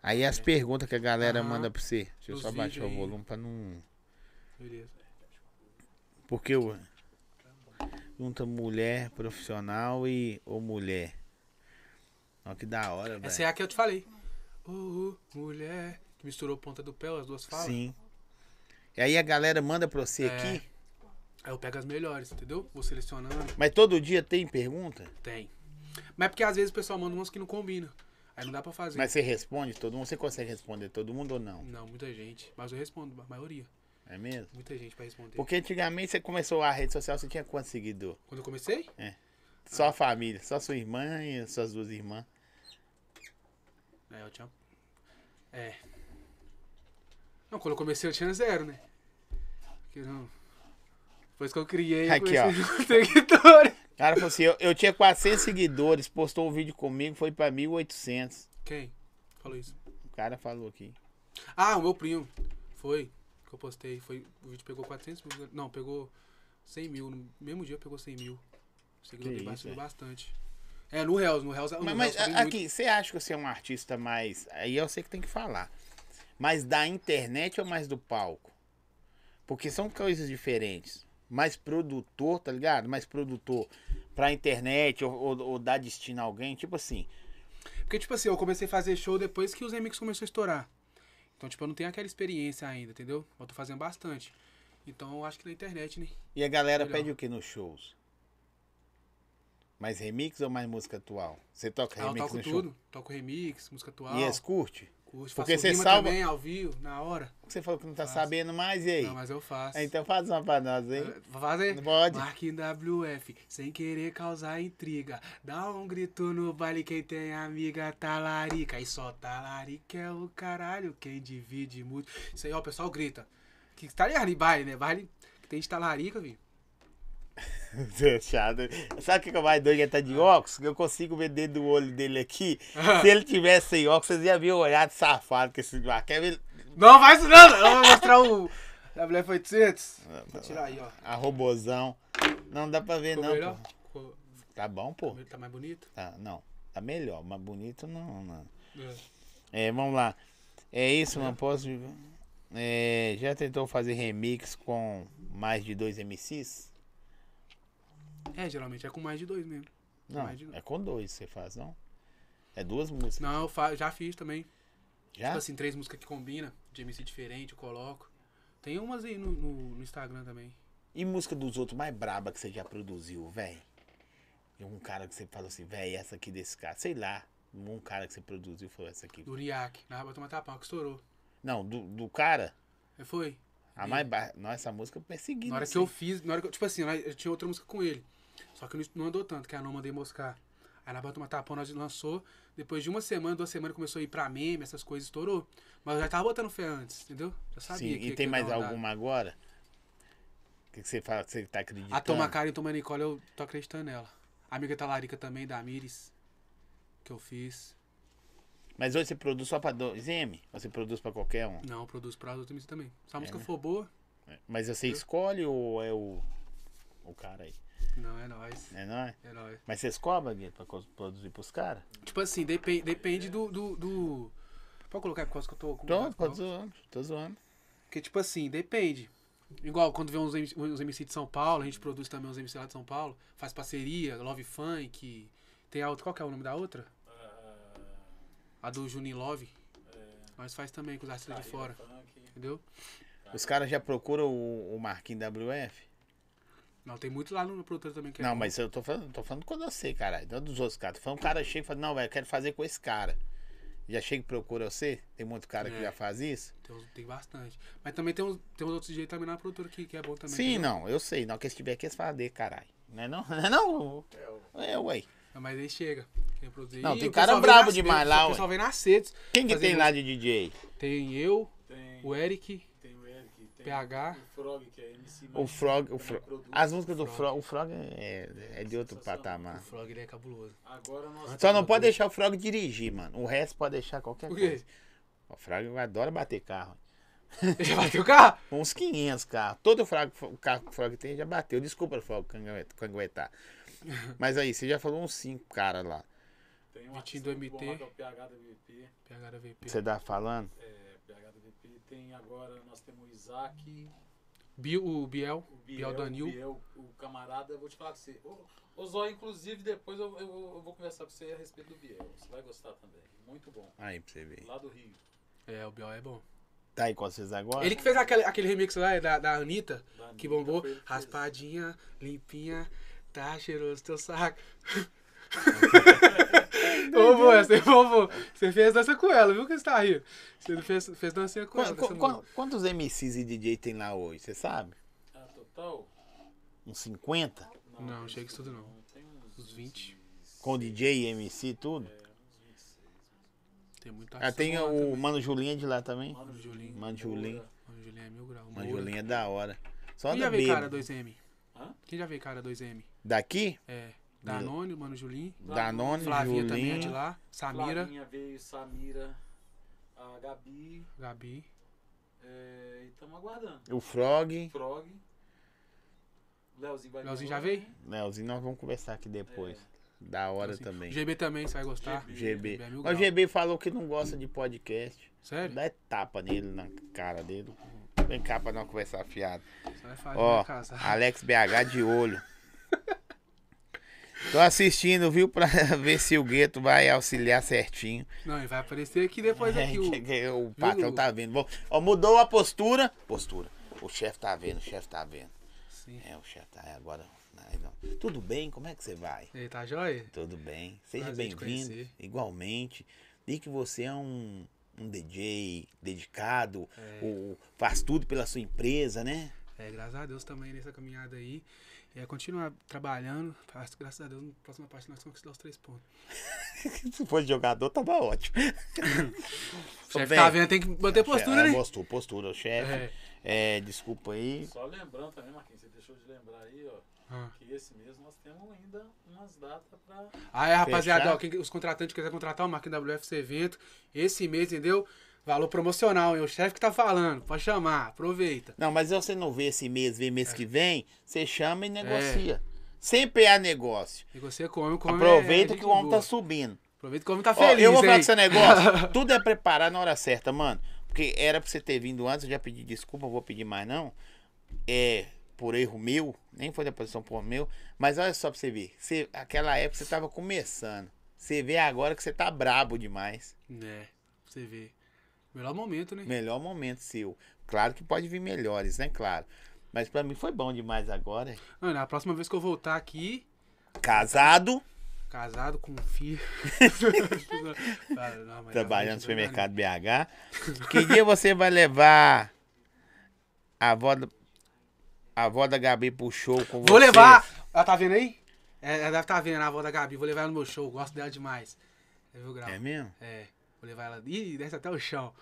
Speaker 1: Aí as perguntas que a galera
Speaker 2: Aham.
Speaker 1: manda pra você. Deixa eu
Speaker 2: Nos
Speaker 1: só baixar
Speaker 2: vídeos
Speaker 1: o
Speaker 2: aí.
Speaker 1: volume pra não...
Speaker 2: Beleza.
Speaker 1: Porque eu... Junta mulher profissional e... Ou mulher. Ó, que da hora, velho.
Speaker 2: Essa é a que eu te falei. Ô, ô, mulher. Que misturou ponta do pé, as duas falas.
Speaker 1: Sim. E aí a galera manda pra você
Speaker 2: É.
Speaker 1: aqui.
Speaker 2: Aí eu pego as melhores, entendeu? Vou selecionando.
Speaker 1: Mas todo dia tem pergunta?
Speaker 2: Tem. Mas é porque às vezes o pessoal manda umas que não combinam. Aí não dá pra fazer.
Speaker 1: Mas você responde todo mundo? Você consegue responder todo mundo ou não?
Speaker 2: Não, muita gente. Mas eu respondo, a maioria.
Speaker 1: É mesmo?
Speaker 2: Muita gente pra responder.
Speaker 1: Porque antigamente você começou a rede social, você tinha quantos seguidores?
Speaker 2: Quando eu comecei,
Speaker 1: Só a família, só sua irmã e as suas duas irmãs.
Speaker 2: é, eu tinha. É. Não, quando eu comecei eu tinha zero, né? Porque não. Depois que eu criei, eu
Speaker 1: Aqui, ó.
Speaker 2: comecei a ter seguidores.
Speaker 1: O cara falou assim, eu, eu tinha 400 seguidores, postou um vídeo comigo, foi pra 1.800.
Speaker 2: Quem? Falou isso.
Speaker 1: O cara falou aqui.
Speaker 2: Ah, o meu primo. Foi. Que eu postei. Foi, o vídeo pegou 400 mil. Não, pegou 100 mil. No mesmo dia pegou 100 mil. O seguidor
Speaker 1: Que
Speaker 2: dele
Speaker 1: isso,
Speaker 2: subiu bastante. É, no Hells. No Hells, no
Speaker 1: Mas,
Speaker 2: Hells
Speaker 1: mas,
Speaker 2: subiu
Speaker 1: a-
Speaker 2: muito.
Speaker 1: aqui, você acha que você é um artista mais... Aí eu sei que tem que falar. Mais da internet ou mais do palco? Porque são coisas diferentes. Mais produtor, tá ligado? Mais produtor pra internet ou, ou, ou dar destino a alguém. Tipo assim,
Speaker 2: Porque, tipo assim, eu comecei a fazer show depois que os remix começou a estourar. Então, tipo, eu não tenho aquela experiência ainda, entendeu? Eu tô fazendo bastante. Então, eu acho que na internet, né?
Speaker 1: E a galera
Speaker 2: Melhor.
Speaker 1: pede o que nos shows? Mais remix ou mais música atual? Você toca
Speaker 2: Ah, eu
Speaker 1: remix
Speaker 2: toco
Speaker 1: no
Speaker 2: tudo. Toco remix, música atual.
Speaker 1: show? E é eles curte?
Speaker 2: Curte,
Speaker 1: Porque
Speaker 2: faço
Speaker 1: você
Speaker 2: rima
Speaker 1: salva-
Speaker 2: também, ao vivo, na hora.
Speaker 1: Você falou que não tá
Speaker 2: Faço.
Speaker 1: sabendo mais, e aí?
Speaker 2: Não, mas eu faço.
Speaker 1: Então faz uma pra nós, hein?
Speaker 2: Vou fazer?
Speaker 1: Pode.
Speaker 2: Marque em WF, sem querer causar intriga. Dá um grito no baile, quem tem amiga talarica. E só talarica é o caralho, quem divide muito. Isso aí, ó, o pessoal grita. Que tá ligado em baile, né? Baile que tem de talarica, vi.
Speaker 1: Chato. Sabe o que que é mais doido? Ele tá de óculos, que eu consigo ver dentro do olho dele aqui.
Speaker 2: Ah.
Speaker 1: Se ele tivesse sem óculos, vocês iam ver o olhar de safado que esse Marquinhos. Ele...
Speaker 2: Não faz isso não, eu vou mostrar o
Speaker 1: Ah,
Speaker 2: WF800.
Speaker 1: tá
Speaker 2: Vou tirar aí, ó.
Speaker 1: A robozão. Não dá pra ver,
Speaker 2: Ficou
Speaker 1: É não.
Speaker 2: melhor?
Speaker 1: pô.
Speaker 2: Ficou-
Speaker 1: Tá bom, pô.
Speaker 2: Tá mais bonito?
Speaker 1: Tá, não. Tá melhor, mas bonito não, não.
Speaker 2: É.
Speaker 1: É, vamos lá. É isso, mano. Posso. É, já tentou fazer remix com mais de dois MCs?
Speaker 2: É, geralmente é com mais de dois mesmo.
Speaker 1: Não,
Speaker 2: Mais de dois.
Speaker 1: é com dois você faz, não? É duas músicas.
Speaker 2: Não, eu fa- já fiz também.
Speaker 1: Já?
Speaker 2: Tipo assim, três músicas que combinam, de MC diferente, eu coloco. Tem umas aí no, no- no Instagram também.
Speaker 1: E música dos outros mais braba que você já produziu, véi? E um cara que você falou assim, véi, essa aqui desse cara, sei lá. Um cara que você produziu falou essa aqui.
Speaker 2: Do Niak, na Raba Toma Tapão, que estourou.
Speaker 1: Não, do, do cara,
Speaker 2: Aí foi.
Speaker 1: a
Speaker 2: Sim.
Speaker 1: mais ba... Nossa, essa música eu persegui.
Speaker 2: Na hora que eu fiz, na hora que eu, tipo assim, nós- eu tinha outra música com ele. Só que não, não andou tanto, que a não mandei moscar. Aí na Batuma Tapão nós lançou, depois de uma semana, duas semanas começou a ir pra meme, essas coisas, estourou. Mas eu já tava botando fé antes, entendeu? Já sabia
Speaker 1: Sim,
Speaker 2: que
Speaker 1: e tem
Speaker 2: ia- que ia
Speaker 1: mais
Speaker 2: dar uma andada.
Speaker 1: alguma agora? O que, que você fala que você tá acreditando?
Speaker 2: A Toma Karen e Toma Nicole, eu tô acreditando nela. A amiga Talarica também, da Mires, que eu fiz.
Speaker 1: Mas hoje você produz só pra 2M? Ou você produz pra qualquer um?
Speaker 2: Não, eu produzo para os outros também. Se a música
Speaker 1: né?
Speaker 2: for boa,
Speaker 1: Mas você escolhe ou é o. O cara aí?
Speaker 2: não, é nóis.
Speaker 1: É nóis?
Speaker 2: É nóis.
Speaker 1: Mas vocês cobram, Gui, pra co- produzir pros caras?
Speaker 2: Tipo assim, depen- depende do, do, do- Pode colocar por causa que eu tô com.
Speaker 1: Pronto,
Speaker 2: com-
Speaker 1: tô zoando, tô zoando.
Speaker 2: Porque, tipo assim, depende. Igual quando vê uns, MC uns MC de São Paulo, a gente produz também uns MC lá de São Paulo, faz parceria, Love Funk. Tem a outra. Qual que é o nome da outra? Ah. A do Juninho Love. Nós faz também com os artistas de fora. Entendeu?
Speaker 1: Os caras já procuram o, o Marquinhos WF?
Speaker 2: Não, tem muito lá no produtor também que é
Speaker 1: não,
Speaker 2: bom.
Speaker 1: mas eu tô falando, tô falando com você, caralho. Não dos outros caras. Tô falando um cara chega e fala, não, velho, eu quero fazer com esse cara. Já chega e procura você? Tem muito cara que
Speaker 2: É.
Speaker 1: já faz isso?
Speaker 2: Tem, uns- tem bastante. Mas também tem uns, tem uns outros jeitos também na produtora que, que é bom também.
Speaker 1: Sim,
Speaker 2: entendeu?
Speaker 1: não, eu sei. Na hora que eles tiver aqui, eles falam dele, caralho. Não é não? Não é não? É, ué.
Speaker 2: Não, Mas aí chega. Quem produzir.
Speaker 1: Não,
Speaker 2: Ih,
Speaker 1: tem
Speaker 2: o
Speaker 1: cara
Speaker 2: pessoal
Speaker 1: brabo
Speaker 2: vem nas
Speaker 1: demais
Speaker 2: cedo,
Speaker 1: lá,
Speaker 2: O pessoal vem nas cedo.
Speaker 1: Quem que
Speaker 2: Fazer
Speaker 1: tem lá de DJ?
Speaker 2: Tem eu,
Speaker 4: Tem,
Speaker 2: o Eric.
Speaker 4: tem o Eric, tem
Speaker 2: PH.
Speaker 4: o Frog, que é MC.
Speaker 1: O
Speaker 4: mas
Speaker 1: Frog, o
Speaker 4: também
Speaker 1: Frog.
Speaker 4: produz.
Speaker 1: As músicas do Frog, o Frog é, é de outro
Speaker 4: Sensacional.
Speaker 2: O
Speaker 1: patamar.
Speaker 2: Frog ele é cabuloso.
Speaker 4: Agora nós
Speaker 1: Só não pode deixar o Frog dirigir, mano. O resto pode deixar qualquer
Speaker 2: Por quê?
Speaker 1: coisa. O Frog adora bater carro.
Speaker 2: Ele bateu o carro?
Speaker 1: Uns 500 carros. Todo frago, o carro que o Frog tem já bateu. Desculpa, Frog, cangueta- canguetar. Mas aí, você já falou uns 5 caras lá.
Speaker 4: Tem um
Speaker 2: Vitinho
Speaker 4: artista
Speaker 2: do
Speaker 4: muito bom
Speaker 2: MT.
Speaker 4: lá, que é o PH da VP.
Speaker 2: PH da VP.
Speaker 1: Você tá falando?
Speaker 4: É, PH da VP. Tem agora, nós temos o Isaac,
Speaker 2: Bill, o Biel.
Speaker 4: o
Speaker 2: Biel
Speaker 4: Biel,
Speaker 2: Danil.
Speaker 4: o Biel, o camarada. Eu vou te falar com você. Ô, ô Zóio, inclusive, depois eu, eu- eu vou conversar com você a respeito do Biel. Você vai gostar também. Muito bom.
Speaker 1: Aí, pra você ver.
Speaker 4: Lá do Rio.
Speaker 2: É, o Biel é bom.
Speaker 1: Tá aí com vocês agora?
Speaker 2: Ele que fez aquele, aquele remix lá é da, da Anitta,
Speaker 4: Da
Speaker 2: que
Speaker 4: Anitta,
Speaker 2: bombou.
Speaker 4: foi ele que fez.
Speaker 2: Raspadinha, limpinha, tá cheiroso teu saco. Ô, boa, você bombou. Você fez dança com ela, viu que você tá rindo? Você não fez, fez dancinha com ela.
Speaker 1: Qu-
Speaker 2: com essa
Speaker 1: qu-
Speaker 2: música.
Speaker 1: qu- quantos MCs e DJ tem lá hoje? Você sabe?
Speaker 4: Ah, total?
Speaker 1: Uns 50?
Speaker 2: Não,
Speaker 4: tem
Speaker 2: chega
Speaker 4: uns-
Speaker 2: isso tudo não.
Speaker 4: Tem uns,
Speaker 2: Uns 20.
Speaker 1: Com DJ, MC e tudo?
Speaker 4: uns 26.
Speaker 2: Tem muito
Speaker 1: Ah, tem
Speaker 2: ação lá
Speaker 1: o
Speaker 2: É, também.
Speaker 1: Mano Julinho é de lá também.
Speaker 4: Mano Julinho.
Speaker 1: Mano Julinho.
Speaker 4: Moura.
Speaker 2: Mano Julinho é mil graus.
Speaker 1: Mano
Speaker 2: Moura.
Speaker 1: Julinho é da hora. Só
Speaker 2: Quem já
Speaker 1: anda
Speaker 2: veio cara
Speaker 1: bêbado.
Speaker 2: 2M?
Speaker 4: Hã?
Speaker 2: Quem já veio cara 2M?
Speaker 1: Daqui?
Speaker 2: É. Danone, Mano Julinho.
Speaker 1: Danone,
Speaker 2: Flavinha também é de
Speaker 1: Julinho.
Speaker 2: lá. Samira,
Speaker 4: Flavinha veio, Samira, a Gabi.
Speaker 2: Gabi.
Speaker 4: É, e estamos aguardando.
Speaker 1: O Frog.
Speaker 4: Frog. Leozinho vai
Speaker 2: Leozinho
Speaker 4: vir
Speaker 2: já
Speaker 4: hoje,
Speaker 2: veio?
Speaker 4: né?
Speaker 1: Leozinho, nós vamos conversar aqui depois. Da hora
Speaker 2: É. Assim,
Speaker 1: também.
Speaker 2: GB também, você vai gostar.
Speaker 1: GB.
Speaker 2: é mil
Speaker 1: Mas o
Speaker 2: grau.
Speaker 1: GB falou que não gosta de podcast.
Speaker 2: Sério?
Speaker 1: Dá etapa nele, na cara dele. Vem cá pra não conversar fiado.
Speaker 2: Você vai fazer
Speaker 1: Ó,
Speaker 2: na casa.
Speaker 1: Alex BH de olho. Tô assistindo, viu? Pra ver se o Gueto vai auxiliar certinho.
Speaker 2: Não, ele vai aparecer aqui depois
Speaker 1: É,
Speaker 2: aqui
Speaker 1: que-
Speaker 2: o.
Speaker 1: que o patrão
Speaker 2: Guto?
Speaker 1: tá vendo. Bom, ó, mudou a postura. Postura. O chefe tá vendo, o chefe tá vendo.
Speaker 2: Sim.
Speaker 1: É, o chefe tá é, agora. Aí, não. Tudo bem? Como é que você vai?
Speaker 2: E aí, tá jóia?
Speaker 1: Tudo bem. Seja
Speaker 2: Prazer te
Speaker 1: bem-vindo.
Speaker 2: conhecer.
Speaker 1: Igualmente. E que você é um, um DJ dedicado,
Speaker 2: É.
Speaker 1: o- faz tudo pela sua empresa, né?
Speaker 2: É, graças a Deus também nessa caminhada aí. É, continuar trabalhando. Mas, Graças a Deus, na próxima parte nós conquistamos os três pontos.
Speaker 1: Se fosse jogador, tava ótimo.
Speaker 2: O chefe
Speaker 1: bem.
Speaker 2: tá vendo, tem que manter
Speaker 1: É,
Speaker 2: postura, né?
Speaker 1: Postura, postura, chefe. É, desculpa aí.
Speaker 4: Só lembrando também, Marquinhos, você deixou de lembrar aí, ó,
Speaker 2: Ah.
Speaker 4: que esse mês nós temos ainda umas datas pra.
Speaker 2: Ah, é, rapaziada,
Speaker 1: Fechar?
Speaker 2: ó, quem- os contratantes que quiser contratar o Marquinhos WFC Evento, esse mês, entendeu? Valor promocional, hein? O chefe que tá falando, pode chamar, aproveita.
Speaker 1: Não, mas se você não vê esse mês, vê
Speaker 2: É.
Speaker 1: mês que vem, você chama e negocia. Sempre há negócio.
Speaker 2: E você come, come.
Speaker 1: Aproveita
Speaker 2: é
Speaker 1: que
Speaker 2: gente
Speaker 1: o homem
Speaker 2: boa.
Speaker 1: tá subindo.
Speaker 2: Aproveita que o homem tá
Speaker 1: Ó,
Speaker 2: feliz.
Speaker 1: eu vou falar
Speaker 2: hein?
Speaker 1: com esse negócio. Tudo é preparar na hora certa, mano. Porque era pra você ter vindo antes, eu já pedi desculpa, não vou pedir mais não. É, por erro meu, nem foi da posição por meu. Mas olha só pra você ver. Você, aquela época você tava começando. Você vê agora que você tá brabo demais.
Speaker 2: É, pra você vê. Melhor momento, né?
Speaker 1: Melhor momento seu. Claro que pode vir melhores, né? Claro. Mas pra mim foi bom demais agora.
Speaker 2: Mano, na próxima vez que eu voltar aqui,
Speaker 1: Casado,
Speaker 2: casado com um filho. Cara, não, mas
Speaker 1: trabalhando no
Speaker 2: tá bem, tá
Speaker 1: supermercado BH. Que dia você vai levar a avó, do- a avó da Gabi pro show com
Speaker 2: bem.
Speaker 1: você?
Speaker 2: Vou levar. Ela tá vendo aí? É, ela deve tá vendo a avó da Gabi. Vou levar ela no meu show, gosto dela demais. É, viu, Grau?
Speaker 1: É mesmo?
Speaker 2: É, vou levar ela. Ih, desce até o chão.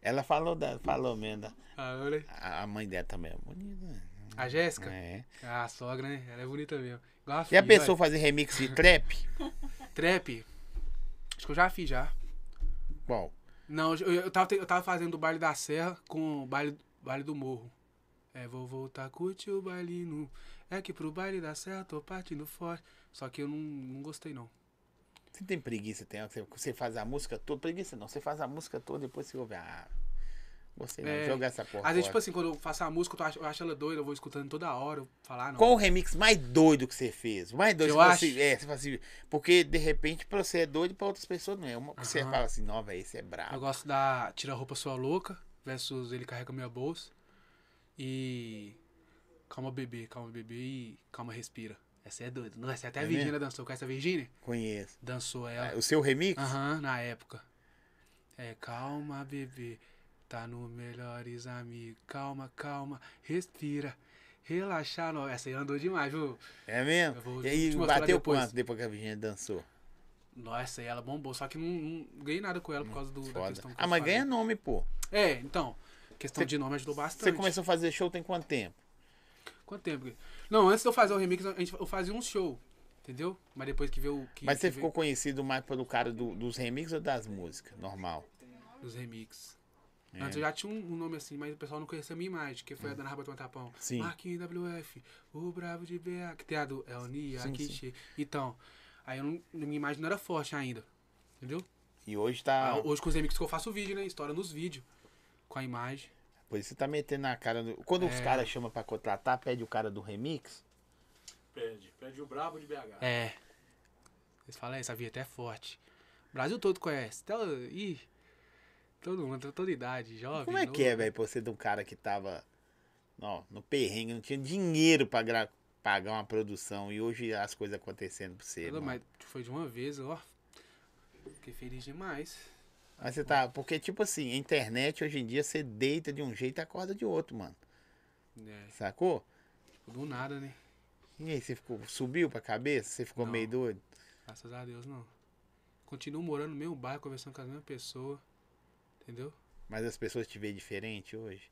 Speaker 1: Ela falou, da, falou mesmo. da-
Speaker 2: Ah, olha.
Speaker 1: a, a mãe dela também é bonita. né?
Speaker 2: A Jéssica?
Speaker 1: É.
Speaker 2: Ah, a sogra, né? Ela é bonita mesmo. Igual a
Speaker 1: E a
Speaker 2: filha,
Speaker 1: pessoa fazer remix de trap?
Speaker 2: olha. Trap? Acho que eu já fiz já.
Speaker 1: Bom,
Speaker 2: Não, eu, eu, tava, te- eu tava fazendo o baile da serra com o baile, baile do morro. É, vou voltar, curte o baile no. É que pro baile da serra tô partindo forte. Só que eu não, não gostei, não.
Speaker 1: você tem preguiça, tem hora que você, você faz a música toda. Preguiça não, você faz a música toda depois você ouve. Ah, gostei, vamos
Speaker 2: É.
Speaker 1: jogar essa porra.
Speaker 2: Às vezes, tipo
Speaker 1: fora.
Speaker 2: assim, quando eu faço a música, eu, tô ach- eu acho ela doida, eu vou escutando toda hora, eu falar, "Ah, não.
Speaker 1: Qual o remix mais doido que você fez? O mais doido
Speaker 2: Eu
Speaker 1: que você
Speaker 2: acho.
Speaker 1: É, você fala assim, porque de repente pra você é doido, pra outras pessoas não é. Uma que você
Speaker 2: Aham.
Speaker 1: fala assim, não, velho, esse é
Speaker 2: Eu
Speaker 1: brabo.
Speaker 2: gosto da Tira a Roupa Sua Louca versus Ele Carrega Minha Bolsa. E. Calma, bebê, calma, bebê e calma, respira. Essa é doida. Não, essa é até a
Speaker 1: É
Speaker 2: Virgínia
Speaker 1: mesmo?
Speaker 2: dançou. Com essa Virgínia?
Speaker 1: Conheço.
Speaker 2: Dançou
Speaker 1: Ah,
Speaker 2: ela.
Speaker 1: O seu remix?
Speaker 2: Aham, na época. É, calma, bebê. Tá no melhores amigos. Calma, calma. Respira. Relaxar. Não, essa aí andou demais, viu?
Speaker 1: É
Speaker 2: Eu
Speaker 1: mesmo?
Speaker 2: vou
Speaker 1: E aí
Speaker 2: te mostrar
Speaker 1: bateu
Speaker 2: depois.
Speaker 1: quanto depois que a Virginia dançou?
Speaker 2: Nossa, aí ela bombou. Só que não, não ganhei nada com ela por causa do, da
Speaker 1: Foda.
Speaker 2: questão que
Speaker 1: Ah,
Speaker 2: eu
Speaker 1: mas
Speaker 2: falei.
Speaker 1: ganha nome, pô.
Speaker 2: É, então. Questão
Speaker 1: Você-
Speaker 2: de nome ajudou bastante.
Speaker 1: Você começou a fazer show tem quanto tempo?
Speaker 2: Quanto tempo? Gui? Não, antes de eu fazer o remix, a gente- eu fazia um show, entendeu? Mas depois que veio o que.
Speaker 1: Mas
Speaker 2: que
Speaker 1: você ficou
Speaker 2: veio
Speaker 1: conhecido mais pelo cara do- dos remixes ou das músicas? Normal.
Speaker 2: Os remix.
Speaker 1: É.
Speaker 2: Antes eu já tinha um, um nome assim, mas o pessoal não conhecia a minha imagem, que foi a Dana Raba do Tapão.
Speaker 1: Hum. Sim.
Speaker 2: Marquinhos WF, o Bravo de BH, que tem a do Elni, a
Speaker 1: Sim,
Speaker 2: Kichi. Então, aí eu não, minha imagem não era forte ainda, entendeu?
Speaker 1: E hoje tá.
Speaker 2: Ah, Hoje com os remix que eu faço vídeo, né? História nos vídeos, com a imagem.
Speaker 1: Por isso você tá metendo na cara. do- Quando
Speaker 2: É.
Speaker 1: os caras chamam pra contratar, pede o cara do remix.
Speaker 4: Pede. Pede o Brabo de BH.
Speaker 2: É. Eles falam, "É, essa via até é forte. O Brasil todo conhece. Até, o- ih, todo mundo, toda idade, jovem.
Speaker 1: Como é que é,
Speaker 2: novo.
Speaker 1: velho, pra você de um cara que tava ó, no perrengue, não tinha dinheiro pra gra- pagar uma produção e hoje as coisas acontecendo pra você.
Speaker 2: Tudo,
Speaker 1: mano. Mas...
Speaker 2: Mas foi de uma vez, ó. Fiquei feliz demais.
Speaker 1: você tá. Porque, tipo assim, a internet hoje em dia você deita de um jeito e acorda de outro, mano.
Speaker 2: É,
Speaker 1: Sacou?
Speaker 2: do nada, né?
Speaker 1: E aí, você ficou, subiu pra cabeça? Você ficou
Speaker 2: Não.
Speaker 1: meio doido?
Speaker 2: Graças a Deus, não. Continuo morando no mesmo bairro, conversando com a mesma pessoa. Entendeu?
Speaker 1: Mas as pessoas te veem diferente hoje?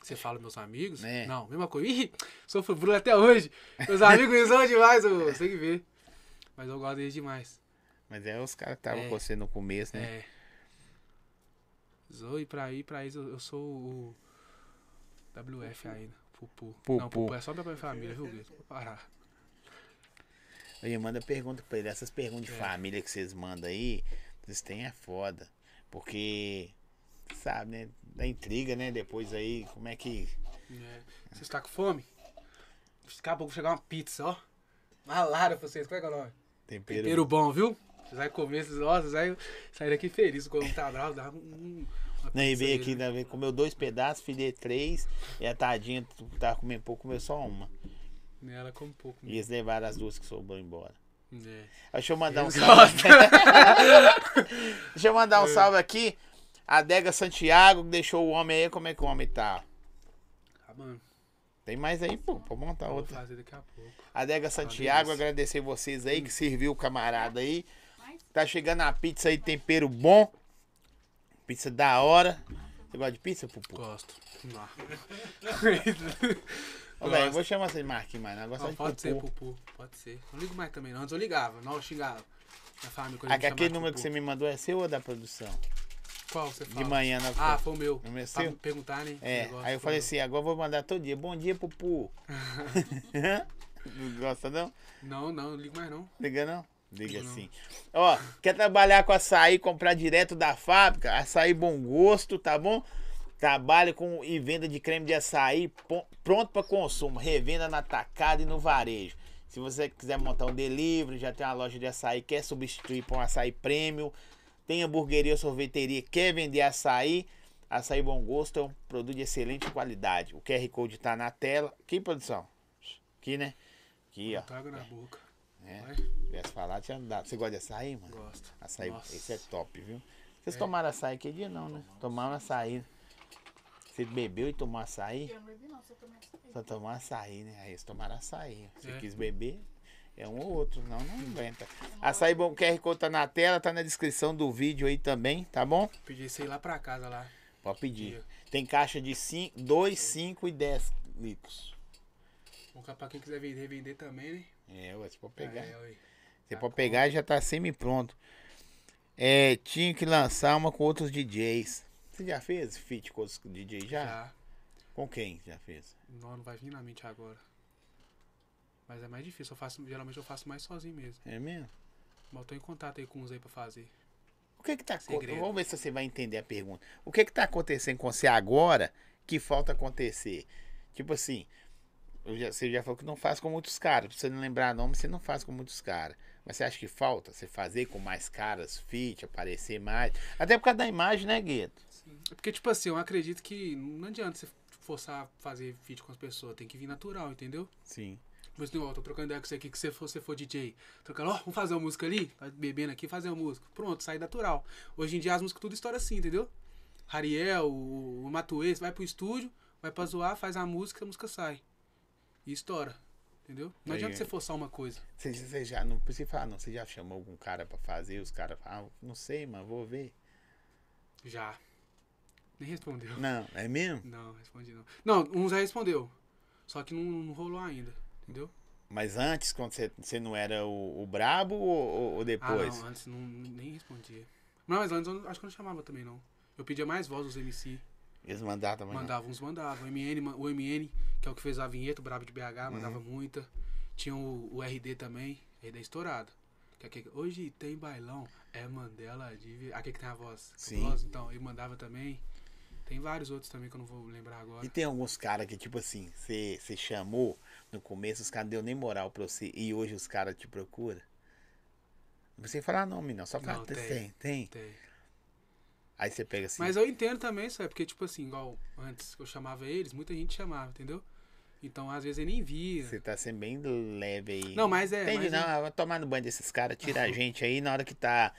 Speaker 2: Você fala meus amigos?
Speaker 1: É.
Speaker 2: Não, mesma coisa. Ih, sou Bruno até hoje. Meus amigos são demais, ô, você tem que ver. Mas eu gosto deles demais.
Speaker 1: Mas é os caras que estavam
Speaker 2: É.
Speaker 1: com você no começo, né?
Speaker 2: É. Zoe pra ir, pra isso eu eu sou o WF ainda. Pupu.
Speaker 1: Pupu.
Speaker 2: Não, Pupu é só pra minha família, viu, Guilherme? Vou parar.
Speaker 1: Aí manda pergunta pra ele. Essas perguntas
Speaker 2: É.
Speaker 1: de família que vocês mandam aí, vocês têm é foda. Porque, sabe, né? Da intriga, né? Depois aí, como é que. É.
Speaker 2: Vocês estão com fome? Daqui a pouco chegar uma pizza, ó. Malada pra vocês, como é que é o nome?
Speaker 1: Tempero.
Speaker 2: Tempero bom, viu? Vocês vão comer, vocês, ó, vocês vão sair daqui feliz. O corpo tá bravo, dá um- um. uma
Speaker 1: Né, e
Speaker 2: pizza
Speaker 1: veio
Speaker 2: aí,
Speaker 1: aqui,
Speaker 2: né?
Speaker 1: né, tá veio- comeu dois pedaços, filhei três, e a tadinha tu tava comendo pouco, comeu só uma.
Speaker 2: Né, Ela come pouco.
Speaker 1: E eles levaram as duas que sobrou embora.
Speaker 2: mesmo. É.
Speaker 1: Deixa eu mandar um
Speaker 2: Eles
Speaker 1: salve. Deixa eu mandar um
Speaker 2: É.
Speaker 1: salve aqui. A Adega Santiago que deixou o homem aí. Como é que o homem tá?
Speaker 2: Tá bom.
Speaker 1: Tem mais aí, pô. Pode montar
Speaker 2: Vou
Speaker 1: outra.
Speaker 2: fazer daqui a pouco.
Speaker 1: Adega Santiago, agradecer vocês aí que serviu o camarada aí. Tá chegando a pizza aí, tempero bom. Pizza da hora. Você gosta de pizza, Pupu?
Speaker 2: Gosto. Vamos lá.
Speaker 1: Ô, velho, eu vou chamar você de Marquinhos, mas não gosta
Speaker 2: Não,
Speaker 1: de
Speaker 2: pode ser,
Speaker 1: Pupu.
Speaker 2: Pupu. Pode ser. Não ligo mais também, não. Antes eu ligava, não, eu xingava. Minha família, quando
Speaker 1: Ah,
Speaker 2: me chamava
Speaker 1: Aquele
Speaker 2: de
Speaker 1: número que
Speaker 2: Pupu.
Speaker 1: você me mandou é seu ou da produção?
Speaker 2: Qual você fala?
Speaker 1: De manhã, na
Speaker 2: Ah, foi o meu.
Speaker 1: Não é
Speaker 2: Pra
Speaker 1: seu?
Speaker 2: me perguntar, né?
Speaker 1: É,
Speaker 2: Negócio,
Speaker 1: aí eu
Speaker 2: foi
Speaker 1: falei
Speaker 2: meu.
Speaker 1: assim, agora eu vou mandar todo dia. Bom dia, Pupu. não gosta não?
Speaker 2: Não, não, não ligo mais não.
Speaker 1: Liga não? Liga
Speaker 2: Não.
Speaker 1: sim. Ó, quer trabalhar com açaí, comprar direto da fábrica? Açaí Bom Gosto, tá bom? Trabalho com e venda de creme de açaí pon- pronto para consumo, revenda na tacada e no varejo. Se você quiser montar um delivery, já tem uma loja de açaí, quer substituir para um açaí premium, tem hamburgueria ou sorveteria, quer vender açaí, açaí Bom Gosto é um produto de excelente qualidade. O QR Code tá na tela. Aqui, produção? Aqui, né? Aqui, ó.
Speaker 2: Botar água na boca.
Speaker 1: É.
Speaker 2: Vai,
Speaker 1: Tivesse falar, tinha dado. Você gosta de açaí, mano?
Speaker 2: gosto.
Speaker 1: Açaí,
Speaker 2: Nossa. É.
Speaker 1: esse é top, viu? Vocês tomaram açaí que dia não, né? Tomaram açaí. Você bebeu e tomou açaí?
Speaker 3: Eu não bebi, não, assim. só tomei açaí.
Speaker 1: Só tomou açaí, né? Aí eles tomaram açaí. Se
Speaker 2: É.
Speaker 1: quis beber, é um ou outro. Não, não inventa. Açaí Bom QR Code tá na tela, tá na descrição do vídeo aí também, tá bom?
Speaker 2: Pedi esse aí lá pra casa lá.
Speaker 1: Pode pedir. Tem caixa de 2, 5 e 10 litros.
Speaker 2: Vou cá pra quem quiser vender, vender também, né?
Speaker 1: É, ué, você pode pegar.
Speaker 2: É, ué.
Speaker 1: Você
Speaker 2: Tá
Speaker 1: pode
Speaker 2: bom.
Speaker 1: pegar e já tá semi-pronto. É, tinha que lançar uma com outros DJs. Você já fez feat com outros DJs já?
Speaker 2: Já.
Speaker 1: Com quem já fez?
Speaker 2: Não, não vai vir na mente agora. Mas é mais difícil. Eu faço, geralmente eu faço mais sozinho mesmo.
Speaker 1: É mesmo?
Speaker 2: Mas eu tô em contato aí com uns aí pra fazer.
Speaker 1: O que que tá acontecendo?
Speaker 2: Segredo.
Speaker 1: Vamos ver se você vai entender a pergunta. O que que tá acontecendo com você agora que falta acontecer? Tipo assim, eu já- você já falou que não faz com muitos caras. Pra você não lembrar nome, você não faz com muitos caras. Mas você acha que falta você fazer com mais caras, feat, aparecer mais? Até por causa da imagem, né, Gueto?
Speaker 2: É porque, tipo assim, eu acredito que não adianta você forçar a fazer feat com as pessoas. Tem que vir natural, entendeu?
Speaker 1: Sim.
Speaker 2: Mas não, ó, tô trocando ideia com você aqui, que se você for DJ, trocando, ó, vamos fazer uma música ali, tá bebendo aqui, fazer uma música. Pronto, sai natural. Hoje em dia as músicas tudo história assim, entendeu? Ariel, o, o Matuê, você vai pro estúdio, vai pra zoar, faz a música, a música sai. E estoura, entendeu? Não
Speaker 1: Aí,
Speaker 2: adianta
Speaker 1: é.
Speaker 2: você forçar uma coisa.
Speaker 1: Você, você já, não precisa falar, não. Você já chamou algum cara pra fazer, os caras falam, ah, não sei, mas vou ver.
Speaker 2: Já. Nem respondeu.
Speaker 1: Não, é mesmo?
Speaker 2: Não, respondi não. Não, um já respondeu. Só que não, não rolou ainda, entendeu?
Speaker 1: Mas antes, quando você, você não era o, o brabo ou, ou- ou
Speaker 2: Ah,
Speaker 1: depois?
Speaker 2: não, antes não, nem respondia. Não, mas antes eu não- acho que eu não chamava também, não. Eu pedia mais voz dos MC.
Speaker 1: Eles mandaram também. não?
Speaker 2: Mandava uns, mandava. O MN, ma- o MN, que é o que fez a vinheta, o Brabo de
Speaker 1: Uhum.
Speaker 2: BH, mandava muita. Tinha o, o RD também, RD estourado. Que é aquele, hoje tem bailão, é Mandela de. Vi-" Aquele que tem a voz.
Speaker 1: Sim.
Speaker 2: cabulosa, então, ele mandava também. Tem vários outros também que eu não vou lembrar agora.
Speaker 1: E tem alguns caras que, tipo assim, você você chamou no começo, os caras não deu nem moral pra você e hoje os caras te procuram? Não precisa falar nome, não. Só fala,
Speaker 2: Não,
Speaker 1: tem.
Speaker 2: tem.
Speaker 1: tem, tem.
Speaker 2: Tem.
Speaker 1: Aí você pega assim.
Speaker 2: Mas eu entendo também isso, é porque, tipo assim, igual antes que eu chamava eles, muita gente chamava, entendeu? Então, às vezes ele nem via.
Speaker 1: Você tá sendo bem leve aí.
Speaker 2: Não, mas é,
Speaker 1: Entendi,
Speaker 2: mas
Speaker 1: não.
Speaker 2: é.
Speaker 1: Vai tomar no banho desses caras, tira a gente aí na hora que tá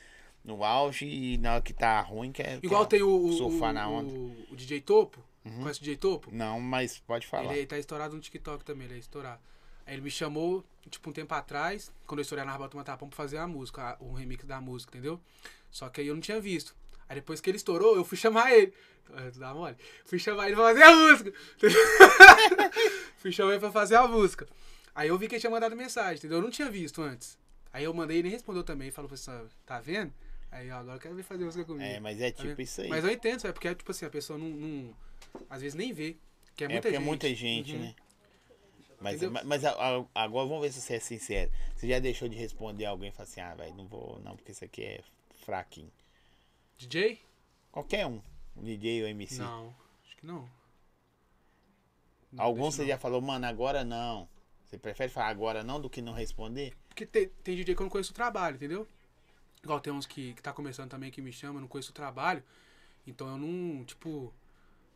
Speaker 1: no auge e na hora que tá ruim, que é.
Speaker 2: Igual
Speaker 1: que é
Speaker 2: tem o, o,
Speaker 1: Surfar na
Speaker 2: o-
Speaker 1: onda. Uhum.
Speaker 2: o DJ Topo. Conhece o DJ Topo?
Speaker 1: Não, mas pode falar.
Speaker 2: Ele tá estourado no TikTok também, ele é estourado. Aí ele me chamou, tipo, um tempo atrás, quando eu estourei na Rabota Matapão, pra fazer a música, a- um remix da música, entendeu? Só que aí eu não tinha visto. Aí depois que ele estourou, eu fui chamar ele. Eh, Dá mole. Fui chamar ele pra fazer a música. fui chamar ele pra fazer a música. Aí eu vi que ele tinha mandado mensagem, entendeu? Eu não tinha visto antes. Aí eu mandei, ele nem respondeu também. Falou assim, "Ah, tá vendo? Aí ó, agora eu quero ver fazer música comigo.
Speaker 1: É, mas é
Speaker 2: Tá
Speaker 1: tipo
Speaker 2: vendo?
Speaker 1: isso aí.
Speaker 2: Mas eu entendo, sabe? Porque é tipo assim, a pessoa não. não- às vezes nem vê. Que é
Speaker 1: É
Speaker 2: muita
Speaker 1: porque
Speaker 2: gente.
Speaker 1: é muita gente,
Speaker 2: Uhum.
Speaker 1: né? Mas,
Speaker 2: Entendeu?
Speaker 1: mas, mas a- a- agora vamos ver se você é sincero. Você já deixou de responder alguém e fala assim, ah, velho, não vou não, porque isso aqui é fraquinho.
Speaker 2: DJ?
Speaker 1: Qualquer um, um DJ ou MC.
Speaker 2: Não. Acho que não.
Speaker 1: Alguns você
Speaker 2: Acho que
Speaker 1: já falou, mano, agora não. Você prefere falar agora não do que não responder?
Speaker 2: não. Porque tem, tem DJ que eu não conheço o trabalho, entendeu? Igual tem uns que, que tá começando também que me chamam, eu não conheço o trabalho. Então eu não, tipo,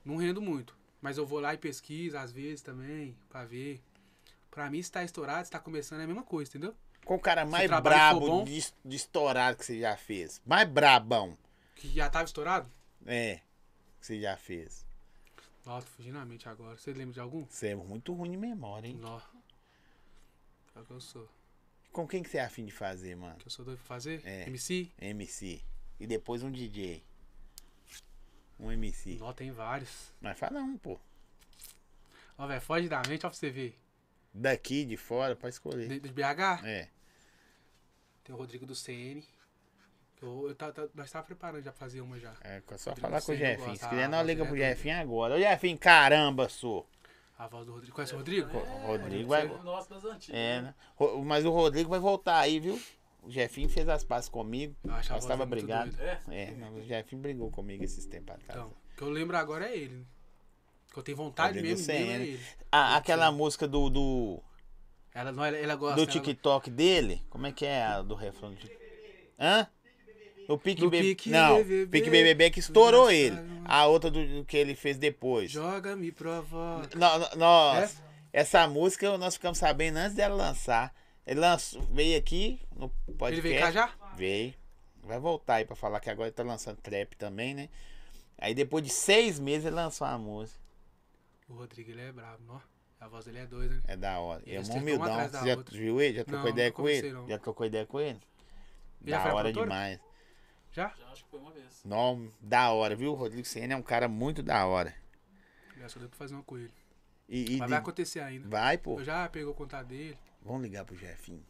Speaker 2: não rendo muito. Mas eu vou lá e pesquiso às vezes também, pra ver. Pra mim, se tá estourado, se tá começando, é a mesma coisa, entendeu?
Speaker 1: Qual o cara mais
Speaker 2: trabalho for bom-
Speaker 1: brabo de, de estourado que você já fez? Mais brabão.
Speaker 2: Que já tava estourado?
Speaker 1: É. Que você já fez.
Speaker 2: Nossa, tô fugindo na mente agora. Você lembra de algum?
Speaker 1: Você é muito ruim de memória, hein?
Speaker 2: Nó. É o que eu sou.
Speaker 1: Com quem que você é afim de fazer, mano?
Speaker 2: Que eu sou doido pra fazer?
Speaker 1: É.
Speaker 2: MC?
Speaker 1: MC. E depois um DJ. Um MC.
Speaker 2: Nó, tem vários.
Speaker 1: Mas fala um, pô.
Speaker 2: Ó, velho, foge da mente, ó, pra você ver.
Speaker 1: Daqui, de fora, pra escolher.
Speaker 2: De, de BH?
Speaker 1: É.
Speaker 2: Tem o Rodrigo do CN. Eu, eu tá- tá- nós tava preparando já pra fazer uma já.
Speaker 1: É só falar com o
Speaker 2: Rodrigo
Speaker 1: Jefinho. Se
Speaker 2: gosta,
Speaker 1: quiser, não
Speaker 2: gosta,
Speaker 1: liga
Speaker 2: né,
Speaker 1: pro
Speaker 2: doido?
Speaker 1: Jefinho agora. Ô, Jefinho, caramba, sou.
Speaker 2: A voz do Rodrigo. Conhece o Rodrigo?
Speaker 1: O Rodrigo
Speaker 4: É,
Speaker 1: vai.
Speaker 4: o nosso das antigas.
Speaker 1: É, né? Ro- Mas o Rodrigo vai voltar aí, viu? O Jefinho fez as pazes comigo.
Speaker 2: Eu achava
Speaker 1: Nós tava
Speaker 2: muito
Speaker 1: brigado.
Speaker 2: doido.
Speaker 4: É.
Speaker 1: É, não, o Jefinho brigou comigo esses tempos atrás.
Speaker 2: Então, o que eu lembro agora é ele. né? Que eu tenho vontade
Speaker 1: Rodrigo
Speaker 2: mesmo, mesmo é
Speaker 1: CN.
Speaker 2: ele.
Speaker 1: Ah, aquela música do, do,
Speaker 2: Ela, não, ela, ela gosta.
Speaker 1: do
Speaker 2: ela-
Speaker 1: TikTok dele, como é que é a do refrão? do Tik- Hã? O Pique
Speaker 2: Do
Speaker 1: Bebê.
Speaker 2: Pique
Speaker 1: Não,
Speaker 2: BBB,
Speaker 1: Pique BBB que estourou
Speaker 2: já
Speaker 1: ele.
Speaker 2: saiu.
Speaker 1: A outra do, do que ele fez depois.
Speaker 2: Joga, me provoca.
Speaker 1: No- no- Nós,
Speaker 2: É?
Speaker 1: essa música nós ficamos sabendo antes dela lançar. Ele lançou, veio aqui no podcast.
Speaker 2: Ele veio cá já?
Speaker 1: Veio. Vai voltar aí pra falar que agora ele tá lançando trap também, né? Aí depois de seis meses ele lançou uma música.
Speaker 2: O Rodrigo, ele é brabo, ó. A voz dele é doida, né?
Speaker 1: É da hora. Ele é
Speaker 2: Eles
Speaker 1: um
Speaker 2: ficam uma
Speaker 1: humildão.
Speaker 2: atrás da
Speaker 1: Você já
Speaker 2: outra.
Speaker 1: viu ele? Já
Speaker 2: Não,
Speaker 1: trocou
Speaker 2: nunca
Speaker 1: ideia com ele?
Speaker 2: conversei, não.
Speaker 1: Já trocou ideia com ele?
Speaker 2: Ele já
Speaker 1: da
Speaker 2: foi a
Speaker 1: hora
Speaker 2: produtora?
Speaker 1: demais.
Speaker 2: Já?
Speaker 4: Já acho que foi uma vez.
Speaker 1: Não, da hora, viu? O Rodrigo Senna é um cara muito da hora.
Speaker 2: Eu é só deu pra fazer uma com ele.
Speaker 1: E, e
Speaker 2: Mas
Speaker 1: de-
Speaker 2: vai acontecer ainda.
Speaker 1: vai, pô.
Speaker 2: Eu já peguei o contato dele.
Speaker 1: Vamos ligar pro Jefinho.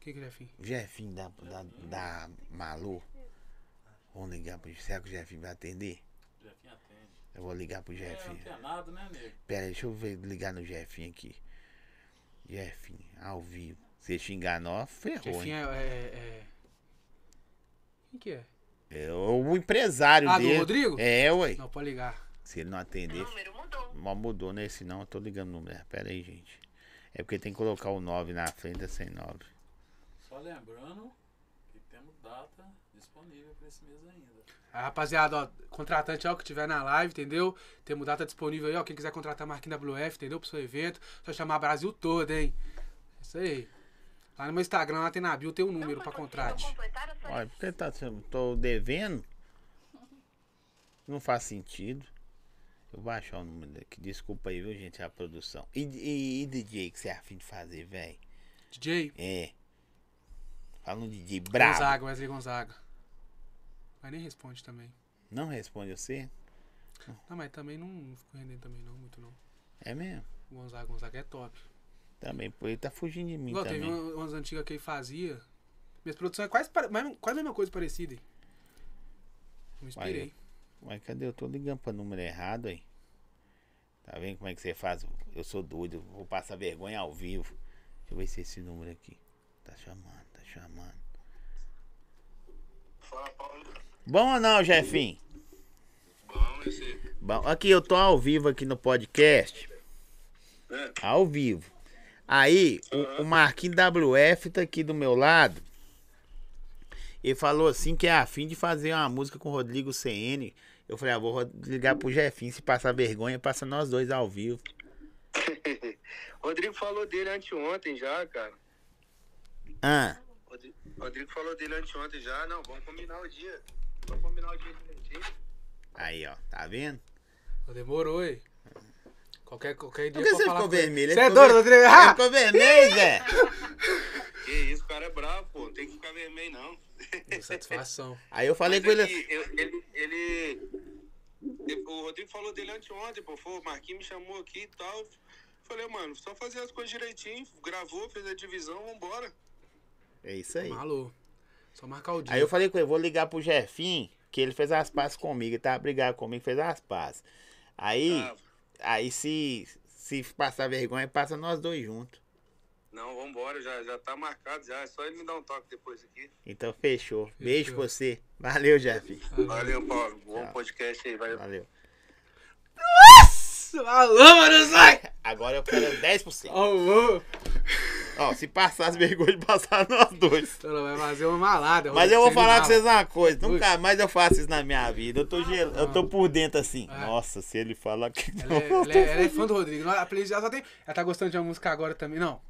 Speaker 2: Quem que ele é fim?
Speaker 1: O Jefinho da, da, da Malu. Vamos ligar pro Será que o Jefinho vai atender?
Speaker 4: Já tinha atende.
Speaker 1: Eu vou ligar pro
Speaker 4: É, não
Speaker 1: Jefinho.
Speaker 4: tem nada, né, nego?
Speaker 1: Pera aí, deixa eu ver, ligar no Jefinho aqui. Jefinho, ao vivo. Se xingar nós, ferrou,
Speaker 2: Jefim
Speaker 1: Tá hein?
Speaker 2: é, é, é- Quem que é?
Speaker 1: É o empresário
Speaker 2: Ah, do
Speaker 1: dele.
Speaker 2: Rodrigo?
Speaker 1: É, ué.
Speaker 2: Não, pode ligar.
Speaker 1: Se ele não atender,
Speaker 5: número mudou.
Speaker 1: mal mudou, né? Se não, eu tô ligando o número. Pera aí, gente. É porque tem que colocar o 9 na frente, é sem 9.
Speaker 4: Só lembrando que temos data disponível pra esse mês ainda.
Speaker 2: Ah, rapaziada, ó, contratante, ó, que tiver na live, entendeu? Temos data disponível aí, ó. Quem quiser contratar a marquinha da Blue F, entendeu? Pro seu evento, só chamar Brasil todo, hein? É Isso aí. Lá no meu Instagram, lá tem na bio, tem um número pra contrate.
Speaker 1: Olha, porque tá, se eu tô devendo. Não faz sentido. Eu vou achar o número daqui. Desculpa aí, viu, gente, a produção. E, e, e DJ que você é afim de fazer, velho?
Speaker 2: DJ
Speaker 1: É. Fala um DJ brabo.
Speaker 2: Gonzaga, Wesley Gonzaga. Mas nem responde também.
Speaker 1: Não responde você?
Speaker 2: Não, mas também não, não fico rendendo também não, muito não.
Speaker 1: É mesmo?
Speaker 2: O Gonzaga, Gonzaga é top.
Speaker 1: Também, pô, ele tá fugindo de mim
Speaker 2: Igual
Speaker 1: também.
Speaker 2: teve uma- umas antigas que ele fazia. Minhas produções é quase, pare- mas- quase a mesma coisa parecida. hein? Me inspirei.
Speaker 1: Mas cadê? Eu tô ligando pra número errado aí. Tá vendo como é que você faz? Eu sou doido, eu vou passar vergonha ao vivo. Deixa eu ver se é esse número aqui. Tá chamando, tá chamando.
Speaker 5: Fala, Paulo.
Speaker 1: Bom ou não, Jefinho?
Speaker 5: Bom, esse.
Speaker 1: Bom, aqui eu tô ao vivo aqui no podcast.
Speaker 5: É.
Speaker 1: Ao vivo. Aí, o, o Marquinhos WF tá aqui do meu lado. Ele falou assim que é afim de fazer uma música com o Rodrigo CN. Eu falei, ah, vou ro- ligar pro Jefinho, se passar vergonha, passa nós dois ao vivo.
Speaker 5: Rodrigo falou dele anteontem já, cara.
Speaker 1: Ah,
Speaker 5: Rodri- Rodrigo falou dele anteontem já. Não, vamos combinar o dia. Vamos combinar o dia direitinho.
Speaker 1: aí, ó, tá vendo?
Speaker 2: Pô, Demorou, hein? Qualquer, qualquer
Speaker 1: Por
Speaker 2: dia
Speaker 1: que
Speaker 2: pode
Speaker 1: você
Speaker 2: falar
Speaker 1: ficou
Speaker 2: com ele.
Speaker 1: vermelho? Ele
Speaker 2: Você é
Speaker 1: ficou
Speaker 2: doido,
Speaker 1: ver-
Speaker 2: Rodrigo?
Speaker 1: Ele
Speaker 2: Ah!
Speaker 1: ficou vermelho, Zé?
Speaker 5: Que isso, o cara é bravo, pô. Não tem que ficar vermelho, não.
Speaker 2: Satisfação.
Speaker 1: Aí eu falei
Speaker 5: Mas
Speaker 1: com
Speaker 5: é
Speaker 1: ele.
Speaker 5: que eu- ele, ele, O Rodrigo falou dele anteontem, pô. Foi, o Marquinhos me chamou aqui e tal. Falei, mano, só fazer as coisas direitinho. Gravou, fez a divisão, vambora.
Speaker 1: É isso aí.
Speaker 2: Malou. Só marcar o dia.
Speaker 1: Aí eu falei com ele, vou ligar pro Jefinho, que ele fez as pazes comigo, ele tava brigado comigo, fez as pazes. Aí,
Speaker 5: Ah,
Speaker 1: aí se, se passar vergonha, passa nós dois juntos.
Speaker 5: não, vambora, já, já tá marcado já. É só ele me dar um toque depois aqui.
Speaker 1: Então fechou. Beijo
Speaker 2: Fechou.
Speaker 1: pra você. Valeu, Jefinho.
Speaker 5: Valeu, Paulo. Bom podcast aí, valeu.
Speaker 1: Valeu.
Speaker 2: Malou, mano, sai!
Speaker 1: Agora eu quero 10%.
Speaker 2: Ó, ô.
Speaker 1: Ó, se passar as vergonhas, passar nós dois.
Speaker 2: Ela vai fazer uma malada.
Speaker 1: Mas eu vou
Speaker 2: Você
Speaker 1: falar
Speaker 2: não
Speaker 1: com
Speaker 2: vai-
Speaker 1: vocês uma coisa, nunca mais eu faço isso na minha vida. Eu tô, gel... eu tô por dentro assim. Nossa, se ele falar que
Speaker 2: Ela
Speaker 1: não.
Speaker 2: é, ela é- ela é fã do Rodrigo. Ela- A playlist ela só tem. Ela tá gostando de uma música agora também. Não.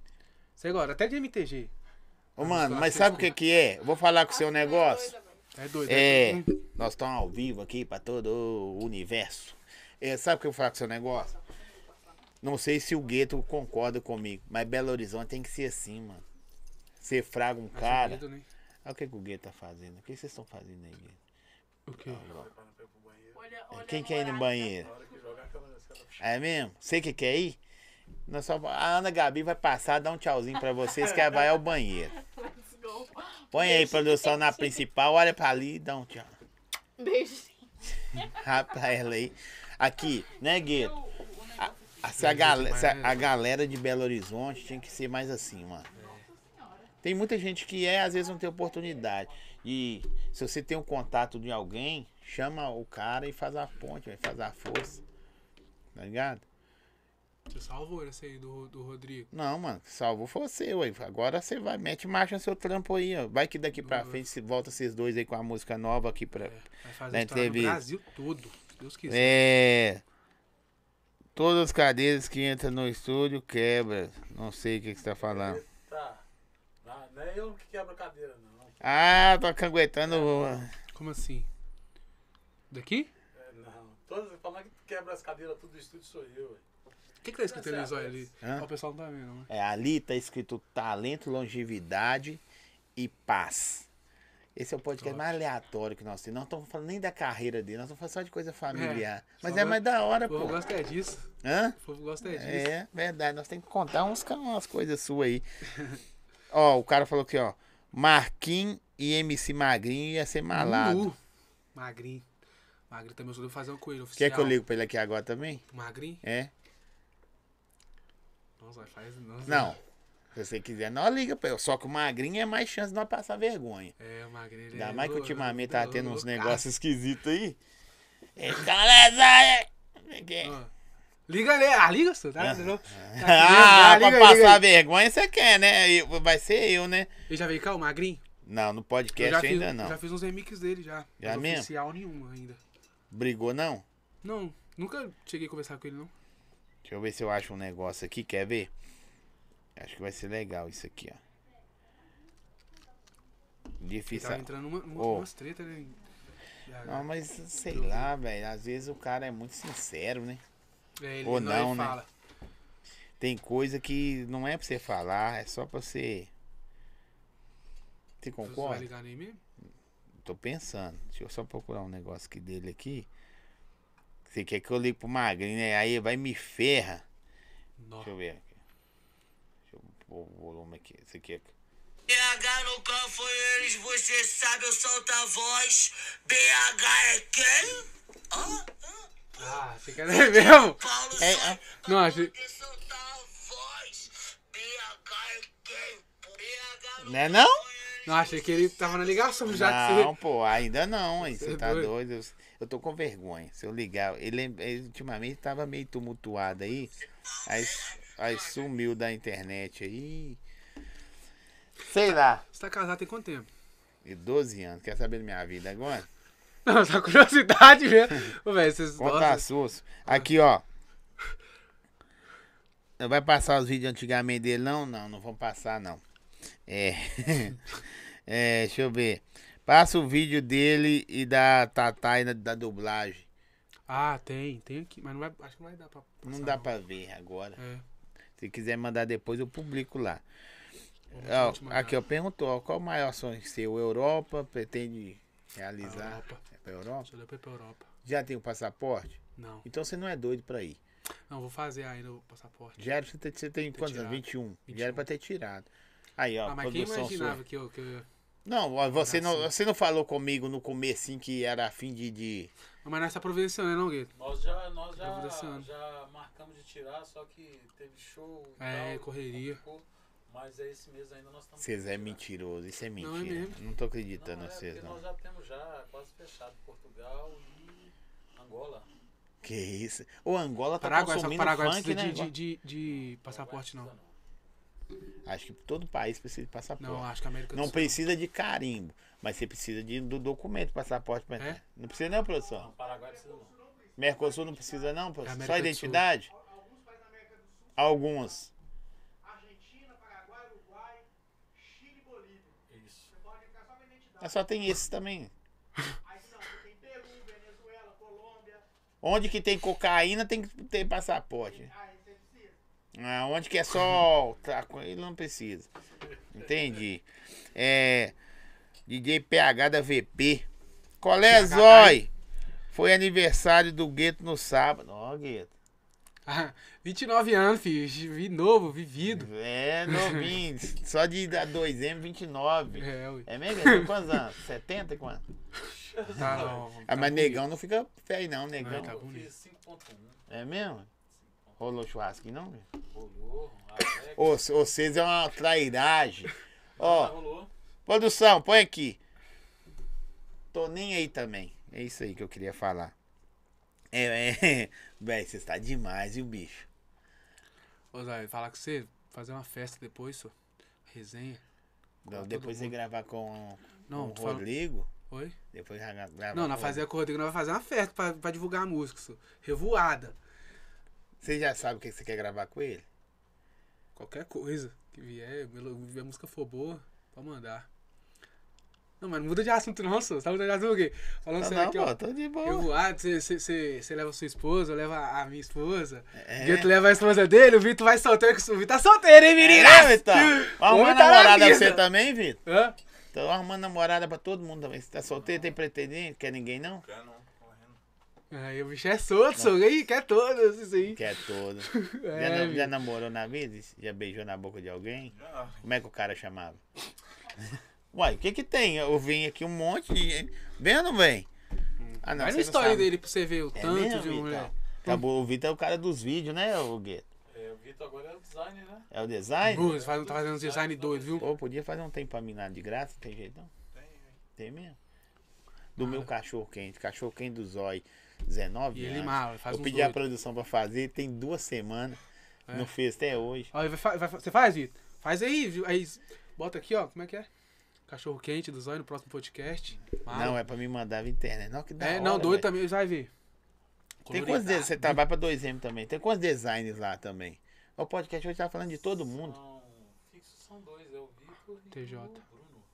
Speaker 2: Você agora, até de MTG.
Speaker 1: Ô, mano, mas sabe o que que é? Vou falar com o seu negócio.
Speaker 2: É doido.
Speaker 1: É,
Speaker 2: né?
Speaker 1: nós estamos ao vivo aqui pra todo o universo. É, sabe o que eu vou falar com o seu negócio? Não sei se o Gueto concorda comigo, mas Belo Horizonte tem que ser assim, mano. Você fraga um cara.
Speaker 2: Doido, né?
Speaker 1: Olha o que, que o Gueto tá fazendo. O que vocês estão fazendo aí, Gueto?
Speaker 2: O quê?
Speaker 3: Olha, olha
Speaker 1: Quem quer ir no
Speaker 3: horário.
Speaker 1: banheiro? É mesmo? Você que quer ir? Nós só- A Ana Gabi vai passar, dar um tchauzinho pra vocês, que ela vai ao banheiro.
Speaker 3: Let's go.
Speaker 1: Põe aí, produção, na principal, olha pra ali e dá um tchau.
Speaker 3: Beijinho.
Speaker 1: Ah, pra ela aí. Aqui, né, Gueto? A- a- se a, gale- se a- a galera de Belo Horizonte tinha que ser mais assim, mano. Tem muita gente que é, às vezes não tem oportunidade. E se você tem um contato de alguém, chama o cara e faz a ponte, vai fazer a força. Tá ligado?
Speaker 2: Você salvou essa aí do, do Rodrigo.
Speaker 1: Não, mano, salvo foi você, ué. Agora você vai, mete marcha no seu trampo aí, ó. Vai que daqui pra frente se volta vocês dois aí com a música nova aqui pra.
Speaker 2: Vai fazer
Speaker 1: Na
Speaker 2: história no
Speaker 1: entrevista.
Speaker 2: Brasil todo. Se Deus quiser.
Speaker 1: É. Todas as cadeiras que entram no estúdio quebra. Não sei o que, que você tá falando.
Speaker 4: Tá. Não, não é eu que quebro a cadeira, não.
Speaker 1: Ah, tô canguetando. Né?
Speaker 2: Como assim? Daqui?
Speaker 4: É, não. Todos falam é que quebra as cadeiras tudo do estúdio sou eu, velho.
Speaker 2: O que, que tá escrito ali, Zóia, ali?
Speaker 1: Hã?
Speaker 2: Ó, O pessoal não tá vendo, né?
Speaker 1: É, ali tá escrito talento, longevidade e paz. Esse é o podcast mais aleatório que nós temos. Nós estamos falando nem da carreira dele, nós estamos falando só de coisa familiar. Mas
Speaker 2: só
Speaker 1: é
Speaker 2: do-
Speaker 1: mais da hora,
Speaker 2: O povo
Speaker 1: É. pô.
Speaker 2: gosta é disso.
Speaker 1: Hã?
Speaker 2: O povo gosta é disso.
Speaker 1: É, verdade. Nós temos que contar uns, ca- umas coisas suas aí. ó, o cara falou aqui, ó. Marquinhos e MC Magrinho ia ser malado.
Speaker 2: Nu. Magrinho. Magrinho também, eu sou doido pra fazer uma com ele oficial.
Speaker 1: Quer que eu ligo pra ele aqui agora também?
Speaker 2: Magrinho?
Speaker 1: É?
Speaker 2: Não, Zóia, faz... Não.
Speaker 1: Não. Se você quiser, nós liga pra ele. Só que o Magrinho é mais chance de nós passar vergonha.
Speaker 2: É, o Magrinho... ele
Speaker 1: Ainda
Speaker 2: é
Speaker 1: mais que
Speaker 2: louco,
Speaker 1: ultimamente
Speaker 2: ele é
Speaker 1: tá tendo uns
Speaker 2: loucaço.
Speaker 1: negócios esquisitos aí. É, Calazar! É.
Speaker 2: Ó. Liga ali, ah, liga, senhor. Tá, entendeu? Tá aqui,
Speaker 1: Ah, pra
Speaker 2: aí,
Speaker 1: passar
Speaker 2: aí.
Speaker 1: vergonha você quer, né? Eu- Vai ser eu, né?
Speaker 2: Ele já veio cá, o Magrinho?
Speaker 1: Não, no
Speaker 2: Eu já
Speaker 1: podcast
Speaker 2: fiz,
Speaker 1: ainda
Speaker 2: eu
Speaker 1: não.
Speaker 2: Já fiz uns remixes dele já.
Speaker 1: Já
Speaker 2: mas
Speaker 1: mesmo?
Speaker 2: Oficial nenhuma ainda.
Speaker 1: Brigou, não?
Speaker 2: Não, nunca cheguei a conversar com ele, não.
Speaker 1: Deixa eu ver se eu acho um negócio aqui, quer ver? Acho que vai ser legal isso aqui, ó.
Speaker 2: Ele
Speaker 1: Difícil.
Speaker 2: tava Tá entrando numa, numa,
Speaker 1: Ô.
Speaker 2: umas treta, né? Já-
Speaker 1: Não, mas sei lá, velho. Às vezes o cara é muito sincero, né?
Speaker 2: é, ele,
Speaker 1: ou
Speaker 2: não, ele
Speaker 1: não, né?
Speaker 2: fala.
Speaker 1: Tem coisa que não é pra você falar, é só pra você. Você
Speaker 2: Você vai
Speaker 1: concorda?
Speaker 2: ligar nele mesmo?
Speaker 1: Tô pensando. Deixa eu só procurar um negócio aqui dele aqui. Você quer que eu ligue pro Magrinho, né? Aí vai e me ferra.
Speaker 2: Não.
Speaker 1: Deixa eu ver aqui. Deixa eu pôr o volume aqui. é Você quer que.
Speaker 6: BH no Cafoeiros, você sabe, eu solto a voz. BH é quem? Hã? Hã?
Speaker 2: Ah, você quer ver mesmo?
Speaker 6: Paulo
Speaker 1: É,
Speaker 6: Sérgio,
Speaker 2: Não, achei-
Speaker 6: você solta a voz. BH é quem? BH no
Speaker 1: Não é não?
Speaker 2: Não, achei que ele tava na ligação já. que
Speaker 1: Não,
Speaker 2: você-
Speaker 1: pô, ainda não, hein?
Speaker 2: Você
Speaker 1: Você
Speaker 2: é
Speaker 1: tá
Speaker 2: doido.
Speaker 1: doido? Eu, eu tô com vergonha. Se eu ligar, ele, ele ultimamente tava meio tumultuado aí. Aí, aí sumiu da internet aí. Sei lá.
Speaker 2: Você tá casado tem quanto tempo?
Speaker 1: E 12 anos. Quer saber da minha vida agora?
Speaker 2: Não, só curiosidade mesmo. Ô, velho, vocês...
Speaker 1: Conta
Speaker 2: Nossa,
Speaker 1: susto. Aqui, ó. Não vai passar os vídeos antigamente dele, não? Não, não vão passar, não. É. é deixa eu ver. Passa o vídeo dele e da Tatá e da- da dublagem.
Speaker 2: Ah, tem, tem aqui, mas não vai, acho que não vai dar pra. Passar,
Speaker 1: Não dá pra ver agora.
Speaker 2: É.
Speaker 1: Se quiser mandar depois, eu publico lá.
Speaker 2: Vamos
Speaker 1: Ó,
Speaker 2: te mandar.
Speaker 1: aqui, ó, perguntou, ó, qual o maior sonho seu? Europa? Pretende realizar?
Speaker 2: Europa.
Speaker 1: É pra Europa?
Speaker 2: Deixa eu levar pra Europa.
Speaker 1: Já tem o passaporte?
Speaker 2: Não,
Speaker 1: Então você não é doido pra ir.
Speaker 2: não, vou fazer ainda o passaporte.
Speaker 1: Já era pra você, ter, você tem quantos anos? 21.
Speaker 2: tirado.
Speaker 1: Já era pra ter tirado. Aí, ó,
Speaker 2: um. Ah, mas quem
Speaker 1: produção sua.
Speaker 2: imaginava que eu, que eu ia.
Speaker 1: Não, ó, você não,
Speaker 2: Assim.
Speaker 1: você não falou comigo no comecinho que era a fim de... de...
Speaker 2: Mas nós tá providenciando, né, não, Gueto?
Speaker 4: Nós já, nós
Speaker 2: Eu vou
Speaker 4: já,
Speaker 2: desse ano.
Speaker 4: já marcamos de tirar, só que teve show e
Speaker 2: É,
Speaker 4: tal,
Speaker 2: correria.
Speaker 4: complicou, Mas é esse mês ainda nós estamos.
Speaker 1: Vocês é mentiroso, isso é
Speaker 2: Não, é
Speaker 1: mentira. Não,
Speaker 2: mesmo.
Speaker 1: tô
Speaker 4: Não,
Speaker 1: acreditando
Speaker 4: é
Speaker 1: em vocês,
Speaker 4: porque
Speaker 1: não.
Speaker 4: nós já temos já quase fechado Portugal e Angola.
Speaker 1: Que isso? O Angola tá
Speaker 2: Paraguai, só que
Speaker 1: consumindo
Speaker 2: Paraguai
Speaker 1: funk,
Speaker 2: precisa
Speaker 1: né?
Speaker 2: de, de, de, de passaporte, não.
Speaker 1: Acho que todo país precisa de passaporte.
Speaker 2: Não, acho que a América
Speaker 1: Não
Speaker 2: do Sul.
Speaker 1: precisa de carimbo, mas você precisa de, do documento, passaporte. pra entrar.
Speaker 2: É?
Speaker 1: Não precisa não, produção.
Speaker 4: No Paraguai precisa não.
Speaker 1: Mercosul não precisa não, produção.
Speaker 2: América
Speaker 1: Só
Speaker 2: do
Speaker 1: identidade? Alguns.
Speaker 7: Argentina, Paraguai, Uruguai, Chile e Bolívia.
Speaker 4: Isso.
Speaker 7: Você pode ficar só com a identidade.
Speaker 1: Mas só tem esses também.
Speaker 7: Aí não, você tem Peru, Venezuela, Colômbia.
Speaker 1: Onde que tem cocaína tem que ter passaporte.
Speaker 7: Aí você precisa.
Speaker 1: Ah, onde que é só. Tá, ele não precisa. Entendi. É. DJ PH da VP. Colé
Speaker 2: tá
Speaker 1: é, Zói. Foi aniversário do Gueto no sábado. Ó, Gueto.
Speaker 2: Ah, 29 anos, filho. Vi novo, vivido.
Speaker 1: É, novinho. só de da 2M, 29.
Speaker 2: É, ui.
Speaker 1: É mesmo? Gueto? Quantos anos? 70 e quantos?
Speaker 2: Tá, não.
Speaker 1: Ah, mas negão não fica feio, não, negão.
Speaker 2: Tá
Speaker 4: Eu
Speaker 2: bonito.
Speaker 4: fiz 5.1.
Speaker 1: É mesmo? Rolou churrasco, não? Gueto?
Speaker 4: Rolou. Alegre.
Speaker 1: Ô, c- Vocês é uma trairagem. Ó.
Speaker 4: Rolou.
Speaker 1: Produção, põe aqui. Tô nem aí também. É isso aí que eu queria falar. É, é. Véi, você está demais, viu, bicho?
Speaker 2: Ô, Zé, falar com você, fazer uma festa depois, só. Resenha.
Speaker 1: Não,
Speaker 2: Tá todo
Speaker 1: depois você
Speaker 2: mundo.
Speaker 1: gravar com,
Speaker 2: Não,
Speaker 1: com
Speaker 2: tu
Speaker 1: o
Speaker 2: fala-
Speaker 1: Rodrigo.
Speaker 2: Oi?
Speaker 1: Depois já gra- gravar.
Speaker 2: Não,
Speaker 1: com
Speaker 2: nós
Speaker 1: o
Speaker 2: fazer a corrida, nós vamos fazer uma festa pra, pra divulgar a música, só. Revoada.
Speaker 1: Rodrigo. Você já sabe o que você quer gravar com ele?
Speaker 2: Qualquer coisa que vier, melo- a música for boa, pode mandar. Não, mas não muda de assunto não, só. Tá mudando de assunto o quê? Falando
Speaker 1: Não,
Speaker 2: sério
Speaker 1: Tá não,
Speaker 2: aqui,
Speaker 1: pô,
Speaker 2: ó.
Speaker 1: tô de boa.
Speaker 2: Revoada, você leva sua esposa, eu levo a a minha esposa.
Speaker 1: É.
Speaker 2: O Gueto leva a esposa dele, o Vitor vai solteiro. que O Vitor tá solteiro, hein, menina?
Speaker 1: É, Vitão? Arruma uma
Speaker 2: Homem tá na
Speaker 1: namorada pra
Speaker 2: vida.
Speaker 1: você também, Vitor?
Speaker 2: Hã?
Speaker 1: Tô arrumando namorada pra todo mundo também. Você tá solteiro, tem pretendente? Quer ninguém, não?
Speaker 4: Já não, correndo.
Speaker 2: Aí o bicho é solto, só. Aí quer todas, isso aí.
Speaker 1: Quer todo.
Speaker 2: É,
Speaker 1: já, na- já
Speaker 2: bicho.
Speaker 1: namorou na vida? Já beijou na boca de alguém?
Speaker 4: Já.
Speaker 1: Como é que o cara chamava? Uai, o que que tem? Eu vim aqui um monte de gente. Vem ou não vem? Ah,
Speaker 2: Vai
Speaker 1: você
Speaker 2: na história
Speaker 1: sabe.
Speaker 2: dele pra você ver o
Speaker 1: É
Speaker 2: tanto
Speaker 1: mesmo,
Speaker 2: de
Speaker 1: Vitão?
Speaker 2: mulher.
Speaker 1: Acabou, o Vitor é o cara dos vídeos, né, o Gueto?
Speaker 4: É, o Vitor agora é o designer, né?
Speaker 1: É o design?
Speaker 2: Bruno, você faz- tá fazendo uns design doido, viu?
Speaker 1: Pô, podia fazer um tempo pra mim lá de graça, tem jeito não? Tem mesmo. Do meu cachorro quente, cachorro quente do Zói, 19
Speaker 2: E ele
Speaker 1: anos.
Speaker 2: mala, faz
Speaker 1: Eu
Speaker 2: um
Speaker 1: pedi
Speaker 2: doido.
Speaker 1: a produção pra fazer, tem duas semanas.
Speaker 2: É.
Speaker 1: Não fez até hoje.
Speaker 2: Ó, vai fa- vai fa- você faz, Vitor? Faz aí, viu? Aí bota aqui, ó, como é que é? Cachorro quente do Zóio no próximo podcast. Mala.
Speaker 1: Não, é pra me mandar via internet. Não, que da
Speaker 2: É, não,
Speaker 1: hora,
Speaker 2: doido Ah,
Speaker 1: velho.
Speaker 2: também, você vai ver.
Speaker 1: Tem
Speaker 2: Coloridado.
Speaker 1: quantos desenhos? Você trabalha pra 2M também. Tem quantos designs lá também? O podcast hoje tá falando de todo mundo.
Speaker 4: São... Fixos Então, são dois, é o Vitor e
Speaker 2: TJ.
Speaker 4: o Bruno.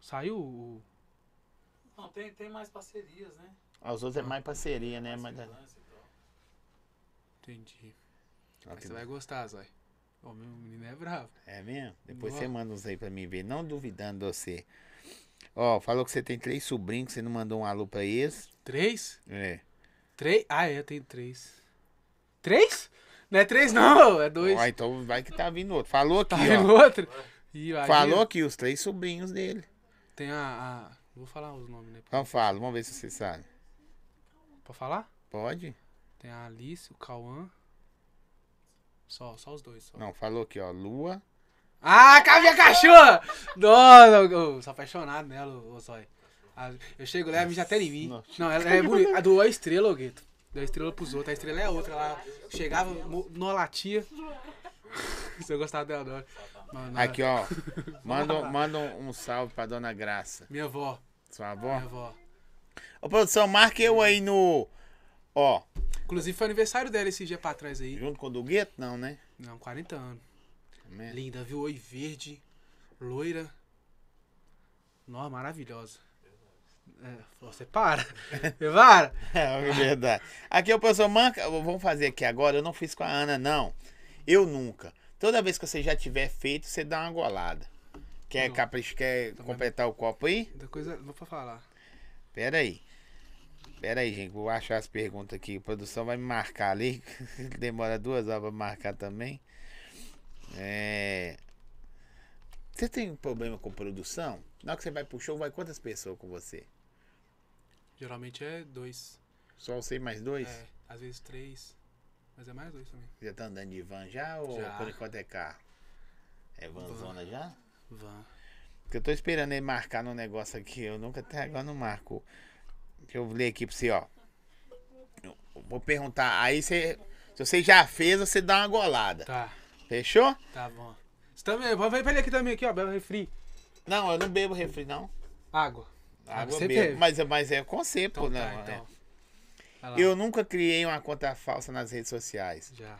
Speaker 2: Saiu o.
Speaker 4: Não, tem, tem mais parcerias, né?
Speaker 1: Ah, Os outros é mais parceria, né? Mas...
Speaker 4: Freelance e tal.
Speaker 2: Entendi.
Speaker 1: Ó,
Speaker 2: Mas
Speaker 1: que
Speaker 2: é você vai gostar, Zóio. Ó, meu menino é bravo.
Speaker 1: É mesmo? Depois
Speaker 2: Ó.
Speaker 1: você manda uns aí pra mim ver. Não duvidando de você. Ó, falou que você tem três sobrinhos, que você não mandou um alô pra eles.
Speaker 2: Três?
Speaker 1: É.
Speaker 2: Três? Ah, é, eu tenho três. Três? Não é três, não, é dois.
Speaker 1: Ó, então vai que tá vindo outro. Falou aqui,
Speaker 2: tá
Speaker 1: ó.
Speaker 2: vendo outro? tá Ih, imagina.
Speaker 1: Falou aqui os três sobrinhos dele.
Speaker 2: Tem a. a- Vou falar os nomes, né?
Speaker 1: Então fala, vamos ver se você sabe.
Speaker 2: Pra falar?
Speaker 1: Pode?
Speaker 2: Tem a Alice, o Cauã. Só, só os dois. Só.
Speaker 1: Não, falou aqui, ó. Lua.
Speaker 2: Ah, com a minha cachorra! Nossa, eu sou apaixonado nela, ô Zói. A- Eu chego lá, ela mija até em mim.
Speaker 1: Nossa.
Speaker 2: Não, ela é bonita. A do a estrela, ô Gueto. Deu a estrela pros outros, a estrela é outra. Ela chegava, mo- não latia. Se eu gostava dela, não. Mano,
Speaker 1: Aqui, ó. Manda, um- manda um um salve pra Dona Graça.
Speaker 2: Minha avó,
Speaker 1: Sua avó?
Speaker 2: minha avó.
Speaker 1: Ô, produção, marca eu aí no. Ó,
Speaker 2: Inclusive foi aniversário dela esse dia pra trás aí.
Speaker 1: junto com o do Gueto, não, né?
Speaker 2: Não, 40 anos.
Speaker 1: Né?
Speaker 2: Linda, viu? Oi verde, loira. Nossa, maravilhosa. É, você para. Você para.
Speaker 1: É verdade. Aqui o professor Manca. Vamos fazer aqui agora. Eu não fiz com a Ana, não. Eu nunca. Toda vez que você já tiver feito, você dá uma golada. Quer, capricho, quer completar o copo aí?
Speaker 2: Muita coisa, não pra falar.
Speaker 1: Pera aí. Pera aí, gente. Vou achar as perguntas aqui. A produção vai me marcar ali. Demora duas horas pra marcar também. É... Você tem um problema com produção? Na hora que você vai pro show, vai quantas pessoas com você?
Speaker 2: Geralmente é dois.
Speaker 1: Só você e mais dois?
Speaker 2: É, às vezes três. Mas é mais dois também.
Speaker 1: Já tá andando de van já ou
Speaker 2: Já.
Speaker 1: por enquanto é carro? É vanzona já?
Speaker 2: Van.
Speaker 1: Porque eu tô esperando ele marcar no negócio aqui. Eu nunca até agora não marco. Deixa eu ler aqui pra você, ó. Eu vou perguntar. Aí você. Se você já fez, você dá uma golada.
Speaker 2: Tá,
Speaker 1: Fechou?
Speaker 2: tá bom. Se Também, vai vai pra ele aqui também, aqui, ó. Belo refri.
Speaker 1: Não, eu não bebo refri, não.
Speaker 2: Água.
Speaker 1: Água
Speaker 2: Ah, você
Speaker 1: eu
Speaker 2: bebe.
Speaker 1: bebo. Mas, é- mas é conceito,
Speaker 2: Então
Speaker 1: não.
Speaker 2: tá,
Speaker 1: é.
Speaker 2: então. Vai lá.
Speaker 1: Eu nunca criei uma conta falsa nas redes sociais.
Speaker 2: Já.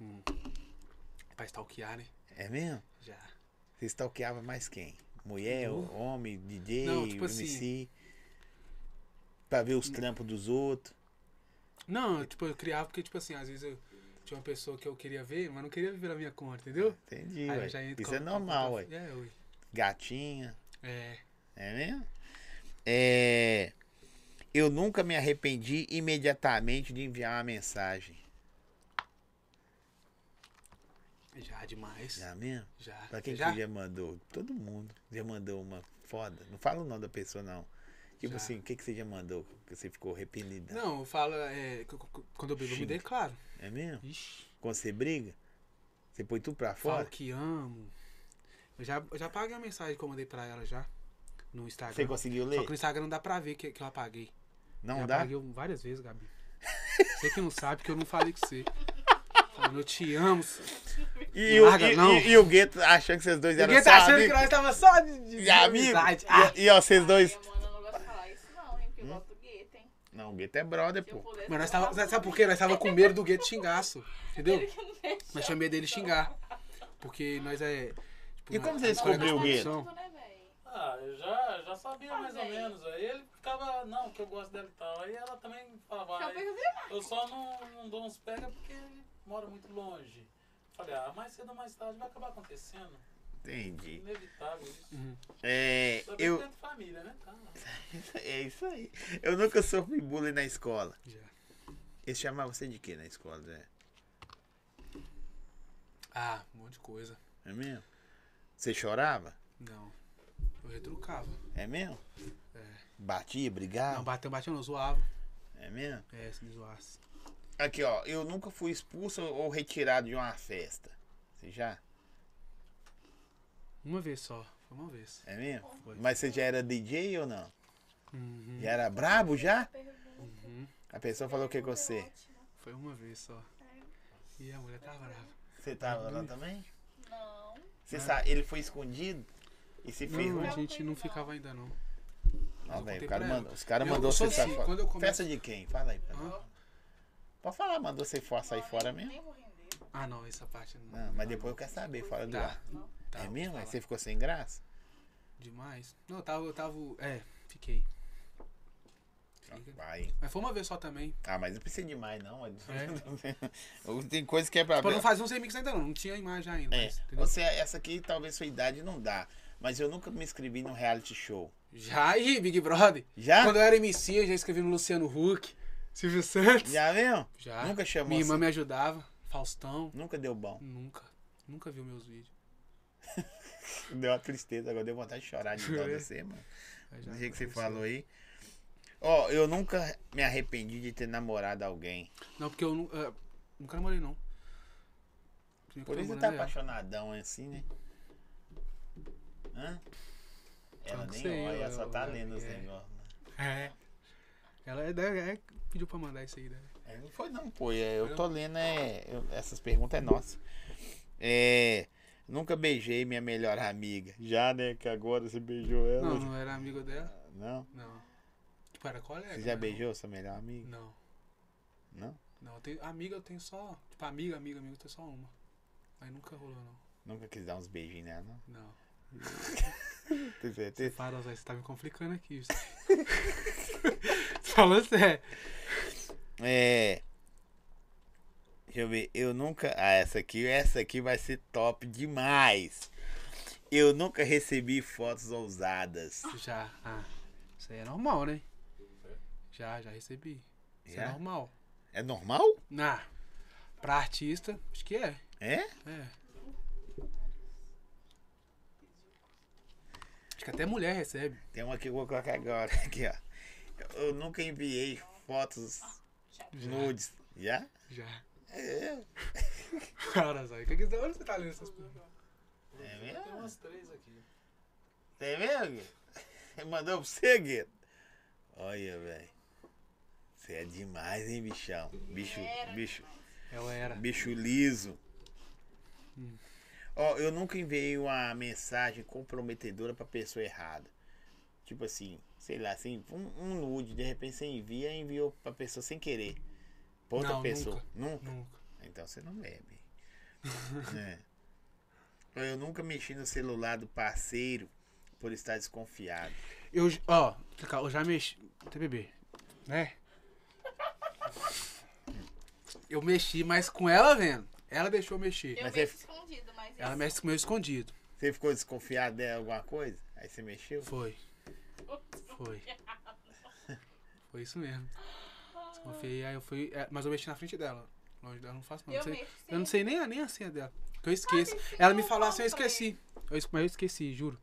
Speaker 2: Hum. Pra stalkear, né?
Speaker 1: É mesmo?
Speaker 2: Já.
Speaker 1: Você stalkeava mais quem? Mulher, homem, DJ,
Speaker 2: Uhum. Não, tipo
Speaker 1: MC?
Speaker 2: assim-
Speaker 1: Pra ver os trampos dos outros.
Speaker 2: Não, tipo, eu criava porque, tipo assim, às vezes eu tinha uma pessoa que eu queria ver, mas não queria ver na minha conta, entendeu?
Speaker 1: Entendi,
Speaker 2: Aí eu
Speaker 1: ué.
Speaker 2: já entro
Speaker 1: Isso
Speaker 2: com-
Speaker 1: é
Speaker 2: com-
Speaker 1: normal,
Speaker 2: com-
Speaker 1: ué.
Speaker 2: É, ué.
Speaker 1: Gatinha,
Speaker 2: É.
Speaker 1: é mesmo? É... Eu nunca me arrependi imediatamente de enviar uma mensagem.
Speaker 2: Já demais. Já.
Speaker 1: Já mesmo?
Speaker 2: já.
Speaker 1: Pra quem
Speaker 2: já?
Speaker 1: que já mandou? Todo mundo já mandou uma foda. Não fala o nome da pessoa, não. Tipo
Speaker 2: Já.
Speaker 1: assim, o que, que você já mandou? Que você ficou arrependida.
Speaker 2: Não, eu falo, é, que eu- quando eu bebo, eu me
Speaker 1: Xinga.
Speaker 2: declaro.
Speaker 1: É mesmo?
Speaker 2: Ixi,
Speaker 1: Quando você briga, você põe tudo pra
Speaker 2: falo
Speaker 1: fora.
Speaker 2: que amo. Eu já, eu já apaguei a mensagem que eu mandei pra ela já. No Instagram.
Speaker 1: Você conseguiu
Speaker 2: Só
Speaker 1: ler?
Speaker 2: que no Instagram não dá pra ver que, que eu apaguei.
Speaker 1: Não
Speaker 2: já
Speaker 1: dá?
Speaker 2: apaguei um, várias vezes, Gabi. Você que não sabe que eu não falei com você. Falando, eu te amo.
Speaker 1: E,
Speaker 2: Não
Speaker 1: o-
Speaker 2: larga,
Speaker 1: e-
Speaker 2: não.
Speaker 1: e- e o Gueto achando que vocês dois eram
Speaker 2: Ninguém
Speaker 1: só
Speaker 2: tá achando
Speaker 1: amigos.
Speaker 2: que nós tava só de, de- de
Speaker 1: E amigo.
Speaker 2: amizade. Ah,
Speaker 1: E, e, ó, vocês dois... Hum?
Speaker 3: Ai, mano, eu não gosto de falar isso não, hein, porque eu gosto do gueto, hein.
Speaker 1: Não, o Gueto é brother,
Speaker 3: Se eu
Speaker 1: pô.
Speaker 3: pudesse...
Speaker 2: Mas nós
Speaker 3: eu
Speaker 2: tava.
Speaker 3: falava
Speaker 2: Sabe por
Speaker 3: um do
Speaker 2: quê? Nós tava com medo do gueto xingaço. Entendeu?
Speaker 3: Gueto, que não deixa.
Speaker 2: Nós tinha medo dele xingar. Porque nós é. tipo,
Speaker 1: E
Speaker 2: nós-
Speaker 1: como você
Speaker 2: nós é
Speaker 1: descobriu
Speaker 2: da
Speaker 1: o Gueto?
Speaker 2: produção.
Speaker 3: Tipo, né, véi?
Speaker 4: Ah, eu já, já sabia mais ou
Speaker 3: Ah, velho.
Speaker 4: menos. Aí ele ficava, não, que eu gosto dela e tal. Aí ela também falava, "Ah,
Speaker 3: Só
Speaker 4: "Ai,
Speaker 3: porque você vai.
Speaker 4: eu só não, não dou uns pega porque ele mora muito longe. Falei, ah, mais cedo ou mais tarde vai acabar acontecendo.
Speaker 1: Entendi.
Speaker 4: Inevitável isso.
Speaker 1: É,
Speaker 4: Só que
Speaker 1: eu...
Speaker 4: dentro de família, né? Tá.
Speaker 1: É isso aí. Eu nunca sofri bullying na escola.
Speaker 2: Já.
Speaker 1: Eles chamavam você de quê na escola, Zé?
Speaker 2: Ah, um monte de coisa.
Speaker 1: É mesmo? Você chorava?
Speaker 2: Não. Eu retrucava.
Speaker 1: É mesmo?
Speaker 2: É.
Speaker 1: Batia, brigava?
Speaker 2: Não, bateu, bateu, não, zoava.
Speaker 1: É mesmo?
Speaker 2: É, se me zoasse.
Speaker 1: Aqui, ó. Eu nunca fui expulso ou retirado de uma festa. Você já?
Speaker 2: Uma vez só. Foi uma vez.
Speaker 1: É mesmo?
Speaker 2: Foi.
Speaker 1: Mas você já era DJ ou não?
Speaker 2: Uhum.
Speaker 1: Já era brabo já?
Speaker 3: Pergunta.
Speaker 1: A pessoa falou o que com você?
Speaker 3: Ótimo.
Speaker 2: Foi uma vez só. E a mulher tava brava.
Speaker 1: Você tava
Speaker 2: Uhum.
Speaker 1: lá também?
Speaker 3: Não.
Speaker 1: Você sa- Ele foi escondido? E se fez
Speaker 2: Ah.
Speaker 1: um
Speaker 2: Não,
Speaker 1: ruim?
Speaker 2: a gente não ficava ainda, não.
Speaker 1: Não,
Speaker 2: eu
Speaker 1: velho.
Speaker 2: contei
Speaker 1: O cara
Speaker 2: pra
Speaker 1: mandou,
Speaker 2: ela.
Speaker 1: os caras
Speaker 2: Eu
Speaker 1: mandou
Speaker 2: sou
Speaker 1: você sair
Speaker 2: assim,
Speaker 1: fora.
Speaker 2: quando eu começo-
Speaker 1: Festa de quem? Fala aí pra mim.
Speaker 2: Hã?
Speaker 1: Pode falar, mandou você fora sair fora mesmo?
Speaker 3: Nem vou render.
Speaker 2: Ah, não, essa parte não.
Speaker 1: Não, mas depois eu quero saber, fora do
Speaker 2: Tá.
Speaker 1: ar.
Speaker 2: Tá,
Speaker 1: É
Speaker 2: vou
Speaker 1: mesmo? Aí
Speaker 2: falar.
Speaker 1: Você ficou sem graça?
Speaker 2: Demais. Não, eu tava, eu tava. É, fiquei. Fica.
Speaker 1: Vai.
Speaker 2: Mas foi uma vez só também.
Speaker 1: Ah, mas não precisa demais, não.
Speaker 2: É?
Speaker 1: Tem coisa que é pra
Speaker 2: Tipo, eu
Speaker 1: ver.
Speaker 2: não fazia uns remix ainda, não. Não tinha imagem ainda.
Speaker 1: É,
Speaker 2: mas, entendeu?
Speaker 1: você, essa aqui talvez sua idade não dá, mas eu nunca me inscrevi num reality show.
Speaker 2: Já aí, Big Brother.
Speaker 1: Já?
Speaker 2: Quando eu era MC, eu já escrevi no Luciano Huck, Silvio Santos.
Speaker 1: Já mesmo?
Speaker 2: Já.
Speaker 1: Nunca chamou
Speaker 2: Ah, Minha irmã
Speaker 1: assim?
Speaker 2: me ajudava. Faustão.
Speaker 1: Nunca deu bom.
Speaker 2: Nunca. Nunca viu meus vídeos.
Speaker 1: Deu uma tristeza, agora deu vontade de chorar de dó
Speaker 2: É.
Speaker 1: de você, mano.
Speaker 2: Mas já
Speaker 1: Do jeito que você
Speaker 2: aconteceu.
Speaker 1: falou aí. Ó, eu nunca me arrependi de ter namorado alguém.
Speaker 2: Não, porque eu nu- ah, nunca namorei, não. Primeiro que
Speaker 1: Por
Speaker 2: eu
Speaker 1: isso
Speaker 2: tô
Speaker 1: você tá
Speaker 2: namorando é ela.
Speaker 1: apaixonadão assim, né? Hã? Ela
Speaker 2: Eu não
Speaker 1: nem
Speaker 2: sei,
Speaker 1: olha,
Speaker 2: eu-
Speaker 1: ela só tá
Speaker 2: eu-
Speaker 1: lendo os
Speaker 2: é.
Speaker 1: negócios. né?
Speaker 2: É. Ela é, da- é- pediu pra mandar isso aí, né?
Speaker 1: É, Não foi não, pô. é, Eu
Speaker 2: um-
Speaker 1: tô lendo, é, eu- essas perguntas é nossa. É, nunca beijei minha melhor amiga. Já, né? Que agora você beijou ela.
Speaker 2: Não, não era amigo dela.
Speaker 1: Não?
Speaker 2: Não. Tipo, era colega.
Speaker 1: Você já
Speaker 2: né?
Speaker 1: beijou sua melhor amiga?
Speaker 2: Não.
Speaker 1: Não?
Speaker 2: Não, eu tenho, amiga eu tenho só. Tipo, amiga, amiga, amiga, eu tenho só uma. Aí nunca rolou, não.
Speaker 1: Nunca quis dar uns beijinhos nela, não?
Speaker 2: Não.
Speaker 1: Tem certeza?
Speaker 2: Para, Zé, você tá me complicando aqui. Você falou sério.
Speaker 1: É. Deixa eu ver. Eu nunca. Ah, essa aqui, essa aqui vai ser top demais. Eu nunca recebi fotos ousadas.
Speaker 2: Já. Ah, isso aí é normal, né? Já, já recebi. Isso
Speaker 1: É? Já?
Speaker 2: é normal.
Speaker 1: É normal?
Speaker 2: Na. Pra artista, acho que é.
Speaker 1: É?
Speaker 2: É. Acho que até mulher recebe.
Speaker 1: Tem uma que eu vou colocar agora. Aqui, ó. Eu nunca enviei fotos nudes. Já?
Speaker 2: Já.
Speaker 1: É,
Speaker 2: Cara, Zé, que que onde você tá lendo essas coisas?
Speaker 1: é
Speaker 4: Tem
Speaker 1: mesmo?
Speaker 4: umas três aqui.
Speaker 1: É mesmo? Gueto? Mandou pra você, Gueto? Olha, velho. Você é demais, hein, bichão? Bicho, bicho,
Speaker 2: Ela era.
Speaker 1: bicho liso. Ó, eu nunca enviei uma mensagem comprometedora pra pessoa errada. Tipo assim, sei lá, assim, um, um nude, de repente você envia e enviou pra pessoa sem querer. Pra outra
Speaker 2: Não,
Speaker 1: pessoa. Nunca.
Speaker 2: Nunca.
Speaker 1: Então você não bebe. É. Eu nunca mexi no celular do parceiro por estar desconfiado.
Speaker 2: Eu, j- ó, Cacau, eu já mexi. Até bebê, né? Eu mexi, mas com ela vendo. Ela deixou eu mexer.
Speaker 3: Eu
Speaker 1: Mas
Speaker 3: meio
Speaker 1: é-
Speaker 3: escondido, mas.
Speaker 2: Ela
Speaker 3: isso-
Speaker 2: mexe com o meu escondido.
Speaker 1: Você ficou desconfiado de alguma coisa? Aí você mexeu?
Speaker 2: Foi. Foi. Foi isso mesmo. Desconfiei, aí eu fui. é, mas eu mexi na frente dela. Longe dela, eu não faço não.
Speaker 3: Eu
Speaker 2: Não sei-
Speaker 3: mexo,
Speaker 2: eu não
Speaker 3: sim.
Speaker 2: sei nem, a- nem a senha dela. Que eu esqueço.
Speaker 3: mas isso
Speaker 2: ela me
Speaker 3: não
Speaker 2: falasse, eu
Speaker 3: conta, né?
Speaker 2: esqueci. Eu, es- mas eu esqueci, juro.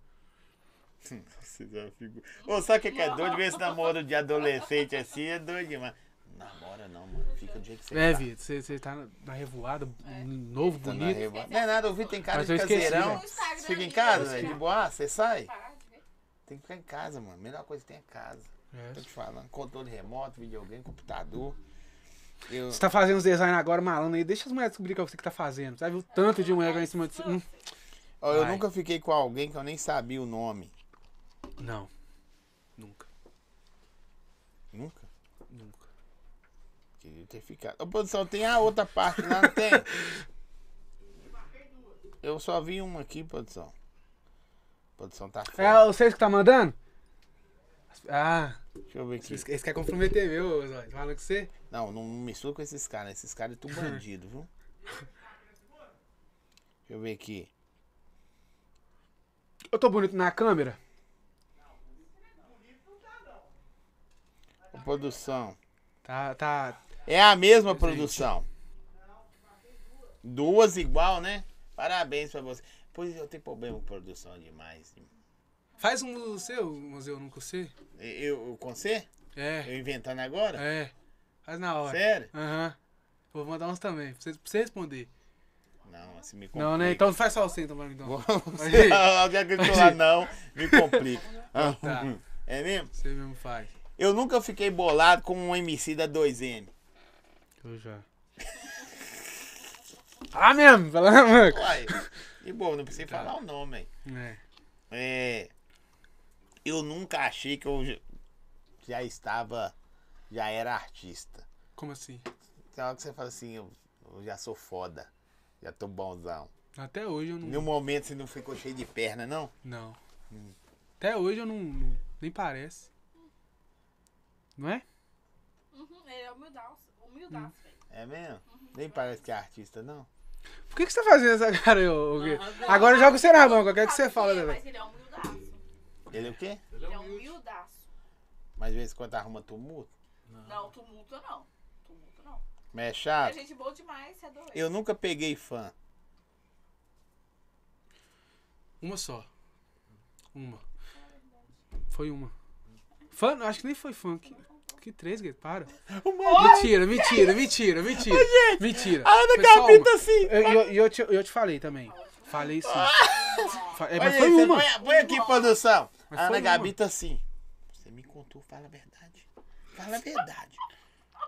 Speaker 1: Você já ficou. Ô, sabe o que, que é doido? Esse namoro de adolescente assim é doido demais. Namora não, mano. Fica do jeito que você
Speaker 2: É,
Speaker 1: tá.
Speaker 2: Vitor, você, você tá na- na revoada, um novo,
Speaker 1: Tá na
Speaker 2: bonito.
Speaker 1: reba- Não é nada, o Vitor tem cara
Speaker 2: Mas
Speaker 1: de
Speaker 2: eu esqueci, né?
Speaker 1: caseirão.
Speaker 2: velho.
Speaker 1: Você fica em casa, velho, de boa, você sai?
Speaker 3: Parar de ver.
Speaker 1: Tem que ficar em casa, mano. Melhor coisa que tem é casa.
Speaker 2: É.
Speaker 1: Tô te falando. Controle remoto, videogame, computador. Eu...
Speaker 2: Você tá fazendo os designs agora, malandro aí. Deixa as mulheres descobrir o que é você que tá fazendo. Sabe o tanto de mulher que é em cima de você. Hum.
Speaker 1: Ó, eu
Speaker 2: Vai.
Speaker 1: nunca fiquei com alguém que eu nem sabia o nome.
Speaker 2: Não. Nunca,
Speaker 1: Nunca.
Speaker 2: nunca.
Speaker 1: Queria ter ficado. Ô, produção, tem a outra parte lá, não tem? Eu só vi uma aqui, produção. Produção tá
Speaker 2: É
Speaker 1: foda.
Speaker 2: vocês que tá mandando? Ah,
Speaker 1: Deixa eu ver aqui.
Speaker 2: eles eles querem comprometer, viu, Zóio? Fala com você.
Speaker 1: Não, não mistura com esses caras. Esses caras é tudo bandido, viu? Deixa eu ver aqui.
Speaker 2: Eu tô bonito na câmera?
Speaker 1: Ô, produção.
Speaker 2: Tá, tá.
Speaker 1: É a mesma produção. Duas igual, né? Parabéns pra você. Pois eu tenho problema com produção demais.
Speaker 2: Faz um seu, mas eu nunca sei.
Speaker 1: Eu, eu com você?
Speaker 2: É,
Speaker 1: Eu inventando agora?
Speaker 2: é. Faz na hora.
Speaker 1: Sério?
Speaker 2: Aham. Vou mandar uns também, pra você, pra você responder.
Speaker 1: Não, assim me complica.
Speaker 2: Não, né? Então faz só o seu, então, pra mim, então.
Speaker 1: Você, alguém lá, não, me complica.
Speaker 2: Tá.
Speaker 1: É mesmo?
Speaker 2: Você mesmo faz.
Speaker 1: Eu nunca fiquei bolado com um MC da 2N.
Speaker 2: Eu já. Ah, mesmo! Falando, mano.
Speaker 1: Uai, e bom, não precisei
Speaker 2: Tá.
Speaker 1: falar o nome, hein?
Speaker 2: É.
Speaker 1: É, eu nunca achei que eu j- já estava, já era artista.
Speaker 2: Como assim?
Speaker 1: Tem hora que você fala assim, eu, eu já sou foda, já tô bonzão.
Speaker 2: Até hoje eu não.
Speaker 1: No momento você não ficou cheio de perna, não?
Speaker 2: Não. Até hoje eu não. não- nem parece. Não é?
Speaker 3: Uhum, ele é humildaço, humildaço, velho.
Speaker 1: É mesmo? Nem parece que é artista, não?
Speaker 2: Por que, que você tá fazendo essa cara, ô? ô, Gui? Agora joga o seu na banca, o que é que você
Speaker 3: Sabe
Speaker 2: fala,
Speaker 3: quem é,
Speaker 2: velho?
Speaker 3: Mas ele é humildaço.
Speaker 1: Ele é o quê?
Speaker 3: Ele
Speaker 4: Ele é
Speaker 3: é
Speaker 4: humilde.
Speaker 3: humildaço.
Speaker 1: Mas de vez em quando arruma tumulto,
Speaker 3: Não, tumulto não. Tumulto não.
Speaker 1: mas é
Speaker 3: É
Speaker 1: chato.
Speaker 3: gente boa demais, você é doido.
Speaker 1: Eu nunca peguei fã.
Speaker 2: Uma só. Uma. Foi uma. Fã? Não, Acho que nem foi fã. Que, que três, Gui? Para. Mentira, mentira, mentira, mentira. Mentira.
Speaker 1: A Ana
Speaker 2: Foi só uma.
Speaker 1: Capita assim.
Speaker 2: Eu, eu, eu te, eu te falei também. Falei sim. Fa- é,
Speaker 1: Ah! Olha
Speaker 2: mas
Speaker 1: aí,
Speaker 2: foi
Speaker 1: você
Speaker 2: uma.
Speaker 1: Põe, põe aqui, produção.
Speaker 2: Mas
Speaker 1: A Ana
Speaker 2: foi
Speaker 1: Gabi tá assim. Você me contou, fala a verdade. Fala a verdade.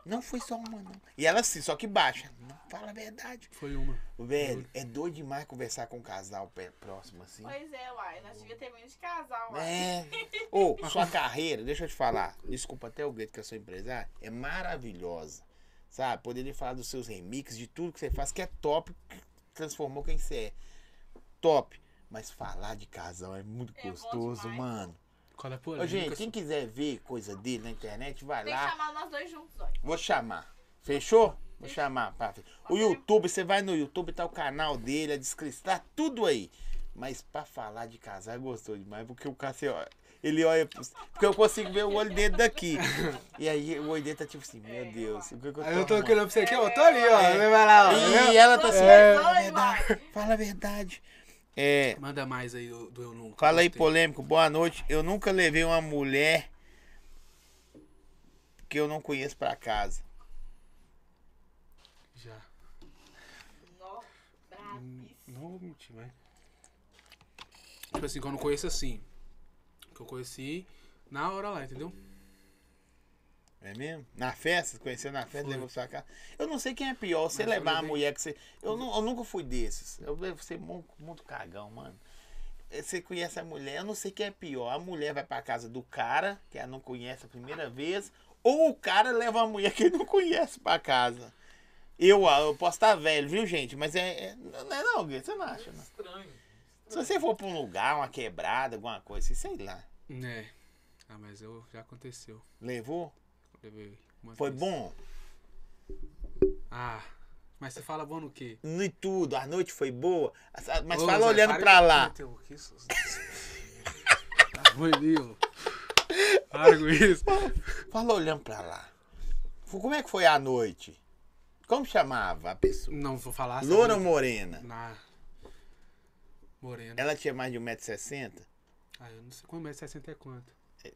Speaker 1: Não foi só uma, não. E ela assim, só que baixa. Não fala a verdade.
Speaker 2: Foi uma.
Speaker 1: Velho, é doido demais conversar com um casal pé- próximo assim.
Speaker 3: Pois é, uai. Nós devia ter vindo de casal, uai.
Speaker 1: É. Ô, sua carreira, deixa eu te falar. Desculpa até o grito que eu sou empresário. É maravilhosa. Sabe? Poderia falar dos seus remixes, de tudo que você faz, que é top, que transformou quem você é. Top. Mas falar de casal é muito
Speaker 3: É bom
Speaker 1: gostoso,
Speaker 3: demais.
Speaker 1: mano.
Speaker 2: Qual é a
Speaker 1: Ô, gente,
Speaker 2: polêmica?
Speaker 1: quem quiser ver coisa dele na internet, vai
Speaker 3: Tem que
Speaker 1: É, lá.
Speaker 3: chamar nós dois juntos, olha.
Speaker 1: Vou chamar. Fechou? Vou chamar, papi. O YouTube, você vai no YouTube, tá o canal dele, a descrição, tá tudo aí. Mas pra falar de casar, gostou demais, porque o cara, você olha, ele olha. pros- Porque eu consigo ver o olho dele daqui. E aí o olho dele tá tipo assim, meu Deus, o que, que eu tô
Speaker 2: Aí eu tô
Speaker 1: arrumando?
Speaker 2: olhando pra você aqui, ó. Eu tô ali, ó. Vai lá, ó. É.
Speaker 1: E ela tá assim,
Speaker 3: Vocês
Speaker 1: fala a
Speaker 3: dois, vai.
Speaker 1: verdade. Fala a verdade. É.
Speaker 2: Manda mais aí do, do Eu Nunca.
Speaker 1: Fala aí,
Speaker 2: Gostei.
Speaker 1: polêmico. Boa noite. Eu nunca levei uma mulher que eu não conheço pra casa.
Speaker 2: Já.
Speaker 3: Nó, brabíssimo.
Speaker 2: Não vou mentir, mas. Tipo assim, que eu não conheço assim. Que eu conheci na hora lá, entendeu?
Speaker 1: É mesmo? Na festa? Você Conheceu na festa,
Speaker 2: Foi.
Speaker 1: levou pra sua casa? Eu não sei quem é pior, você
Speaker 2: Mas eu
Speaker 1: levar a
Speaker 2: levei-
Speaker 1: mulher que você. Eu, nu- eu nunca fui desses. Eu devo ser mu- muito, cagão, mano. Eh, Você conhece a mulher, eu não sei quem é pior. A mulher vai pra casa do cara, que ela não conhece a primeira vez, ou o cara leva a mulher que ele não conhece pra casa. Eu, ah, eu posso estar velho, viu, gente? Mas é. é- não é não, Gui, você não acha, não?
Speaker 4: Estranho.
Speaker 1: Se você for pra um lugar, uma quebrada, alguma coisa assim, sei lá.
Speaker 2: É. Ah, mas eu já aconteceu.
Speaker 1: Levou?
Speaker 2: Levei uma
Speaker 1: Foi
Speaker 2: vez.
Speaker 1: bom?
Speaker 2: Ah, mas você fala bom no quê?
Speaker 1: no e tudo, a noite foi boa, a- mas
Speaker 2: Ô,
Speaker 1: fala
Speaker 2: Zé,
Speaker 1: olhando
Speaker 2: para
Speaker 1: pra
Speaker 2: de-
Speaker 1: lá.
Speaker 2: Meu Deus, que isso- Tá ruim, viu? Para com isso.
Speaker 1: Fala olhando pra lá. Fo- Como é que foi a noite? Como chamava a pessoa?
Speaker 2: Não vou falar sabe?
Speaker 1: Loura ou morena?
Speaker 2: Na. Morena.
Speaker 1: Ela tinha mais de 1,60m?
Speaker 2: Ah, eu não sei como é 60 é quanto.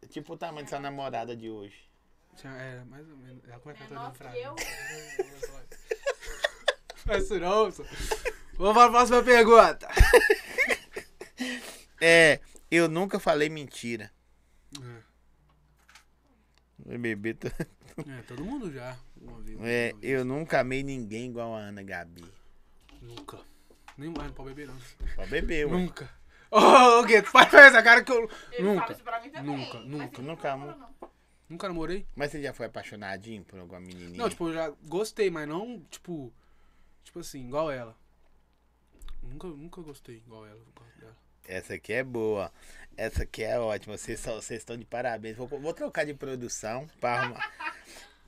Speaker 1: Tipo o tamanho dessa namorada de hoje.
Speaker 2: Tinha, é, mais ou menos. Ela como é que ela tá olhando
Speaker 3: Menor
Speaker 2: pra
Speaker 3: que eu.
Speaker 2: mim? Mas isso não, só. Vamos para a próxima pergunta.
Speaker 1: É, eu nunca falei mentira.
Speaker 2: É,
Speaker 1: Meu bebê tá-
Speaker 2: é, todo mundo já. Uma vez,
Speaker 1: É,
Speaker 2: uma vez.
Speaker 1: eu nunca amei ninguém igual a Ana Gabi.
Speaker 2: Nunca. Nem mais não pode beber, não.
Speaker 1: Só bebeu.
Speaker 2: Nunca. Ô, oh, ô, Gueto, faz essa cara que eu.
Speaker 3: Ele
Speaker 2: nunca.
Speaker 3: fala um isso pra mim também.
Speaker 2: Nunca,
Speaker 3: mas
Speaker 2: nunca,
Speaker 3: ele
Speaker 1: nunca,
Speaker 3: não fala, não.
Speaker 2: Nunca namorei?
Speaker 1: Mas você já foi apaixonadinho por alguma menininha?
Speaker 2: Não, tipo, eu já gostei, mas não, tipo. Tipo assim, igual ela. Nunca, nunca gostei igual ela. gosto dela.
Speaker 1: Essa aqui é boa. Essa aqui é ótima. Vocês são- vocês estão de parabéns. Vou, co- vou trocar de produção para arrumar.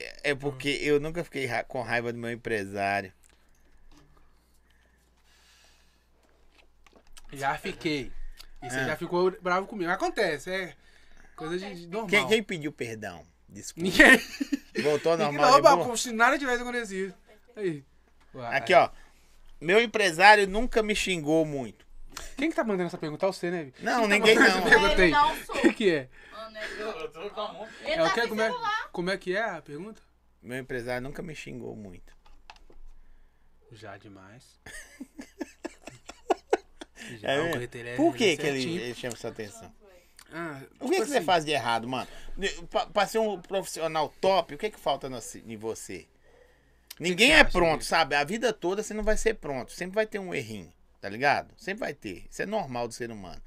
Speaker 1: É, é porque eu nunca fiquei ra- com raiva do meu empresário.
Speaker 2: Já fiquei. E você
Speaker 1: Ah.
Speaker 2: já ficou bravo comigo. Acontece, é. Coisa de, de normal.
Speaker 1: Quem, quem pediu perdão? Desculpa.
Speaker 2: Ninguém.
Speaker 1: Voltou ao
Speaker 2: Não,
Speaker 1: normal. de boa?
Speaker 2: como se nada tivesse acontecido. Aí. Uai.
Speaker 1: Aqui, ó. Meu empresário nunca me xingou muito.
Speaker 2: Quem que tá mandando essa pergunta? Tá você, né? Vi?
Speaker 1: Não, ninguém não.
Speaker 2: Eu perguntei.
Speaker 3: Ele não sou.
Speaker 2: O que, que é?
Speaker 3: Ah, né?
Speaker 4: Eu tô com a mão.
Speaker 3: Ele
Speaker 2: é o
Speaker 3: tá
Speaker 2: que?
Speaker 3: sem
Speaker 2: Como é,
Speaker 3: celular.
Speaker 2: como é que é a pergunta?
Speaker 1: Meu empresário nunca me xingou muito.
Speaker 2: Já demais.
Speaker 1: É
Speaker 2: Já, o
Speaker 1: mesmo?
Speaker 2: correteiro é
Speaker 1: Por que,
Speaker 2: certinho.
Speaker 1: que ele, ele chama sua atenção?
Speaker 2: Ah,
Speaker 1: O que,
Speaker 2: tipo
Speaker 1: que você
Speaker 2: assim,
Speaker 1: faz de errado, mano? De- pra- Pra ser um profissional top, o que que falta no- em você? Ninguém
Speaker 2: que
Speaker 1: é
Speaker 2: acha
Speaker 1: pronto,
Speaker 2: disso?
Speaker 1: sabe? A vida toda você não vai ser pronto. Sempre vai ter um errinho, tá ligado? Sempre vai ter. Isso é normal do ser humano.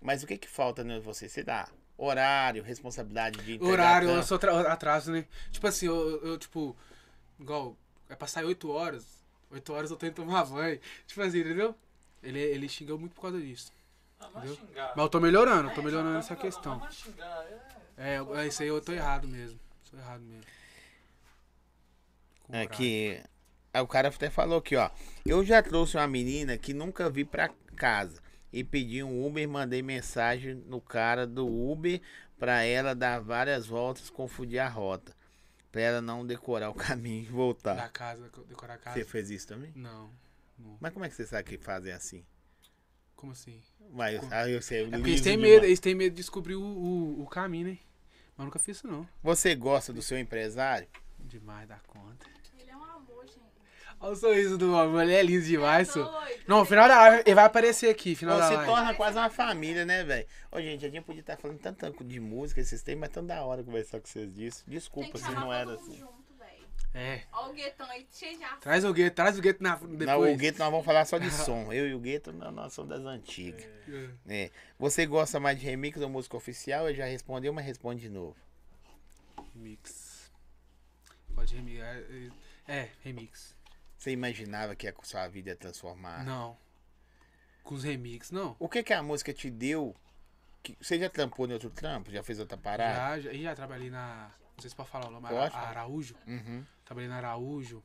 Speaker 1: Mas o que que falta em você? Você dá horário, responsabilidade de entregar
Speaker 2: assim, Horário, eu
Speaker 1: tanto.
Speaker 2: sou tra- atraso, né? Tipo assim, eu, eu, tipo, igual, é pra sair 8 horas. 8 horas eu tenho que tomar banho. Tipo assim, entendeu? Ele, ele xingou muito por causa disso.
Speaker 4: Ah, mas xingar.
Speaker 2: Mas eu tô melhorando, eu tô
Speaker 4: É,
Speaker 2: melhorando
Speaker 4: tá
Speaker 2: essa questão.
Speaker 4: Mas xingar, é.
Speaker 2: É, eu- é, isso aí eu tô errado mesmo. Tô errado mesmo. Com
Speaker 1: É
Speaker 2: horário.
Speaker 1: que aí o cara até falou aqui, ó. Eu já trouxe uma menina que nunca vi pra casa e pedi um Uber, mandei mensagem no cara do Uber pra ela dar várias voltas, confundir a rota, pra ela não decorar o caminho e
Speaker 2: Da
Speaker 1: voltar.
Speaker 2: casa, co- decorar a casa.
Speaker 1: Você fez isso também?
Speaker 2: Não, não.
Speaker 1: Mas como é que você sabe que fazem assim?
Speaker 2: Como assim?
Speaker 1: Vai, eu, aí eu sei,
Speaker 2: É porque eles
Speaker 1: liso
Speaker 2: têm
Speaker 1: demais.
Speaker 2: medo, eles têm medo de descobrir o, o, o caminho, né? Mas eu nunca fiz isso não.
Speaker 1: Você gosta do seu empresário?
Speaker 2: Demais da conta.
Speaker 3: Ele é um amor, gente.
Speaker 2: Olha o sorriso do amor, ele é lindo demais, senhor.
Speaker 3: Doido.
Speaker 2: Não, final da live, ele vai aparecer aqui, final da
Speaker 1: Você
Speaker 2: live.
Speaker 1: torna quase uma família, né, velho? Ô, gente, a gente podia estar falando tanto de música esses tempos, mas tão da hora conversar com vocês disso.
Speaker 3: Tem
Speaker 1: Desculpa
Speaker 3: que
Speaker 1: se
Speaker 3: chamar
Speaker 1: não
Speaker 3: todo
Speaker 1: era
Speaker 3: mundo
Speaker 1: assim.
Speaker 3: junto, velho.
Speaker 2: É.
Speaker 3: Ó o guetão aí cheio de aço.
Speaker 2: Traz o gueto, traz o gueto na depois.
Speaker 1: Não, o Gueto nós vamos falar só de som. Eu e o Gueto nós, nós somos das antigas.
Speaker 2: É.
Speaker 1: É. Você gosta mais de remix ou música oficial? Eu já respondeu, mas responde de novo.
Speaker 2: Remix. Pode remix. é, É, remix.
Speaker 1: Você imaginava que a sua vida ia transformar?
Speaker 2: Não. Com os remix, não.
Speaker 1: O que que a música te deu? que- Você já trampou em outro trampo? Já fez outra parada?
Speaker 2: Já, já, e já trabalhei na. Não sei se pode falar Hum. o nome,
Speaker 1: Pode
Speaker 2: Ara-
Speaker 1: falar.
Speaker 2: Araújo.
Speaker 1: Uhum.
Speaker 2: Trabalhei na Araújo,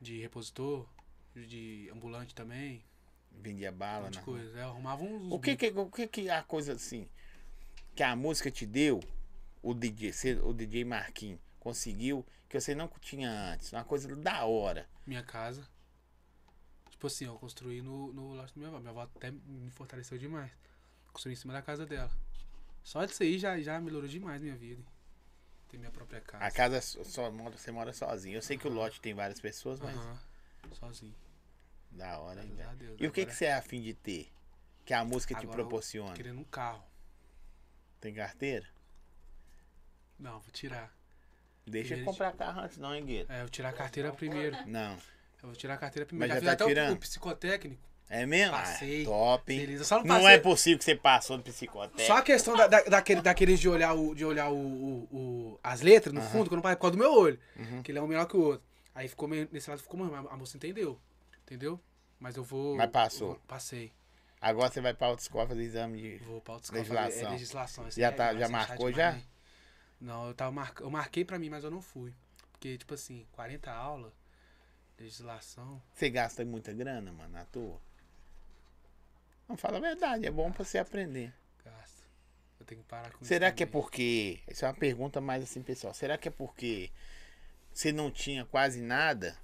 Speaker 2: de repositor, de ambulante também.
Speaker 1: Vendia
Speaker 2: Um
Speaker 1: bala,
Speaker 2: monte de
Speaker 1: né?
Speaker 2: coisa. Eu arrumava uns.
Speaker 1: O que que, o que que a coisa assim que a música te deu, o DJ, cê- o DJ Marquinhos conseguiu que você não tinha antes? Uma coisa da hora.
Speaker 2: minha casa. Tipo assim, eu construí no, no laço da minha avó. Minha avó até me fortaleceu demais. Construí em cima da casa dela. Só disso aí já, já melhorou demais minha vida. Ter minha própria casa.
Speaker 1: A casa só- só mora- você mora sozinho. Eu sei que o lote tem várias pessoas, mas
Speaker 2: Aham. Sozinho.
Speaker 1: Da hora, hein,
Speaker 2: Graças
Speaker 1: velho?
Speaker 2: a Deus,
Speaker 1: E o que, que
Speaker 2: agora-
Speaker 1: você é afim de ter? Que a música te
Speaker 2: Agora eu-
Speaker 1: proporciona?
Speaker 2: Querendo um carro.
Speaker 1: Tem carteira?
Speaker 2: Não, vou tirar.
Speaker 1: Deixa ele comprar carro antes, não, hein, Guido?
Speaker 2: É, eu vou tirar a carteira primeiro.
Speaker 1: Não.
Speaker 2: Eu vou tirar a carteira primeiro.
Speaker 1: Mas
Speaker 2: fiz
Speaker 1: já tá
Speaker 2: até o-
Speaker 1: tirando?
Speaker 2: o psicotécnico.
Speaker 1: É mesmo? Ah,
Speaker 2: Passei.
Speaker 1: top, hein?
Speaker 2: Beleza, só não
Speaker 1: não
Speaker 2: passei-
Speaker 1: é possível que você passou do psicotécnico.
Speaker 2: Só a questão da, da- daquele, daqueles de olhar, o, de olhar o, o- o- as letras no fundo, que eu não parei por causa do meu olho.
Speaker 1: Uhum.
Speaker 2: Que ele é um melhor que o outro. Aí ficou meio, nesse lado ficou, mano, a moça entendeu. Entendeu? Mas eu vou.
Speaker 1: Mas passou.
Speaker 2: eu vou- passei.
Speaker 1: Agora você vai pra autoescola fazer exame de...
Speaker 2: Vou pra outra
Speaker 1: Legislação.
Speaker 2: É legislação. esse
Speaker 1: Já
Speaker 2: é-
Speaker 1: tá-
Speaker 2: nossa,
Speaker 1: já
Speaker 2: é
Speaker 1: marcou
Speaker 2: chato
Speaker 1: já?
Speaker 2: demais, né? Não, eu, tava mar... eu marquei pra mim, mas eu não fui. Porque, tipo assim, 40 aulas, legislação.
Speaker 1: Você gasta muita grana, mano, na tua? Não, fala a verdade, é bom pra você aprender.
Speaker 2: Gasto. Eu tenho que parar com isso.
Speaker 1: Será que é
Speaker 2: também.
Speaker 1: porque. Essa é uma pergunta mais assim, pessoal. Será que é porque você não tinha quase nada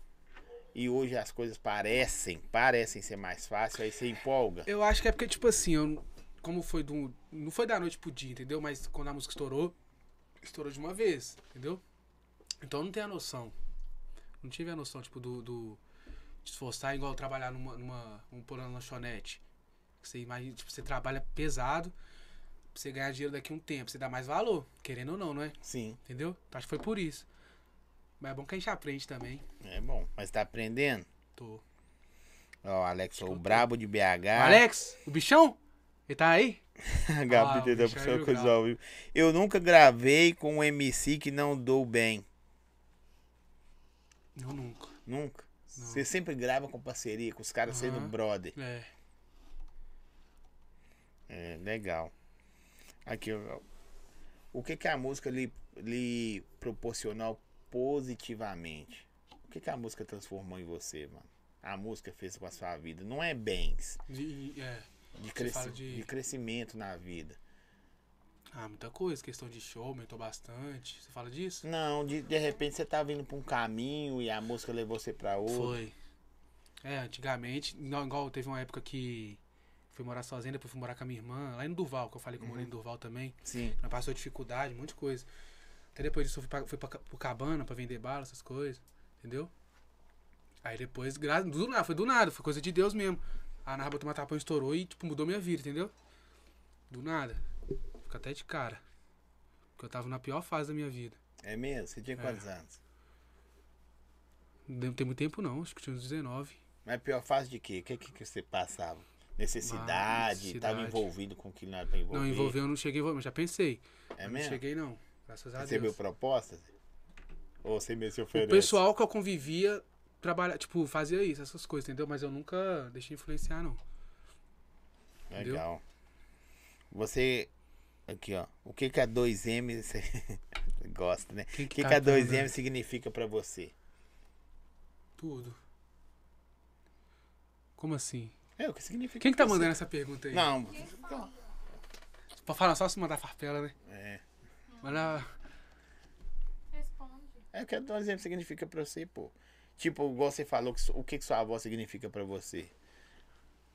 Speaker 1: e hoje as coisas parecem, parecem ser mais fácil, aí você empolga?
Speaker 2: Eu acho que é porque, tipo assim, eu, como foi do. Não foi da noite pro dia, entendeu? Mas quando a música estourou, estourou de uma vez, entendeu? Então eu não tenho a noção. Não tive a noção, tipo, do. do de esforçar igual trabalhar numa. numa um por uma lanchonete. Você imagina, tipo, você trabalha pesado pra você ganhar dinheiro daqui a um tempo. Você dá mais valor, querendo ou não, não é?
Speaker 1: Sim,
Speaker 2: Entendeu? Então acho que foi por isso. Mas é bom que a gente aprende também.
Speaker 1: é bom. Mas tá aprendendo?
Speaker 2: Tô.
Speaker 1: Ó, Alex, o brabo de BH.
Speaker 2: Alex, o bichão? Ele tá aí?
Speaker 1: Gabi,
Speaker 2: Ah, o
Speaker 1: entendeu?
Speaker 2: bicho é
Speaker 1: Pessoal,
Speaker 2: mil
Speaker 1: coisa
Speaker 2: grau.
Speaker 1: ao vivo. Eu nunca gravei com um MC que não dou bem.
Speaker 2: Não, nunca.
Speaker 1: Nunca. Você sempre grava com parceria, com os caras sendo
Speaker 2: Aham.
Speaker 1: brother.
Speaker 2: É.
Speaker 1: É, legal. Aqui, ó. o que que a música lhe, lhe proporcionou positivamente? O que que a música transformou em você, mano? A música fez com a sua vida. Não é bens,
Speaker 2: De- é.
Speaker 1: de, cresci-
Speaker 2: fala de-
Speaker 1: de crescimento na vida.
Speaker 2: Ah, muita coisa. Questão de show, aumentou bastante. Você fala disso?
Speaker 1: Não, de, de repente você tá vindo pra um caminho e a música levou você pra outro.
Speaker 2: Foi. É, antigamente, não, igual teve uma época que fui morar sozinho, depois fui morar com a minha irmã, lá em Durval, que eu falei que eu morei em Durval também.
Speaker 1: Sim.
Speaker 2: Nós passou dificuldade, um monte de coisa. Até depois disso eu fui, pra, fui pra, ca- pro cabana pra vender bala, essas coisas, entendeu? Aí depois, gra- do nada, foi do nada, foi coisa de Deus mesmo. A Narra Botou Matapão estourou e, tipo, mudou minha vida, entendeu? Do nada. Fico até de cara. Porque eu tava na pior fase da minha vida.
Speaker 1: É mesmo? Você tinha quantos anos?
Speaker 2: Não tem muito tempo não, acho que tinha uns 19.
Speaker 1: Mas pior fase de quê? O que, que, que você passava? Necessidade? Tava
Speaker 2: necessidade.
Speaker 1: envolvido com o que não era pra envolver?
Speaker 2: Não, envolveu, eu não cheguei a envolver, mas já pensei.
Speaker 1: É
Speaker 2: Mas
Speaker 1: mesmo?
Speaker 2: Não cheguei não, graças a
Speaker 1: Recebeu
Speaker 2: Tá, Deus.
Speaker 1: propostas? Ou você mesmo se
Speaker 2: O
Speaker 1: oferece?
Speaker 2: pessoal que eu convivia, trabalha, tipo, fazia isso, essas coisas, entendeu? Mas eu nunca deixei influenciar não. entendeu?
Speaker 1: Legal. Você. Aqui, ó. O que que a 2M. Você gosta, né? O que,
Speaker 2: Quem que
Speaker 1: que,
Speaker 2: tá
Speaker 1: a 2M
Speaker 2: cantando?
Speaker 1: significa pra você?
Speaker 2: Tudo. Como assim?
Speaker 1: É, o que significa.
Speaker 2: Quem que tá
Speaker 1: pra você?
Speaker 2: mandando essa pergunta aí?
Speaker 1: Não,
Speaker 2: Pra falar só se mandar farpela, né?
Speaker 1: É.
Speaker 2: Manda.
Speaker 3: Responde.
Speaker 1: é o que a 2M significa pra você, pô. Tipo, igual você falou, que su- o que, que sua avó significa pra você?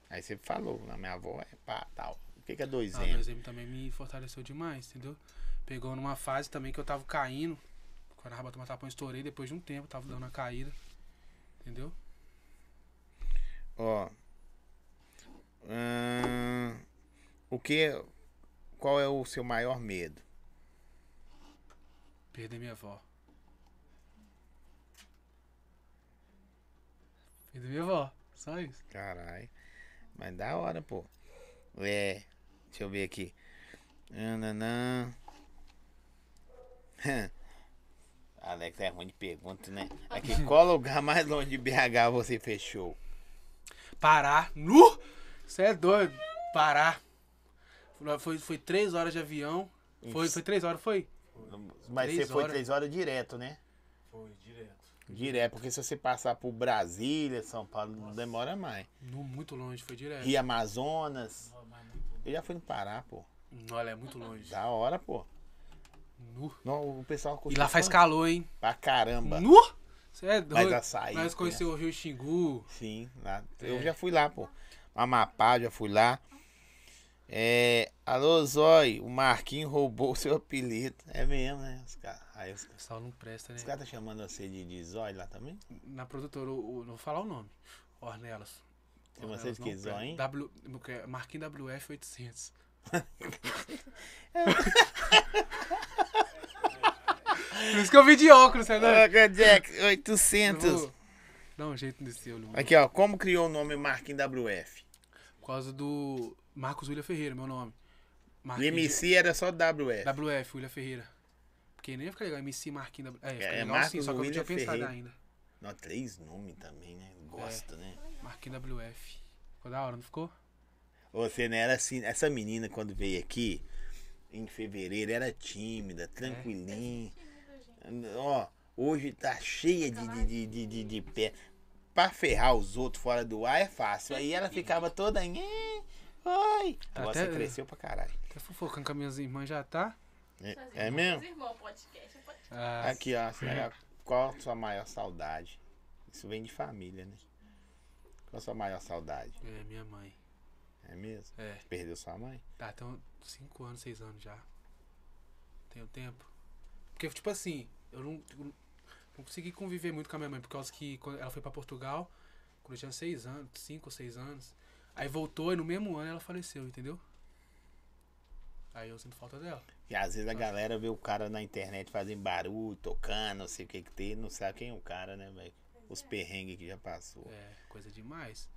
Speaker 1: Aí você falou, na minha avó é pá, tal. O que, que a
Speaker 2: Ah, meu
Speaker 1: 2M?
Speaker 2: exemplo também me fortaleceu demais, entendeu? Pegou numa fase também que eu tava caindo. Quando a rabata matapão estourei, depois de um tempo, tava dando uma caída. Entendeu?
Speaker 1: Ó. Ahn, o que. Qual é o seu maior medo?
Speaker 2: Perder minha avó. Perder minha avó. Só isso.
Speaker 1: Caralho. Mas da hora, pô. É. Deixa eu ver aqui. Nananã. Alex é ruim de pergunta, né? Aqui, qual lugar mais longe de BH você fechou?
Speaker 2: Parar. Nu! Você é doido. Parar. Foi, foi três horas de avião. Foi, foi três horas, foi?
Speaker 1: Mas
Speaker 2: Três
Speaker 1: você foi
Speaker 2: horas.
Speaker 1: três horas direto, né?
Speaker 4: Foi direto.
Speaker 1: Direto, porque se você passar por Brasília, São Paulo, não demora mais.
Speaker 2: Nu, muito longe, foi direto.
Speaker 1: Rio Amazonas.
Speaker 4: É. Mas é muito né?
Speaker 1: Eu já fui no Pará, pô.
Speaker 2: Olha, é muito longe.
Speaker 1: Da hora, pô.
Speaker 2: Nu.
Speaker 1: Não, o pessoal
Speaker 2: E
Speaker 1: curtiu
Speaker 2: lá faz
Speaker 1: pra-
Speaker 2: calor, hein?
Speaker 1: Pra caramba.
Speaker 2: Nu! Você é doido.
Speaker 1: açaí,
Speaker 2: Nós conhecemos o Rio Xingu.
Speaker 1: Sim, lá. Eu
Speaker 2: É.
Speaker 1: já fui lá, pô. Amapá, já fui lá. É, alô, Zói, o Marquinhos roubou o seu apelido. É mesmo, né? Os caras aí os,
Speaker 2: O pessoal não presta, né?
Speaker 1: os cara tá chamando você de, de Zói lá também?
Speaker 2: Na produtora, o- o- não vou falar o nome. Ornelas.
Speaker 1: Tem
Speaker 2: Ornelas
Speaker 1: vocês
Speaker 2: não
Speaker 1: que
Speaker 2: presta.
Speaker 1: zoam, hein?
Speaker 2: W, Marquinhos WF800.
Speaker 1: É.
Speaker 2: Por isso que eu vi de óculos, sabe?
Speaker 1: Ô, Jack, 800.
Speaker 2: Vou Dá um jeito nesse olho. mano.
Speaker 1: Aqui, ó. Como criou o nome Marquinhos WF?
Speaker 2: Por causa do Marcos William Ferreira, meu nome.
Speaker 1: O
Speaker 2: Marquinhos
Speaker 1: MC era só WF.
Speaker 2: WF, William Ferreira. Porque nem ia ficar legal, MC Marquinhos WF. É, fica
Speaker 1: É,
Speaker 2: legal
Speaker 1: Marcos
Speaker 2: sim, só que eu não
Speaker 1: William
Speaker 2: tinha pensado
Speaker 1: Ferreira.
Speaker 2: ainda.
Speaker 1: Não, três nomes também, né?
Speaker 2: É.
Speaker 1: Gosto, né?
Speaker 2: Marquinhos WF. Ficou da hora, não ficou?
Speaker 1: Você não era assim. Essa menina, quando veio aqui, em fevereiro, era tímida, tranquilinha. Ó, hoje tá cheia de, de, de, de, de, de pé. Pra ferrar os outros fora do ar é fácil. Aí ela ficava toda. "Nhê, Oi.
Speaker 2: Tá
Speaker 1: Agora
Speaker 2: até-
Speaker 1: você cresceu pra caralho.
Speaker 2: Tá fofocando com as minhas irmãs já, tá?
Speaker 3: né?
Speaker 1: É, é mesmo?
Speaker 3: Irmão, podcast, é podcast.
Speaker 2: Ah,
Speaker 1: Aqui, ó. será- Qual a sua maior saudade? Isso vem de família, né? Qual a sua maior saudade?
Speaker 2: É, minha mãe.
Speaker 1: É mesmo?
Speaker 2: É.
Speaker 1: Perdeu sua mãe?
Speaker 2: Tá, então, 5 anos, 6 anos já. Tenho tempo. Porque, tipo assim, eu não, eu não consegui conviver muito com a minha mãe, por causa que quando ela foi pra Portugal, quando eu tinha 6 anos, 5 ou 6 anos. Aí voltou e no mesmo ano ela faleceu, entendeu? Aí eu sinto falta dela.
Speaker 1: E às
Speaker 2: Ah.
Speaker 1: vezes a galera vê o cara na internet fazendo barulho, tocando, não sei o que que tem, não sabe quem é o cara, né, velho? Os perrengues que já passou.
Speaker 2: É, coisa demais.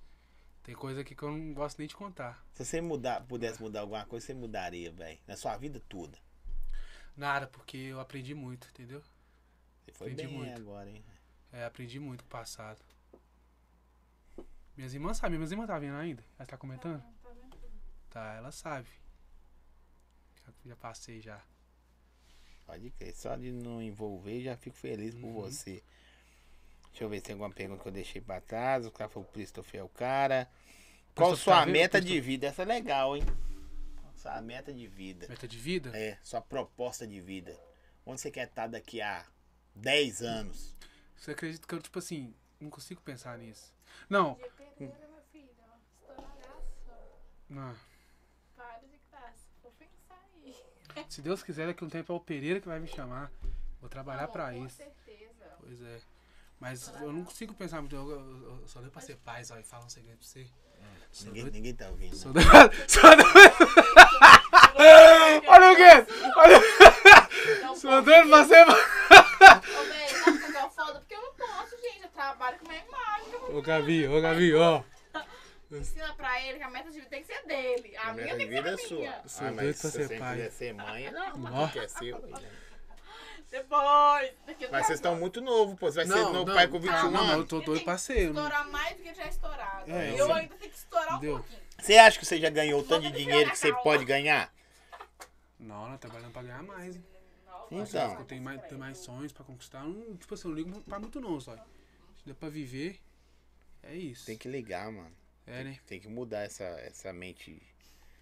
Speaker 2: Tem coisa aqui que eu não gosto nem de contar.
Speaker 1: Se você mudar, pudesse mudar alguma coisa, você mudaria, velho. Na sua vida toda.
Speaker 2: Nada, porque eu aprendi muito, entendeu?
Speaker 1: Você foi
Speaker 2: Aprendi
Speaker 1: bem
Speaker 2: muito.
Speaker 1: agora, hein?
Speaker 2: É, aprendi muito com o passado. Minhas irmãs sabem, minhas irmãs tá vendo ainda? Ela tá comentando? Tá, ela sabe. Já, já passei já.
Speaker 1: Pode crer. Só de não envolver, já fico feliz por
Speaker 2: Uhum.
Speaker 1: você. Deixa eu ver se tem alguma pergunta que eu deixei pra trás. O cara falou, Christopher é o cara. Qual
Speaker 2: Christopher
Speaker 1: sua
Speaker 2: Caveira,
Speaker 1: meta de
Speaker 2: Christopher-
Speaker 1: vida? Essa é legal, hein? Sua meta de vida.
Speaker 2: Meta de vida?
Speaker 1: É, sua proposta de vida. Onde você quer estar daqui a 10 anos?
Speaker 2: Você acredita que eu, tipo assim, não consigo pensar nisso?
Speaker 3: Hum.
Speaker 2: Não,
Speaker 8: De pedreira, meu filho, ó. Estouradaço.
Speaker 2: não.
Speaker 8: Para de graça. Vou pensar aí.
Speaker 2: Se Deus quiser, daqui a um tempo é o Pereira que vai me chamar. Vou trabalhar
Speaker 3: Tá Bom,
Speaker 2: pra
Speaker 3: com
Speaker 2: isso.
Speaker 3: certeza.
Speaker 2: Pois é. Mas eu não consigo pensar muito. Eu, eu- eu só deu pra ser paz, ó. E fala um segredo pra você. Sou
Speaker 1: Ninguém,
Speaker 2: doido.
Speaker 1: ninguém tá ouvindo. né?
Speaker 2: Sou doido. Sou doido. Olha o quê?
Speaker 3: Não
Speaker 2: Sou
Speaker 3: posso,
Speaker 2: doido pra ser paz.
Speaker 3: Ô, véi, sabe como é foda? Porque eu não posso, gente. Eu trabalho com minha imagem. eu vou
Speaker 2: Ô Gabi, ô Gabi, ó.
Speaker 3: Ensina pra ele que a meta de vida tem que ser dele. A, minha tem que
Speaker 2: é
Speaker 3: ser a minha.
Speaker 1: Ah,
Speaker 2: Sou
Speaker 1: mas
Speaker 2: doido pra
Speaker 1: se
Speaker 2: ser
Speaker 1: você
Speaker 2: pai.
Speaker 1: quiser ser mãe, Ah, não,
Speaker 2: Nó.
Speaker 1: quer ser. ué.
Speaker 3: Depois. Daqui a
Speaker 1: Mas vocês estão muito novo, pô. Você vai ser
Speaker 2: Não,
Speaker 1: novo
Speaker 2: não.
Speaker 1: pai com
Speaker 2: Ah,
Speaker 1: 21
Speaker 2: não, mas eu
Speaker 1: anos.
Speaker 2: tô
Speaker 3: Ele
Speaker 2: doido
Speaker 3: tem
Speaker 2: pra
Speaker 3: que
Speaker 2: ser. eu não-
Speaker 3: Estourar mais do que já é estourado.
Speaker 2: É,
Speaker 3: eu
Speaker 2: sim.
Speaker 3: ainda tenho que estourar
Speaker 2: Entendeu?
Speaker 3: um pouquinho.
Speaker 1: Você acha que você já ganhou o tanto de dinheiro que você pode ganhar?
Speaker 2: Não, não, trabalhando pra ganhar mais. hein? Acho que Eu
Speaker 1: Então,
Speaker 2: tenho mais, tenho mais sonhos pra conquistar. Eu Não, tipo assim, eu não ligo mu- pra muito não, só. Se dá pra viver, é isso.
Speaker 1: tem que ligar, mano.
Speaker 2: É, né?
Speaker 1: Tem que mudar essa, essa mente.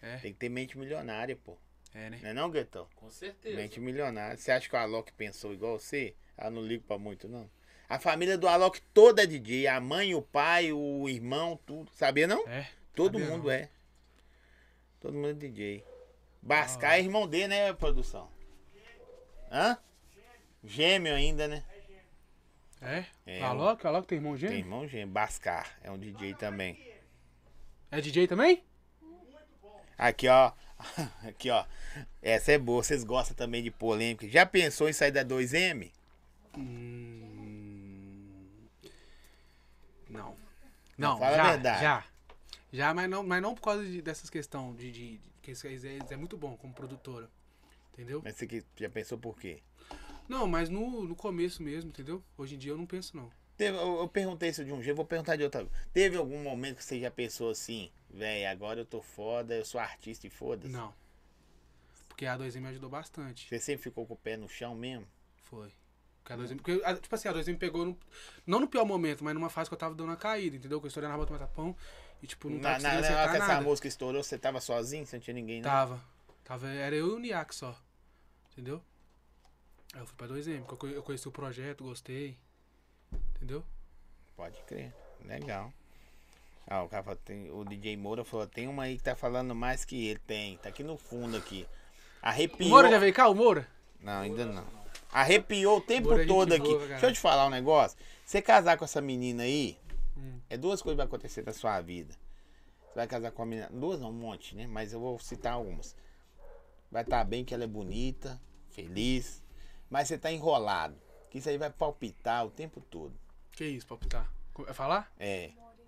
Speaker 2: É.
Speaker 1: Tem que ter mente milionária, pô.
Speaker 2: É, né?
Speaker 1: Não é não, Guetão?
Speaker 4: Com certeza.
Speaker 1: Mente milionária. Você acha que o Alok pensou igual você? Ela não liga pra muito, não. A família do Alok toda é DJ. A mãe, o pai, o irmão, tudo. Sabia não?
Speaker 2: É.
Speaker 1: Todo
Speaker 2: Sabia
Speaker 1: mundo
Speaker 2: não.
Speaker 1: é. Todo mundo é DJ. Bascar
Speaker 2: Ah.
Speaker 1: é irmão dele, né, produção? Hã? Gêmeo ainda, né?
Speaker 2: É?
Speaker 1: É,
Speaker 2: A Alok, a Alok tem irmão
Speaker 1: Tem
Speaker 2: gêmeo?
Speaker 1: irmão gêmeo. Bascar é um DJ também.
Speaker 2: É DJ também?
Speaker 1: Aqui, ó. Aqui, ó. Essa é boa. Vocês gostam também de polêmica. Já pensou em sair da 2M?
Speaker 2: Hum... Não.
Speaker 1: Não,
Speaker 2: Não,
Speaker 1: fala a
Speaker 2: já,
Speaker 1: verdade.
Speaker 2: já. Já, mas não, mas não por causa de- dessas questões de, de, de- que isso aí é, é muito bom como produtora. Entendeu?
Speaker 1: Mas você que já pensou por quê?
Speaker 2: Não, mas no, no começo mesmo, entendeu? Hoje em dia eu não penso, não.
Speaker 1: Teve- eu, eu perguntei isso de um jeito, vou perguntar de outra. Teve algum momento que você já pensou assim, véi, agora eu tô foda, eu sou artista e foda-se?
Speaker 2: Não. Porque a 2M me ajudou bastante.
Speaker 1: Você sempre ficou com o pé no chão mesmo?
Speaker 2: Foi. Porque a 2M. Porque, a- tipo assim, a 2M me pegou, no- não no pior momento, mas numa fase que eu tava dando uma caída, entendeu? Que eu estourei na raba do matapão e, tipo, não
Speaker 1: Na,
Speaker 2: tava né?
Speaker 1: na, na
Speaker 2: conseguindo
Speaker 1: hora que
Speaker 2: acertar
Speaker 1: essa
Speaker 2: nada.
Speaker 1: música estourou, você tava sozinho? Você não tinha ninguém, né? não?
Speaker 2: Tava. Tava. Era eu e o Niak só. Entendeu? Aí eu fui pra 2M, porque eu co- eu conheci o projeto, gostei. Entendeu?
Speaker 1: Pode crer. Legal. Ah, o cara falou, tem- o DJ Moura falou, tem uma aí que tá falando mais que ele. Tem, tá aqui no fundo aqui.
Speaker 2: O
Speaker 1: Arrepiou.
Speaker 2: Moura já veio cá, o Moura?
Speaker 1: Não, ainda não. Arrepiou o tempo
Speaker 2: Moura é gente
Speaker 1: todo aqui.
Speaker 2: boa, cara.
Speaker 1: Deixa eu te falar um negócio. Você casar com essa menina aí,
Speaker 2: Hum.
Speaker 1: é duas coisas que vai acontecer na sua vida. Você vai casar com a menina. Duas não, um monte, né? tá Mas eu vou citar algumas. Vai estar bem que ela é bonita, feliz. Mas você tá enrolado. Que isso aí vai palpitar o tempo todo.
Speaker 2: Que isso, palpitar? Co- É falar?
Speaker 1: É,
Speaker 3: Mori,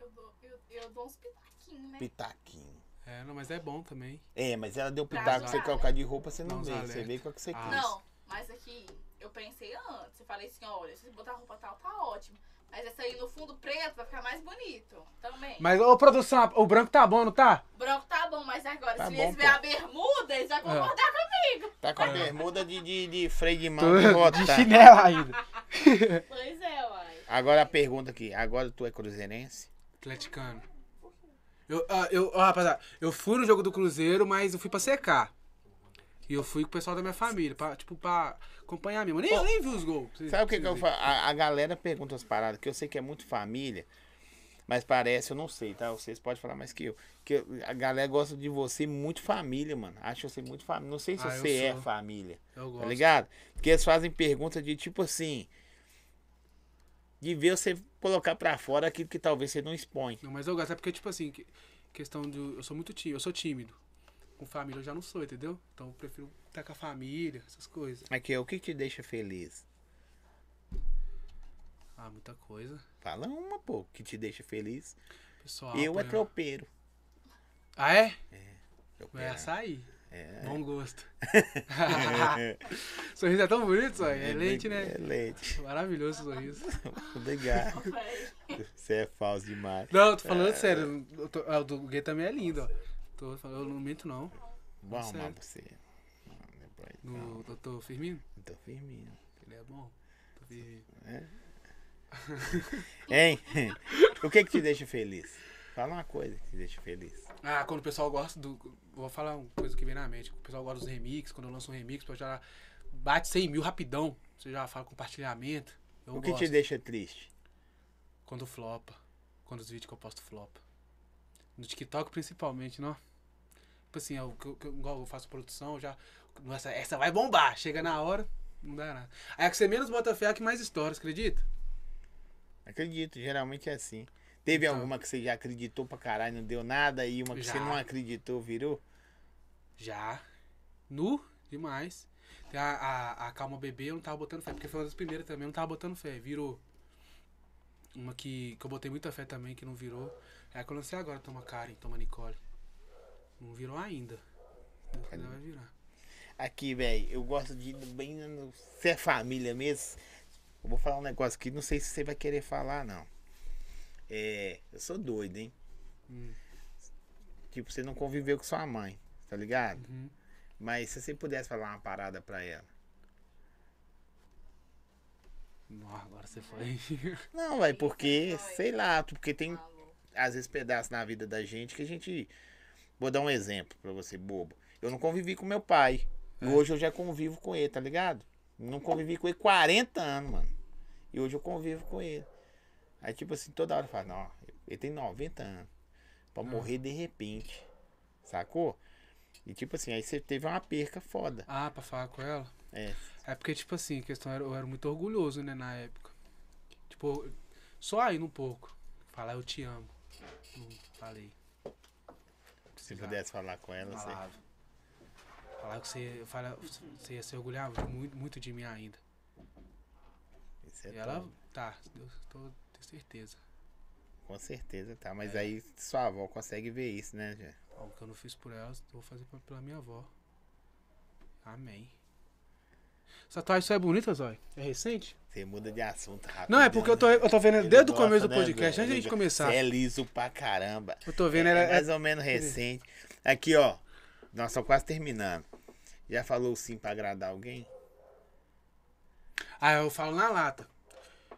Speaker 3: eu dou, eu, eu dou uns pitaquinhos, né?
Speaker 1: pitaquinho.
Speaker 2: É, não, mas é bom também.
Speaker 1: É, mas ela deu
Speaker 3: Pra
Speaker 1: pitaco,
Speaker 3: usar.
Speaker 1: você colocar de roupa, você não vê.
Speaker 2: Pra usar
Speaker 1: Você
Speaker 2: alerta.
Speaker 1: vê qual que você
Speaker 2: Ah.
Speaker 1: quer.
Speaker 3: Não, mas aqui eu pensei antes. Eu falei assim, olha, se botar roupa tal, tá ótimo. Mas essa aí no fundo preto vai ficar mais bonito também.
Speaker 2: Mas, ô produção, o branco tá bom, não tá?
Speaker 3: O branco tá bom, mas agora,
Speaker 1: Tá
Speaker 3: se
Speaker 1: bom,
Speaker 3: eles
Speaker 1: pô.
Speaker 3: verem a bermuda, eles vão concordar comigo.
Speaker 1: Tá com a bermuda de, de, de freio de mão de
Speaker 2: Tô de
Speaker 1: botar.
Speaker 2: chinela ainda.
Speaker 3: Pois é, uai.
Speaker 1: Agora a pergunta aqui. Agora tu é cruzeirense?
Speaker 2: Atleticano. Eu, ah, eu, ó, rapaziada, eu fui no jogo do Cruzeiro, mas eu fui pra secar. E eu fui com o pessoal da minha família, pra, tipo, pra acompanhar mesmo. Eu nem, eu nem vi os gols. pra vocês-
Speaker 1: Sabe o que,
Speaker 2: pra
Speaker 1: que eu
Speaker 2: vocês
Speaker 1: falo? A, a galera pergunta as paradas, que eu sei que é muito família, mas parece, eu não sei, tá? Vocês podem falar mais que eu. Que eu- a galera gosta de você muito família, mano. Acha você muito família. Não sei se
Speaker 2: Ah, eu
Speaker 1: você é
Speaker 2: sou.
Speaker 1: família,
Speaker 2: verem. Eu
Speaker 1: tá
Speaker 2: gosto.
Speaker 1: ligado? Porque eles fazem pergunta de tipo assim. De ver você colocar pra fora aquilo que talvez você não expõe.
Speaker 2: Não, mas eu gosto, é porque, tipo assim, que- questão de. Eu sou muito tímido, eu sou tímido. Com família eu já não sou, entendeu? Então eu prefiro estar com a família, essas coisas.
Speaker 1: Aqui, ó, o que te deixa feliz?
Speaker 2: Ah, muita coisa.
Speaker 1: Fala uma, pô, que te deixa feliz.
Speaker 2: Pessoal.
Speaker 1: eu é
Speaker 2: apoiando.
Speaker 1: tropeiro.
Speaker 2: Ah, é? Vai
Speaker 1: Tropeirão.
Speaker 2: açaí. Bom gosto. sorriso é tão bonito, só. É, leite, né?
Speaker 1: É leite.
Speaker 2: Maravilhoso o sorriso.
Speaker 1: Obrigado.
Speaker 3: Uai.
Speaker 1: Você é falso demais.
Speaker 2: Não, eu tô
Speaker 1: É.
Speaker 2: falando sério. eu tô- ah, o do gay também é lindo, ó. Tô falando, eu não minto, não.
Speaker 1: Vou arrumar
Speaker 2: sério.
Speaker 1: você. Não, depois- não,
Speaker 2: Do doutor Firmino.
Speaker 1: eu tô firminho.
Speaker 2: Ele é bom. Doutor Firmino.
Speaker 1: Hein? O que que te deixa feliz? Fala uma coisa que te deixa feliz.
Speaker 2: Ah, quando o pessoal gosta do. Vou falar uma coisa que vem na mente. O pessoal gosta dos remix. Quando eu lanço um remix, eu já bate 100 mil rapidão. Você já fala compartilhamento. Eu
Speaker 1: o que
Speaker 2: gosto.
Speaker 1: te deixa triste?
Speaker 2: Quando flopa. Quando os vídeos que eu posto flopa. No TikTok principalmente, não? Tipo assim, eu, que eu- que eu- igual eu faço produção, eu já. Nossa, essa vai bombar. Chega na hora, não dá nada. Aí é que você menos bota fé, é a que mais histórias, acredita?
Speaker 1: Acredito, geralmente é assim. Teve
Speaker 2: Então.
Speaker 1: alguma que você já acreditou pra caralho, não deu nada, e uma que você
Speaker 2: Já.
Speaker 1: não acreditou, virou?
Speaker 2: Já. Nu, demais. Tem a, a, a Calma Bebê, eu não tava botando fé, porque foi uma das primeiras também, eu não tava botando fé. Virou. Uma que, que eu botei muita fé também, que não virou. É a que eu lancei agora, Toma Karen, Toma Nicole. Não virou ainda. Deus ainda vai virar.
Speaker 1: Aqui, velho, eu gosto de ir bem no. Você é família mesmo? Eu vou falar um negócio aqui, não sei se você vai querer falar, não. É. Eu sou doido, hein? Tipo, você não conviveu com sua mãe, tá ligado?
Speaker 2: Uhum.
Speaker 1: Mas se você pudesse falar uma parada pra ela.
Speaker 2: Não, agora você foi.
Speaker 1: Não, velho,
Speaker 3: Ih,
Speaker 1: porque,
Speaker 3: foi.
Speaker 1: sei lá, tu- porque tem
Speaker 3: Falou.
Speaker 1: às vezes pedaços na vida da gente que a gente. Vou dar um exemplo pra você, bobo. Eu não convivi com meu pai.
Speaker 2: É.
Speaker 1: E hoje eu já convivo com ele, tá ligado? Não convivi com ele 40 anos, mano. E hoje eu convivo com ele. Aí, tipo assim, toda hora eu falo, não, ele tem 90 anos.
Speaker 2: É.
Speaker 1: Pra morrer de repente. Sacou? E tipo assim, aí você teve uma perca foda.
Speaker 2: Ah, pra falar com ela?
Speaker 1: É.
Speaker 2: É porque, tipo assim, a questão era, eu era muito orgulhoso, né, na época. Tipo, só aí um pouco. Falar eu te amo. Não falei.
Speaker 1: Se pudesse falar com ela, você.
Speaker 2: Falava. Falava que você, fala, você ia se orgulhar muito, muito de mim ainda.
Speaker 1: Isso é
Speaker 2: e ela,
Speaker 1: top.
Speaker 2: tá, eu tô, tenho certeza.
Speaker 1: Com certeza, tá. Mas
Speaker 2: É.
Speaker 1: aí sua avó consegue ver isso, né, Jé?
Speaker 2: Algo que eu não fiz por ela, eu vou fazer pra- pela minha avó. Amém. Essa tatuagem só é bonita, Zói? É recente?
Speaker 1: Você muda de assunto rápido.
Speaker 2: Não, é porque eu tô, eu tô vendo
Speaker 1: Ele
Speaker 2: desde o
Speaker 1: gosta,
Speaker 2: começo do
Speaker 1: né,
Speaker 2: podcast,
Speaker 1: velho?
Speaker 2: antes de a gente
Speaker 1: Ele-
Speaker 2: começar.
Speaker 1: Você é liso pra caramba.
Speaker 2: Eu tô vendo,
Speaker 1: É-
Speaker 2: era.
Speaker 1: é mais ou menos recente. Aqui, ó. Nós estamos quase terminando. Já falou sim pra agradar alguém?
Speaker 2: Ah, eu falo na lata.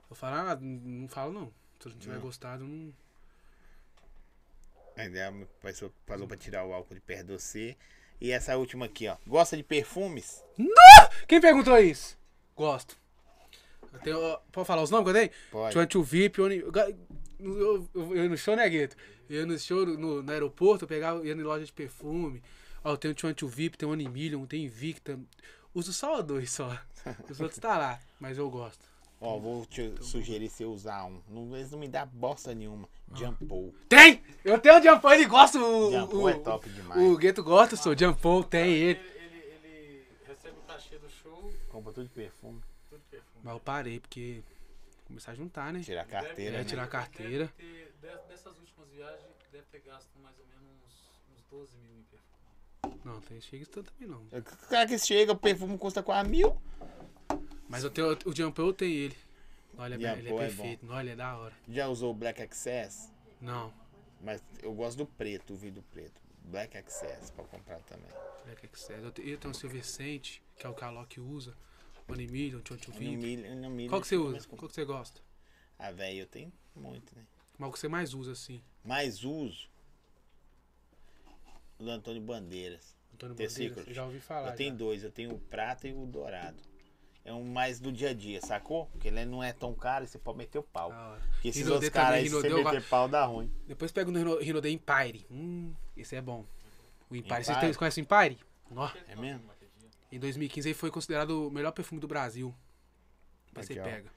Speaker 2: Eu falo na lata, não- não falo não. Se não
Speaker 1: Hum.
Speaker 2: tiver gostado, não.
Speaker 1: Aí né, a pessoa falou pra tirar o álcool de perto de você. E essa última aqui, ó. Gosta de perfumes?
Speaker 2: Quem perguntou isso? Gosto. Eu tenho, ó, pode falar os nomes que eu dei?
Speaker 1: Pode.
Speaker 2: Twenty o VIP, Oni- eu, ga- eu, eu, eu no show, né, Gueto? Eu ia no show, no, no aeroporto, eu pegava, ia em loja de perfume. Ó, tem o Twenty o VIP, tem o Animilion, tem Invicta. Uso só dois só. Os outros tá lá, mas eu gosto.
Speaker 1: Ó,
Speaker 2: Hum,
Speaker 1: vou te
Speaker 2: então.
Speaker 1: sugerir você usar um. Não, eles não me dá bosta nenhuma. Jumpou.
Speaker 2: Tem! Eu tenho o Jampão, ele gosta. Ah. O,
Speaker 1: Jean Paul
Speaker 2: o,
Speaker 1: é top demais.
Speaker 2: O Gueto gosta, sou. Jampão tem ele.
Speaker 4: Ele, ele, ele recebe o cachê cachê do show,
Speaker 1: Compra tudo de perfume.
Speaker 4: tudo perfume.
Speaker 2: Mas eu parei, porque começar a juntar, né?
Speaker 1: Tirar a carteira,
Speaker 2: É,
Speaker 1: né?
Speaker 2: tirar a carteira.
Speaker 4: Deve ter, de- dessas últimas viagens, deve ter gasto mais ou menos uns, uns 12 mil em perfume.
Speaker 2: Não, tem, chega isso também não.
Speaker 1: né? O cara que chega, o perfume custa 4 mil.
Speaker 2: Mas eu tenho, o Jumper eu tenho ele. Olha, ele é- ele é
Speaker 1: Jumper é bom.
Speaker 2: perfeito. Olha, é da hora.
Speaker 1: Já usou o Black Access?
Speaker 2: Não,
Speaker 1: Mas eu gosto do preto, o vidro preto. Black Access pra comprar também.
Speaker 2: Black Excel. é Eu te- eu tenho o seu Vicente, que é o que a Loki usa. O Animillion, o Tio Tio
Speaker 1: No
Speaker 2: Vip.
Speaker 1: milho, no milho,
Speaker 2: Qual que você
Speaker 1: mas
Speaker 2: usa?
Speaker 1: com-
Speaker 2: Qual que você gosta?
Speaker 1: Ah, velho, eu tenho muito, né?
Speaker 2: Mas o que você mais usa, assim?
Speaker 1: Mais uso. O do Antônio Bandeiras.
Speaker 2: Antônio
Speaker 1: The
Speaker 2: Bandeiras?
Speaker 1: Secret.
Speaker 2: Eu já ouvi falar.
Speaker 1: eu tenho
Speaker 2: já.
Speaker 1: dois, eu tenho o prata e o dourado. É um mais do dia a dia, sacou? Porque ele não é tão caro e você pode meter o pau.
Speaker 2: Da hora.
Speaker 1: Porque esses
Speaker 2: Ah. Rinodê
Speaker 1: outros caras
Speaker 2: também,
Speaker 1: aí, se você
Speaker 2: Rinodê, eu
Speaker 1: meter pau, dá ruim.
Speaker 2: Depois pega o Rino- Rinodê Empire. Hum, esse é bom. O Empire. Vocês
Speaker 1: Empire?
Speaker 2: têm- conhecem o Empire? Nó.
Speaker 1: É mesmo?
Speaker 2: Em 2015 ele foi considerado o melhor perfume do Brasil. Mas você
Speaker 1: Aqui, ó.
Speaker 2: pega.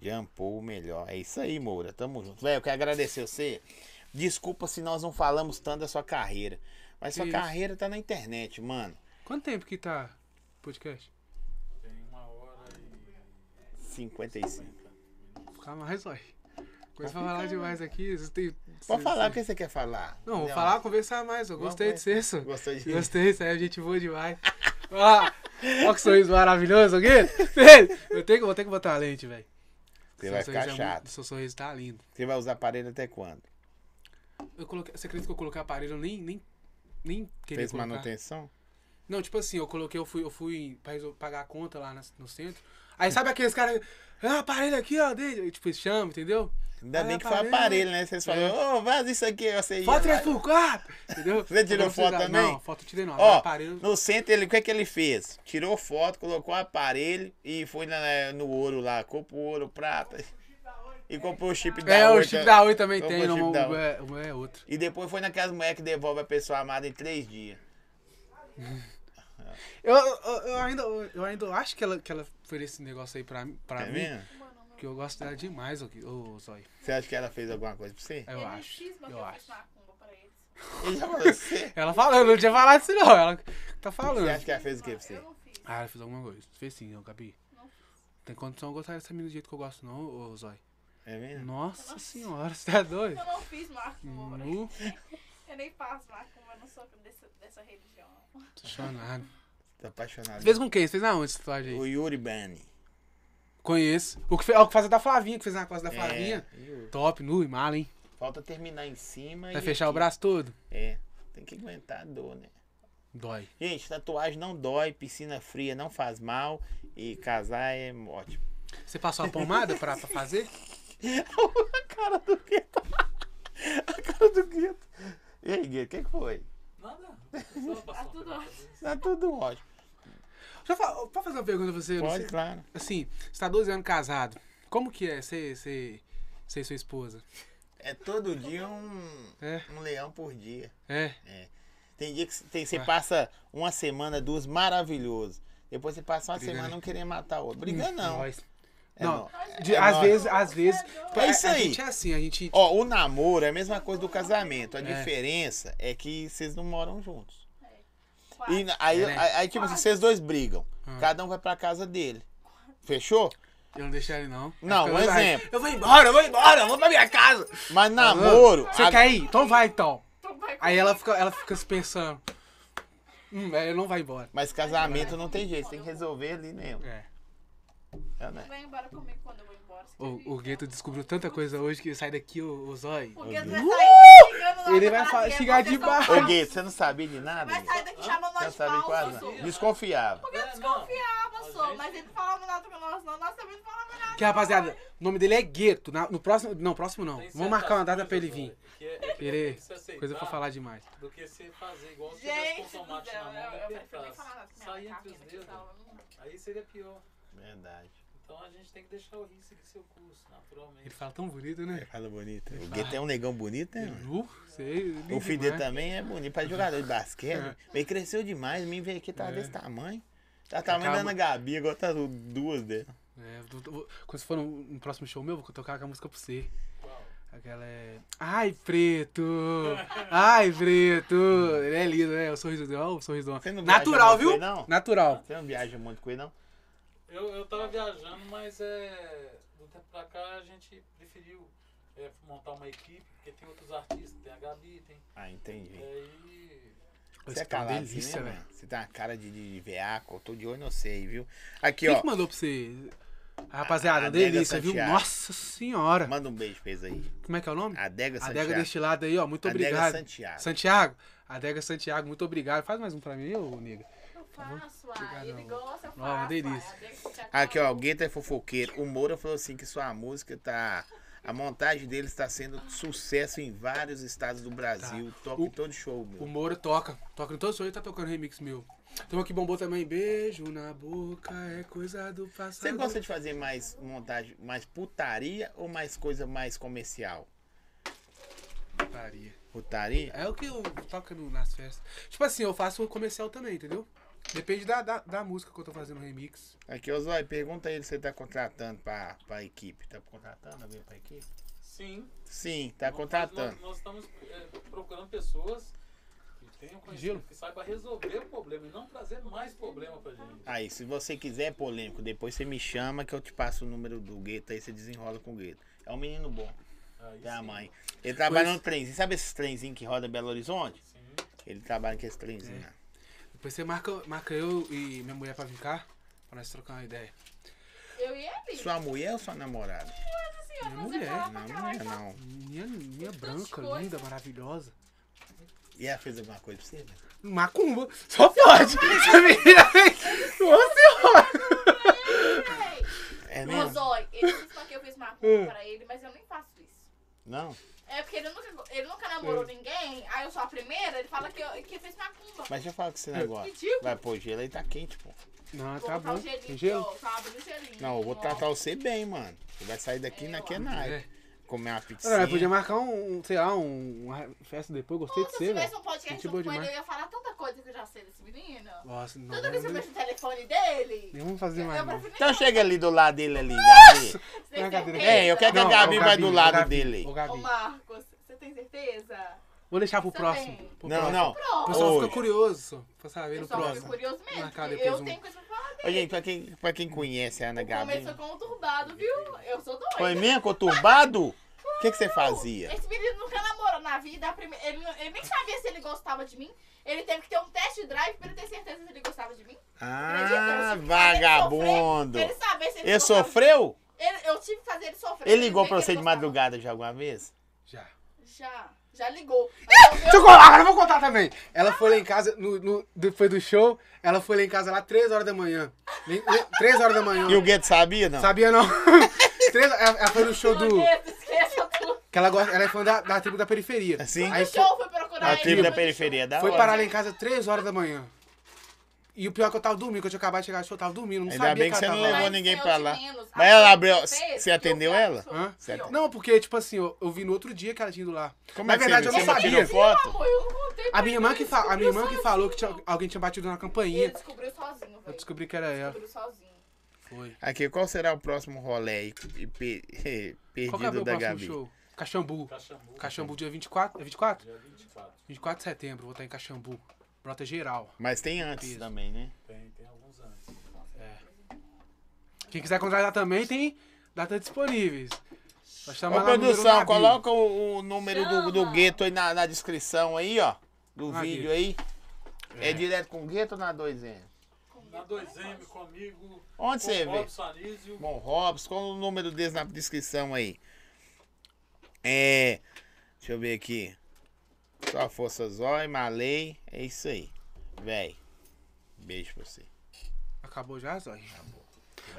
Speaker 1: Jampou o melhor. É isso aí, Moura. Tamo junto. Velho, eu quero agradecer você. Desculpa se nós não falamos tanto da sua carreira. Mas sua
Speaker 2: Que isso.
Speaker 1: carreira tá na internet, mano.
Speaker 2: Quanto tempo que tá o podcast?
Speaker 4: Tem uma hora e
Speaker 1: 55.
Speaker 2: Ficar Tá mais, olha. Coisa pra falar demais aqui. Vocês têm,
Speaker 1: Pode
Speaker 2: vocês-
Speaker 1: falar, o que você quer falar?
Speaker 2: Não, vou falar, conversar mais. Eu
Speaker 1: Vamos
Speaker 2: gostei de ser, só.
Speaker 1: Gostou de
Speaker 2: Gostei, isso aí é gente boa demais. Olha ah, que sorriso maravilhoso, alguém? Velho, Eu tenho, que- vou ter que botar a lente, velho.
Speaker 1: Você
Speaker 2: Seu
Speaker 1: vai
Speaker 2: sorriso
Speaker 1: ficar
Speaker 2: é
Speaker 1: chato.
Speaker 2: Muito, seu sorriso tá lindo.
Speaker 1: Você vai usar aparelho até quando?
Speaker 2: Eu coloquei, você acredita que eu coloquei aparelho? Eu nem, nem, nem queria
Speaker 1: Fez
Speaker 2: colocar.
Speaker 1: manutenção?
Speaker 2: Não, tipo assim, eu coloquei, eu fui, eu fui pra resol- pagar a conta lá na- no centro. Aí sabe aqueles caras, ah, aparelho aqui, ó, dele. Eu, Tipo, chama, entendeu?
Speaker 1: Ainda
Speaker 2: Ah,
Speaker 1: bem que foi
Speaker 2: aparelho. É.
Speaker 1: aparelho, né? Vocês falaram, ô, vaza isso aqui, eu sei.
Speaker 2: Foto é 3x4, entendeu?
Speaker 1: Você tirou
Speaker 2: Eu não precisava-
Speaker 1: foto também?
Speaker 2: Não, foto eu tirei não.
Speaker 1: Ó,
Speaker 2: aparelho,
Speaker 1: no centro, ele, o que é que ele fez? Tirou foto, colocou o aparelho e foi na- no ouro lá. Comprou ouro, prata. E comprou o chip da
Speaker 2: É, o
Speaker 1: Oi, tá?
Speaker 2: chip da Oi também
Speaker 1: Comprou
Speaker 2: tem,
Speaker 1: o chip
Speaker 2: não,
Speaker 1: da
Speaker 2: um
Speaker 1: Oi.
Speaker 2: é, um é outro.
Speaker 1: E depois foi naquelas mulheres que devolve a pessoa amada em três dias.
Speaker 2: Eu, eu, eu ainda, eu ainda acho que ela, que ela fez esse negócio aí pra, mim- pra
Speaker 1: Tá
Speaker 2: mim.
Speaker 1: vendo?
Speaker 2: Que eu gosto dela demais, ô oh, Zói.
Speaker 1: Você acha que ela fez alguma coisa pra você?
Speaker 2: Eu
Speaker 3: Ele é
Speaker 2: acho.
Speaker 3: cisma que
Speaker 2: Eu
Speaker 3: eu
Speaker 2: acho.
Speaker 3: fiz macumba pra eles.
Speaker 1: Ele já falou você.
Speaker 2: Ela falou, eu não tinha falado isso não. Ela tá falando.
Speaker 1: Você acha que é? ela fez o que pra
Speaker 3: Eu
Speaker 1: você?
Speaker 3: não fiz.
Speaker 2: Ah, ela fez alguma coisa. Fez sim, ô Gabi.
Speaker 3: Não.
Speaker 2: Tem condição de gostar dessa menina do jeito que eu gosto, não, ô Zói.
Speaker 1: É mesmo?
Speaker 2: Nossa senhora, você tá doido?
Speaker 3: Eu não fiz macumba. pra eles.
Speaker 2: Nu,
Speaker 3: Eu nem faço macumba, eu não sou dessa, dessa religião.
Speaker 2: apaixonado.
Speaker 1: Tá apaixonado.
Speaker 2: Você fez com quem? Você fez na onde essa tatuagem
Speaker 1: O
Speaker 2: aí?
Speaker 1: Yuri Bani.
Speaker 2: Conheço. O que, fez, o que faz é da Flavinha, que fez na costa da Flavinha.
Speaker 1: É, Yuri.
Speaker 2: Top, nu e mala, hein?
Speaker 1: Falta terminar em cima
Speaker 2: Vai
Speaker 1: e
Speaker 2: fechar o
Speaker 1: aqui.
Speaker 2: braço todo?
Speaker 1: É, tem que aguentar a dor, né?
Speaker 2: Dói.
Speaker 1: Gente, tatuagem não dói, piscina fria não faz mal e casar é ótimo.
Speaker 2: Você passou a pomada pra, pra fazer?
Speaker 1: a cara do Gueto. A cara do Gueto. E aí, Gueto, o que que foi?
Speaker 4: Nada. Só
Speaker 3: Tá
Speaker 4: passou
Speaker 3: tudo ótimo.
Speaker 1: Tá tudo ótimo.
Speaker 2: Deixa eu fa- posso fazer uma pergunta pra você? Eu não
Speaker 1: Pode,
Speaker 2: sei-
Speaker 1: claro.
Speaker 2: Assim, você tá 12 anos casado. Como que é ser, ser, ser sua esposa?
Speaker 1: É todo dia um,
Speaker 2: É.
Speaker 1: um leão por dia.
Speaker 2: É.
Speaker 1: Tem dia que c- tem, você
Speaker 2: Ué.
Speaker 1: passa uma semana, duas, maravilhoso. Depois você passa uma
Speaker 2: Briga,
Speaker 1: semana
Speaker 2: né? Hum,
Speaker 1: não querendo matar o outro. Briga não.
Speaker 2: Nós.
Speaker 1: É
Speaker 2: não, de-
Speaker 1: É
Speaker 2: às
Speaker 1: nóis.
Speaker 2: vezes, às vezes.
Speaker 1: É isso
Speaker 2: a- A
Speaker 1: aí.
Speaker 2: gente é assim, a gente.
Speaker 1: Ó, o namoro é a mesma coisa do casamento. A
Speaker 2: É.
Speaker 1: diferença é que vocês não moram juntos.
Speaker 3: Quase.
Speaker 1: E na- aí,
Speaker 2: É, né?
Speaker 1: aí, aí, tipo assim, vocês dois brigam.
Speaker 2: Ah.
Speaker 1: Cada um vai pra casa dele. Fechou?
Speaker 2: Eu não deixo ele, não.
Speaker 1: Não,
Speaker 2: Aí
Speaker 1: um
Speaker 2: fica, vai,
Speaker 1: exemplo.
Speaker 2: Eu vou embora, eu vou embora, eu vou pra minha casa.
Speaker 1: Mas namoro.
Speaker 2: Você
Speaker 1: a-
Speaker 2: quer ir? Então vai então.
Speaker 3: Então vai
Speaker 2: Aí ela fica, ela fica se pensando. Hum, velho, não vai embora.
Speaker 1: Mas casamento não tem jeito, tem que resolver ali mesmo.
Speaker 2: É.
Speaker 1: É, né?
Speaker 3: Vai embora comigo quando eu vou embora. você quer ver?
Speaker 2: Ah. O, o Gueto descobriu tanta coisa hoje que sai daqui, o, o Zói.
Speaker 3: O Gueto vai
Speaker 2: Uh!
Speaker 3: sair xingando nós
Speaker 2: Ele
Speaker 3: de
Speaker 2: vai fa-
Speaker 3: baseira,
Speaker 2: xingar de
Speaker 3: vocês são
Speaker 2: barra.
Speaker 1: Ô,
Speaker 3: falsos.
Speaker 1: Guedes, você não sabia de nada?
Speaker 3: Vai sair daqui chamando
Speaker 1: Não
Speaker 3: nós tá de
Speaker 1: sabia quase
Speaker 3: falso.
Speaker 1: nada.
Speaker 4: sou.
Speaker 1: Desconfiava.
Speaker 3: Porque eu
Speaker 4: É, não.
Speaker 3: desconfiava,
Speaker 4: A
Speaker 3: sou.
Speaker 4: gente-
Speaker 3: Mas ele não falava nada com nós, não. Nós também não falamos nada.
Speaker 2: Que rapaziada, o nome dele é Gueto. Na- no próximo. Não, próximo não.
Speaker 4: Tem
Speaker 2: Vamos marcar uma data
Speaker 4: certas
Speaker 2: pra ele vir.
Speaker 4: coisas, olha, que é- é que
Speaker 2: Ele-
Speaker 4: tem que se aceitar
Speaker 2: Coisa pra falar demais.
Speaker 4: Do que você fazer igual se tivesse
Speaker 3: Gente
Speaker 4: com
Speaker 3: do
Speaker 4: tomate
Speaker 3: céu,
Speaker 4: na
Speaker 3: eu,
Speaker 4: mão.
Speaker 3: eu,
Speaker 4: né?
Speaker 3: prefiro nem falar nada.
Speaker 4: Sair
Speaker 3: Minha
Speaker 4: entre os
Speaker 3: caquinha que
Speaker 4: dedos.
Speaker 3: salva, menina.
Speaker 4: Aí seria pior.
Speaker 1: Verdade.
Speaker 4: Então a gente tem que deixar o rim seguir seu curso, naturalmente.
Speaker 2: Ele fala tão bonito,
Speaker 1: Você
Speaker 2: né?
Speaker 1: Fala bonito. O Guedes é um negão bonito, né? mano?
Speaker 2: Nu, sei. lindo
Speaker 1: O filho dele
Speaker 2: demais.
Speaker 1: também é bonito. Pra jogador de basquete. né? Ele cresceu demais. Me veio aqui, tava
Speaker 2: É.
Speaker 1: desse tamanho. Tá tamanho da
Speaker 2: Calma.
Speaker 1: Ana Gabi, agora tá duas dele.
Speaker 2: É, eu tô- tô- vou- quando você for no, no próximo show meu, eu vou tocar com a música pra você.
Speaker 4: Qual?
Speaker 2: A Aquela é. Ai, preto! Ai, preto! Ele é lindo, né? O sorriso dele, ó, o sorriso
Speaker 1: Você não
Speaker 2: dele.
Speaker 1: viaja
Speaker 2: Natural,
Speaker 1: muito
Speaker 2: viu?
Speaker 1: com ele, não?
Speaker 2: Natural.
Speaker 1: Você não viaja muito com ele, não?
Speaker 4: Eu, eu tava viajando, mas é, do tempo pra cá a gente preferiu é, montar uma equipe, porque tem outros artistas, tem a Gabi, tem.
Speaker 1: Ah, entendi.
Speaker 4: E aí.
Speaker 1: Você é
Speaker 2: Esse cara
Speaker 1: calado,
Speaker 2: delícia,
Speaker 1: assim, né,
Speaker 2: velho.
Speaker 1: mano? Você tem uma cara de, de veaco, eu tô de olho, não sei, viu? Aqui,
Speaker 2: Quem
Speaker 1: ó.
Speaker 2: que mandou pra você? Rapaziada,
Speaker 1: a Adega
Speaker 2: delícia, viu?
Speaker 1: Santiago.
Speaker 2: Nossa senhora.
Speaker 1: Manda um beijo pra eles aí.
Speaker 2: Como é que é o nome?
Speaker 1: Adega Santiago.
Speaker 2: Adega deste lado aí, ó. Muito
Speaker 1: Adega
Speaker 2: obrigado.
Speaker 1: Santiago.
Speaker 2: Santiago? Adega Santiago, muito obrigado. Faz mais um pra mim, ô nega.
Speaker 3: Eu faço,
Speaker 2: Obrigado,
Speaker 3: ah, ele
Speaker 2: amor.
Speaker 3: gosta, eu faço.
Speaker 2: Ó, uma
Speaker 3: ah,
Speaker 2: delícia.
Speaker 3: tem que te
Speaker 1: Aqui, ó,
Speaker 3: acalmar.
Speaker 1: o Guetta é fofoqueiro. O Moura falou assim que sua música tá. A montagem dele está sendo sucesso em vários estados do Brasil. Toca em
Speaker 2: Tá. O-
Speaker 1: todo show,
Speaker 2: O
Speaker 1: meu.
Speaker 2: Moura toca. Toca em todo show, ele tá tocando remix meu. Tem um que bombou também. Beijo na boca é coisa do passado.
Speaker 1: Você gosta de fazer mais montagem, mais putaria ou mais coisa mais comercial?
Speaker 2: Putaria.
Speaker 1: Putaria?
Speaker 2: É o que eu toco no- nas festas. Tipo assim, eu faço o comercial também, entendeu? Depende da, da, da música que eu tô fazendo remix.
Speaker 1: Aqui, ô Zói, pergunta ele se você tá contratando pra, pra equipe. Tá contratando alguém pra equipe?
Speaker 4: Sim.
Speaker 1: Sim, tá
Speaker 4: nós- Nós,
Speaker 1: contratando.
Speaker 4: nós estamos é, procurando pessoas que tenham
Speaker 2: Giro.
Speaker 4: conhecimento, que saiba resolver o problema e não trazer mais problema pra gente.
Speaker 1: Aí, se você quiser é polêmico, depois você me chama que eu te passo o número do Guetta aí você desenrola com o Guetta. É um menino bom.
Speaker 4: Aí
Speaker 1: Tem a
Speaker 4: sim.
Speaker 1: Tá, mãe. Ele trabalha no trenzinho. Sabe esses trenzinhos que roda em Belo Horizonte?
Speaker 4: Sim.
Speaker 1: Ele trabalha com esse
Speaker 2: É.
Speaker 1: trenzinho. né? lá.
Speaker 2: Depois você marca, marca eu e minha mulher pra vir cá, pra nós trocar uma ideia.
Speaker 3: Eu e ele.
Speaker 1: Sua mulher ou sua namorada?
Speaker 3: Assim, eu
Speaker 2: Minha
Speaker 3: vou fazer
Speaker 2: mulher,
Speaker 3: falar
Speaker 1: Não,
Speaker 3: pra
Speaker 1: mulher
Speaker 3: caralho.
Speaker 1: não.
Speaker 2: Minha, minha branca,
Speaker 3: coisas.
Speaker 2: linda, maravilhosa.
Speaker 1: E ela fez alguma coisa pra você? né?
Speaker 2: Macumba, só pode! Você vira aqui. Nossa senhora!
Speaker 3: Ei,
Speaker 1: É
Speaker 3: Ô,
Speaker 1: mesmo? Hum.
Speaker 3: Zói, ele disse pra que eu fiz macumba pra ele, mas eu nem faço isso.
Speaker 1: Não?
Speaker 3: É porque ele nunca, ele nunca namorou ninguém, aí eu sou a primeira, ele fala que eu, que eu fiz macumba.
Speaker 1: Mas deixa eu falar com esse negócio.
Speaker 3: Ridículo.
Speaker 1: Vai pôr gelo aí, tá quente, pô.
Speaker 2: Não,
Speaker 3: Vou
Speaker 2: tá
Speaker 3: botar
Speaker 2: bom.
Speaker 3: o gelinho,
Speaker 2: Tem gelo?
Speaker 3: ó, tá abrindo o gelinho.
Speaker 1: Não, eu vou
Speaker 3: Ó.
Speaker 1: tratar você bem, mano. Você vai sair daqui
Speaker 3: É,
Speaker 1: na
Speaker 3: ó.
Speaker 1: Kenai. Comer uma pizza.
Speaker 2: É. Não, mas podia marcar um, um, sei lá, um, uma festa depois, gostei
Speaker 3: Pô,
Speaker 2: de
Speaker 3: Se eu
Speaker 2: ser,
Speaker 3: tivesse
Speaker 2: velho.
Speaker 3: um podcast
Speaker 2: Gente
Speaker 3: junto
Speaker 2: boa
Speaker 3: com ele,
Speaker 2: demais.
Speaker 3: eu ia falar tanta coisa que eu já sei desse menino.
Speaker 2: Nossa, não.
Speaker 3: um Toda vez que eu
Speaker 2: Nem
Speaker 3: vejo o telefone dele.
Speaker 1: um
Speaker 2: nem vamos fazer
Speaker 3: eu-
Speaker 2: mais
Speaker 3: eu
Speaker 2: não.
Speaker 3: prefiro
Speaker 1: Então
Speaker 3: nem-
Speaker 1: chega ali do lado dele ali, Gabi.
Speaker 3: Você tem
Speaker 2: Na cadeira.
Speaker 3: certeza?
Speaker 1: É, eu quero que a
Speaker 2: Não,
Speaker 1: Gabi
Speaker 2: ô,
Speaker 1: vai do
Speaker 2: Gabi,
Speaker 1: lado
Speaker 2: ô, Gabi,
Speaker 1: dele.
Speaker 2: ô,
Speaker 3: Ô,
Speaker 2: Gabi,
Speaker 3: Marcos, você tem certeza?
Speaker 2: vou deixar pro
Speaker 3: Você
Speaker 2: próximo.
Speaker 3: tem?
Speaker 2: pro
Speaker 1: Não,
Speaker 2: próximo.
Speaker 1: não.
Speaker 2: O
Speaker 3: Pronto.
Speaker 2: pessoal
Speaker 1: Hoje.
Speaker 2: fica curioso, só, pra saber
Speaker 3: Eu
Speaker 2: no
Speaker 3: só fico
Speaker 2: próximo.
Speaker 3: curioso mesmo,
Speaker 2: Marcar
Speaker 3: porque
Speaker 2: depois
Speaker 3: eu
Speaker 2: um.
Speaker 3: tenho coisa pra falar
Speaker 1: Ô,
Speaker 3: dele.
Speaker 1: gente, pra quem, pra quem conhece a Ana Gabi.
Speaker 3: Começou com o turbado, viu? Eu sou doida.
Speaker 1: Foi mesmo? Conturbado? O que, que você fazia?
Speaker 3: Esse menino nunca namorou na vida. a prime- Ele, não- ele nem sabia se ele gostava de mim. Ele teve que ter um test drive pra ele ter certeza se ele gostava de mim.
Speaker 1: Ah,
Speaker 3: Acredita? Eu tive um que fazer ele sofrer
Speaker 1: vagabundo.
Speaker 3: Pra ele saber se ele
Speaker 1: Ele
Speaker 3: gostava de
Speaker 1: sofreu?
Speaker 3: Ele- eu tive que fazer ele sofrer.
Speaker 1: Ele ligou
Speaker 3: ver
Speaker 1: pra
Speaker 3: que
Speaker 1: você
Speaker 3: ele
Speaker 1: de
Speaker 3: gostava.
Speaker 1: madrugada já alguma vez?
Speaker 2: Já.
Speaker 3: Já, já ligou. Mas
Speaker 2: Deixa eu
Speaker 3: eu-
Speaker 2: contar, agora eu vou contar também. Ela foi lá em casa, no, no- depois do show, ela foi lá em casa lá 3 horas da manhã. Nem- nem- 3 horas da manhã.
Speaker 1: E o Gueto sabia, não?
Speaker 2: Sabia não? Três, ela, ela foi no show do.
Speaker 3: Meu Deus, esqueça tudo.
Speaker 2: Que ela, gosta, ela é fã da, da tribo da periferia.
Speaker 1: Assim?
Speaker 2: Aí
Speaker 3: No
Speaker 2: foi,
Speaker 3: show, fui procurar
Speaker 1: A
Speaker 3: ele.
Speaker 1: tribo da
Speaker 3: no
Speaker 1: periferia é da
Speaker 2: foi
Speaker 1: hora.
Speaker 2: parar lá em casa 3 horas da manhã. E o pior é que eu tava dormindo, que eu tinha acabado de chegar do show, eu tava dormindo. Não
Speaker 1: Ainda
Speaker 2: sabia
Speaker 1: bem que
Speaker 2: que
Speaker 1: você
Speaker 2: ela
Speaker 1: não
Speaker 2: tava lá.
Speaker 3: show.
Speaker 1: levou
Speaker 3: Mas
Speaker 1: ninguém
Speaker 3: eu
Speaker 1: pra
Speaker 3: te
Speaker 1: lá.
Speaker 3: menos.
Speaker 1: Mas ela
Speaker 3: Aquele
Speaker 1: abriu-
Speaker 3: que fez,
Speaker 1: você atendeu
Speaker 3: eu já
Speaker 1: ela?
Speaker 3: sou
Speaker 2: Hã?
Speaker 1: Você é
Speaker 3: pior.
Speaker 2: Não, porque, tipo assim, eu, eu vi no outro dia que ela tinha ido lá.
Speaker 1: Como
Speaker 2: Na
Speaker 1: é que
Speaker 2: verdade,
Speaker 1: você,
Speaker 2: eu
Speaker 1: você
Speaker 2: não
Speaker 1: não
Speaker 2: sabia.
Speaker 1: tirou foto?
Speaker 3: Amor, eu não contei pra
Speaker 2: A minha
Speaker 3: ele,
Speaker 2: irmã
Speaker 3: ele
Speaker 2: que, fa- a minha irmã que
Speaker 3: descobriu
Speaker 2: falou que
Speaker 3: sozinho.
Speaker 2: tinha- alguém tinha batido na
Speaker 3: assim, Ele
Speaker 2: campainha.
Speaker 3: descobriu sozinho,
Speaker 2: Eu
Speaker 3: velho.
Speaker 2: descobri que era ela.
Speaker 3: Descobriu sozinho.
Speaker 2: Foi.
Speaker 1: Aqui, qual será o próximo rolê e- e pe-
Speaker 2: Qual que é
Speaker 1: perdido
Speaker 2: o meu
Speaker 1: da
Speaker 2: próximo
Speaker 1: Gabi?
Speaker 2: show? Caxambu.
Speaker 4: Caxambu.
Speaker 2: Caxambu dia 24. É 24?
Speaker 4: Dia 24.
Speaker 2: 24 de setembro, vou estar em Caxambu. Brota geral.
Speaker 1: Mas tem antes
Speaker 2: Isso.
Speaker 1: também, né?
Speaker 4: Tem, tem alguns anos.
Speaker 2: Quem quiser contratar também tem data disponíveis. Só chamar
Speaker 1: Ô,
Speaker 2: lá no número na
Speaker 1: produção,
Speaker 2: bio.
Speaker 1: coloca o, o número do, do
Speaker 3: Chama.
Speaker 1: gueto aí na, na descrição aí, ó. Do
Speaker 2: Na
Speaker 1: vídeo
Speaker 2: gueto.
Speaker 1: aí. É. direto com o gueto ou na 2N?
Speaker 4: Na 2M comigo.
Speaker 1: Onde
Speaker 4: com
Speaker 1: você
Speaker 4: o
Speaker 1: vê?
Speaker 4: Robson Anísio.
Speaker 1: Bom, Robson, qual o número deles na descrição aí? É. Deixa eu ver aqui. Só força zói, malei. É isso aí. Véi. Beijo pra você.
Speaker 2: Acabou já, Zói?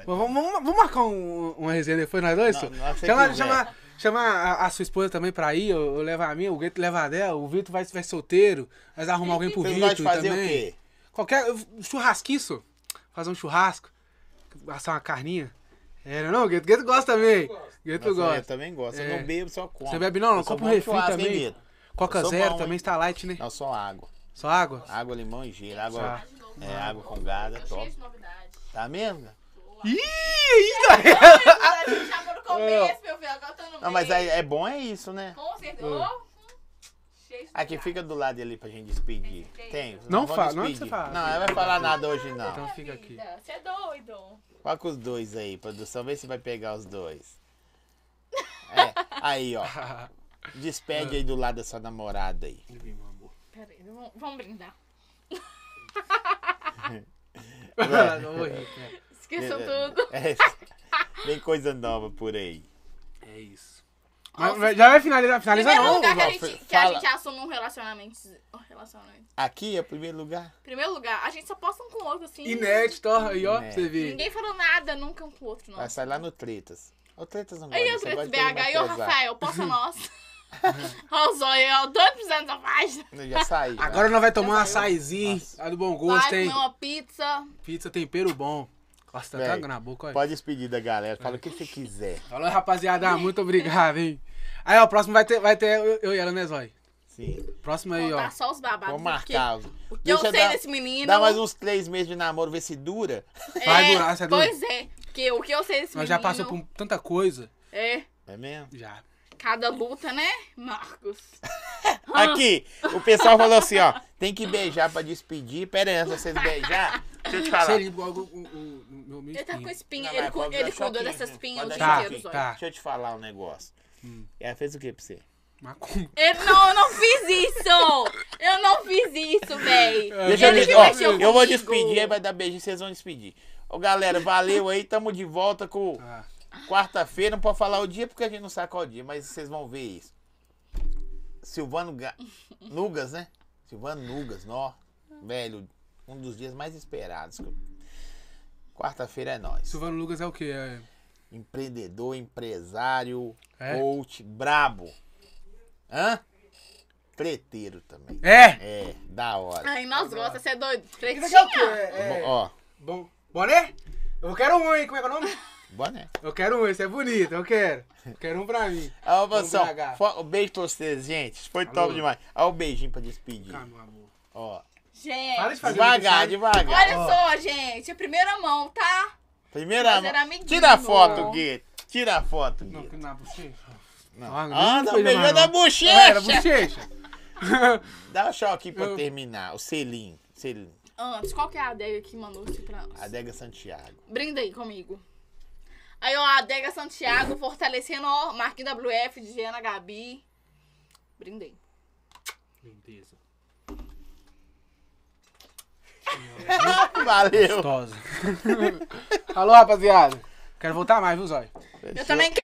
Speaker 2: Bom, vamos, vamos- vamos marcar um- uma resenha depois nós dois?
Speaker 1: Não,
Speaker 2: senhor?
Speaker 1: não, é. você
Speaker 2: chama
Speaker 1: quiser.
Speaker 2: chama, chama a, a sua esposa também pra ir, eu, eu levo a minha, o Gueto leva a dela, o Vitor vai, vai solteiro, nós arrumar alguém pro
Speaker 1: Vocês
Speaker 2: Vitor
Speaker 1: gostam de fazer
Speaker 2: também.
Speaker 1: o quê?
Speaker 2: Qualquer eu- churrasquinho, senhor. fazer um churrasco, assar uma carninha. É, não, é não, Gueto, Gueto gosta também. Gueto
Speaker 1: Nossa, Eu
Speaker 2: gosta.
Speaker 1: também gosto. Eu
Speaker 2: É.
Speaker 1: não bebo, só como.
Speaker 2: Você bebe não, não,
Speaker 1: Eu sou
Speaker 2: compra um
Speaker 1: bom de
Speaker 2: refri
Speaker 1: churrasco, hein,
Speaker 2: também.
Speaker 1: Gueto?
Speaker 2: Coca
Speaker 1: Eu sou
Speaker 2: Zero
Speaker 1: bom,
Speaker 2: também,
Speaker 1: hein?
Speaker 2: está light, né?
Speaker 1: Não, só água.
Speaker 2: Só água?
Speaker 1: Água, limão e gelo.
Speaker 2: Tá.
Speaker 1: Água,
Speaker 3: De novo.
Speaker 1: é, água com gás, é
Speaker 3: Eu cheio
Speaker 1: top.
Speaker 3: de novidade.
Speaker 1: Tá mesmo?
Speaker 2: Ih, aí, Zói.
Speaker 3: A gente já morou com começo, meu filho. Agora eu tô no meio.
Speaker 1: Não, mas aí é bom é isso, né?
Speaker 3: Com certeza.
Speaker 2: Hum.
Speaker 3: Ô, hum, cheio de
Speaker 1: Aqui
Speaker 3: lugar.
Speaker 1: fica do lado ali pra gente despedir. Tem.
Speaker 2: Não
Speaker 1: vamos
Speaker 2: fala, não é que
Speaker 1: despedir.
Speaker 2: você fala.
Speaker 1: Não, ela vai falar nada hoje não.
Speaker 2: Então
Speaker 3: Minha
Speaker 2: fica aqui.
Speaker 3: vida, Você é doido.
Speaker 1: Coloca os dois aí, produção. Vê se vai pegar os dois. É, aí, ó. Despede aí do lado da sua namorada aí.
Speaker 3: Pera aí, vamos, vamos brindar.
Speaker 2: Não vou rir, né?
Speaker 3: Esqueçam tudo.
Speaker 1: É, vem coisa nova por aí.
Speaker 2: É isso. Mas vai- já vai finalizar, finaliza
Speaker 3: Primeiro
Speaker 2: não.
Speaker 3: lugar é que a,
Speaker 1: Val,
Speaker 3: gente, que a
Speaker 1: fala.
Speaker 3: gente assume um relacionamento. um relacionamento.
Speaker 1: Aqui é o primeiro lugar.
Speaker 3: Primeiro lugar, a gente só posta um com o outro assim.
Speaker 2: Inédito, ó, aí ó, pra
Speaker 1: Inédito.
Speaker 2: você ver.
Speaker 3: Ninguém falou nada nunca um com o outro, não.
Speaker 1: Vai sair lá no Tretas. Ô, Tretas não gosta.
Speaker 3: Aí eu
Speaker 1: você gosta
Speaker 3: trouxe
Speaker 1: de coisa mais
Speaker 3: BH e o
Speaker 1: pesada.
Speaker 3: Rafael, posta nós. Olha o zóio, eu doido precisando da página.
Speaker 1: Eu Já saí. já.
Speaker 2: Agora nós vai tomar um açaizinho.
Speaker 1: Nossa.
Speaker 2: A do bom
Speaker 3: Vai
Speaker 2: gosto,
Speaker 3: comer
Speaker 2: hein?
Speaker 3: uma pizza.
Speaker 2: Pizza, tempero bom. Nossa, tá
Speaker 1: Véi,
Speaker 2: água na boca, olha.
Speaker 1: Pode despedir da galera. Fala o que você quiser.
Speaker 2: Falou, rapaziada. Muito obrigado, hein? Aí, ó, o próximo vai ter, vai ter eu, eu e ela, né, Zói?
Speaker 1: Sim.
Speaker 2: Próximo aí, ó.
Speaker 3: Contar só os babados.
Speaker 1: Vamos
Speaker 3: porque
Speaker 1: marcar.
Speaker 3: O que eu
Speaker 1: Deixa
Speaker 3: sei
Speaker 1: dar-
Speaker 3: desse menino.
Speaker 1: Dá mais um uns três meses de namoro, ver se dura.
Speaker 2: Vai
Speaker 3: É,
Speaker 2: durar, você é doido.
Speaker 3: Pois é, porque o que eu sei desse
Speaker 2: Nós
Speaker 3: menino.
Speaker 2: já passou por tanta coisa.
Speaker 3: É,
Speaker 1: É mesmo?
Speaker 2: Já.
Speaker 3: cada luta, né, Marcos?
Speaker 1: Aqui, o pessoal falou assim, ó. Tem que beijar pra despedir. Pera aí, antes de vocês beijar. Deixa eu te falar.
Speaker 2: Seria igual o, o, o- o meu
Speaker 3: Ele
Speaker 2: mesmo.
Speaker 3: tá com espinha,
Speaker 1: Não,
Speaker 3: ele,
Speaker 1: mas
Speaker 3: cu-
Speaker 1: pode
Speaker 3: ele
Speaker 1: dar só
Speaker 3: cuidou
Speaker 1: 15,
Speaker 3: dessa espinha o
Speaker 1: pode dar
Speaker 3: dia
Speaker 2: Tá,
Speaker 1: só
Speaker 3: inteiro, zóio.
Speaker 2: tá.
Speaker 1: Deixa eu te falar um negócio.
Speaker 3: Hum.
Speaker 1: Ela fez o que pra você?
Speaker 2: Macumba.
Speaker 3: Eu não, não fiz isso! Eu não fiz isso, véi!
Speaker 1: Deixa eu,
Speaker 3: Ele
Speaker 1: des-
Speaker 3: que
Speaker 1: ó,
Speaker 3: mexeu
Speaker 1: eu vou
Speaker 3: comigo.
Speaker 1: despedir, é aí vai dar beijinho, vocês vão despedir. Ô galera, valeu aí, tamo de volta com
Speaker 2: Ah.
Speaker 1: quarta-feira. Não pode falar o dia porque a gente não sabe qual dia, mas vocês vão ver isso. Silvano Ga- Nugas, né? Silvano Nugas, nó. Velho, um dos dias mais esperados. que eu- Quarta-feira é nós.
Speaker 2: Silvano Lucas é o quê? É...
Speaker 1: Empreendedor, empresário,
Speaker 2: É?
Speaker 1: coach, brabo. Hã? Treteiro também.
Speaker 2: É!
Speaker 1: É, da hora.
Speaker 3: Ai, nós gosta, você é doido.
Speaker 2: Isso aqui é o quê?
Speaker 3: Pretinha!
Speaker 2: É-
Speaker 1: Bom, ó,
Speaker 2: Bom. Boné? Eu quero um, hein? Como é que é o nome?
Speaker 1: boné.
Speaker 2: Eu quero um, esse é bonito, eu quero. Eu quero um pra mim.
Speaker 1: Ó,
Speaker 2: Vamos
Speaker 1: Vansão,
Speaker 2: BH.
Speaker 1: fo- um beijo pra vocês, gente. Foi top demais. Ó, um beijinho pra despedir.
Speaker 2: Ah, meu amor.
Speaker 1: Ó,
Speaker 2: Para
Speaker 3: Gente,
Speaker 2: de fazer
Speaker 1: devagar,
Speaker 2: isso,
Speaker 1: devagar.
Speaker 3: olha só, gente, a primeira mão, tá?
Speaker 1: Primeira
Speaker 3: fazer
Speaker 1: mão.
Speaker 3: amiguinho.
Speaker 1: Tira a foto, Gui. Tira a foto,
Speaker 2: Não, que
Speaker 1: Gui.
Speaker 2: na bochecha.
Speaker 1: Não.
Speaker 2: Ah, não
Speaker 1: Anda,
Speaker 2: foi demais,
Speaker 1: beijando a
Speaker 2: não. Ah,
Speaker 1: bochecha.
Speaker 2: era bochecha.
Speaker 1: Dá um tchau aqui pra
Speaker 2: Eu-
Speaker 1: terminar. O selinho. selinho.
Speaker 3: Antes, qual que é a adega que mandou isso pra nós?
Speaker 1: Adega Santiago.
Speaker 3: Brinda aí comigo. Aí, ó, a Adega Santiago fortalecendo, ó, Marquinhos WF, de Diana Gabi. Brindei.
Speaker 2: Lindeza.
Speaker 1: Valeu.
Speaker 2: Gostosa. Alô, rapaziada. Quero voltar mais, viu, Zói?
Speaker 3: Eu também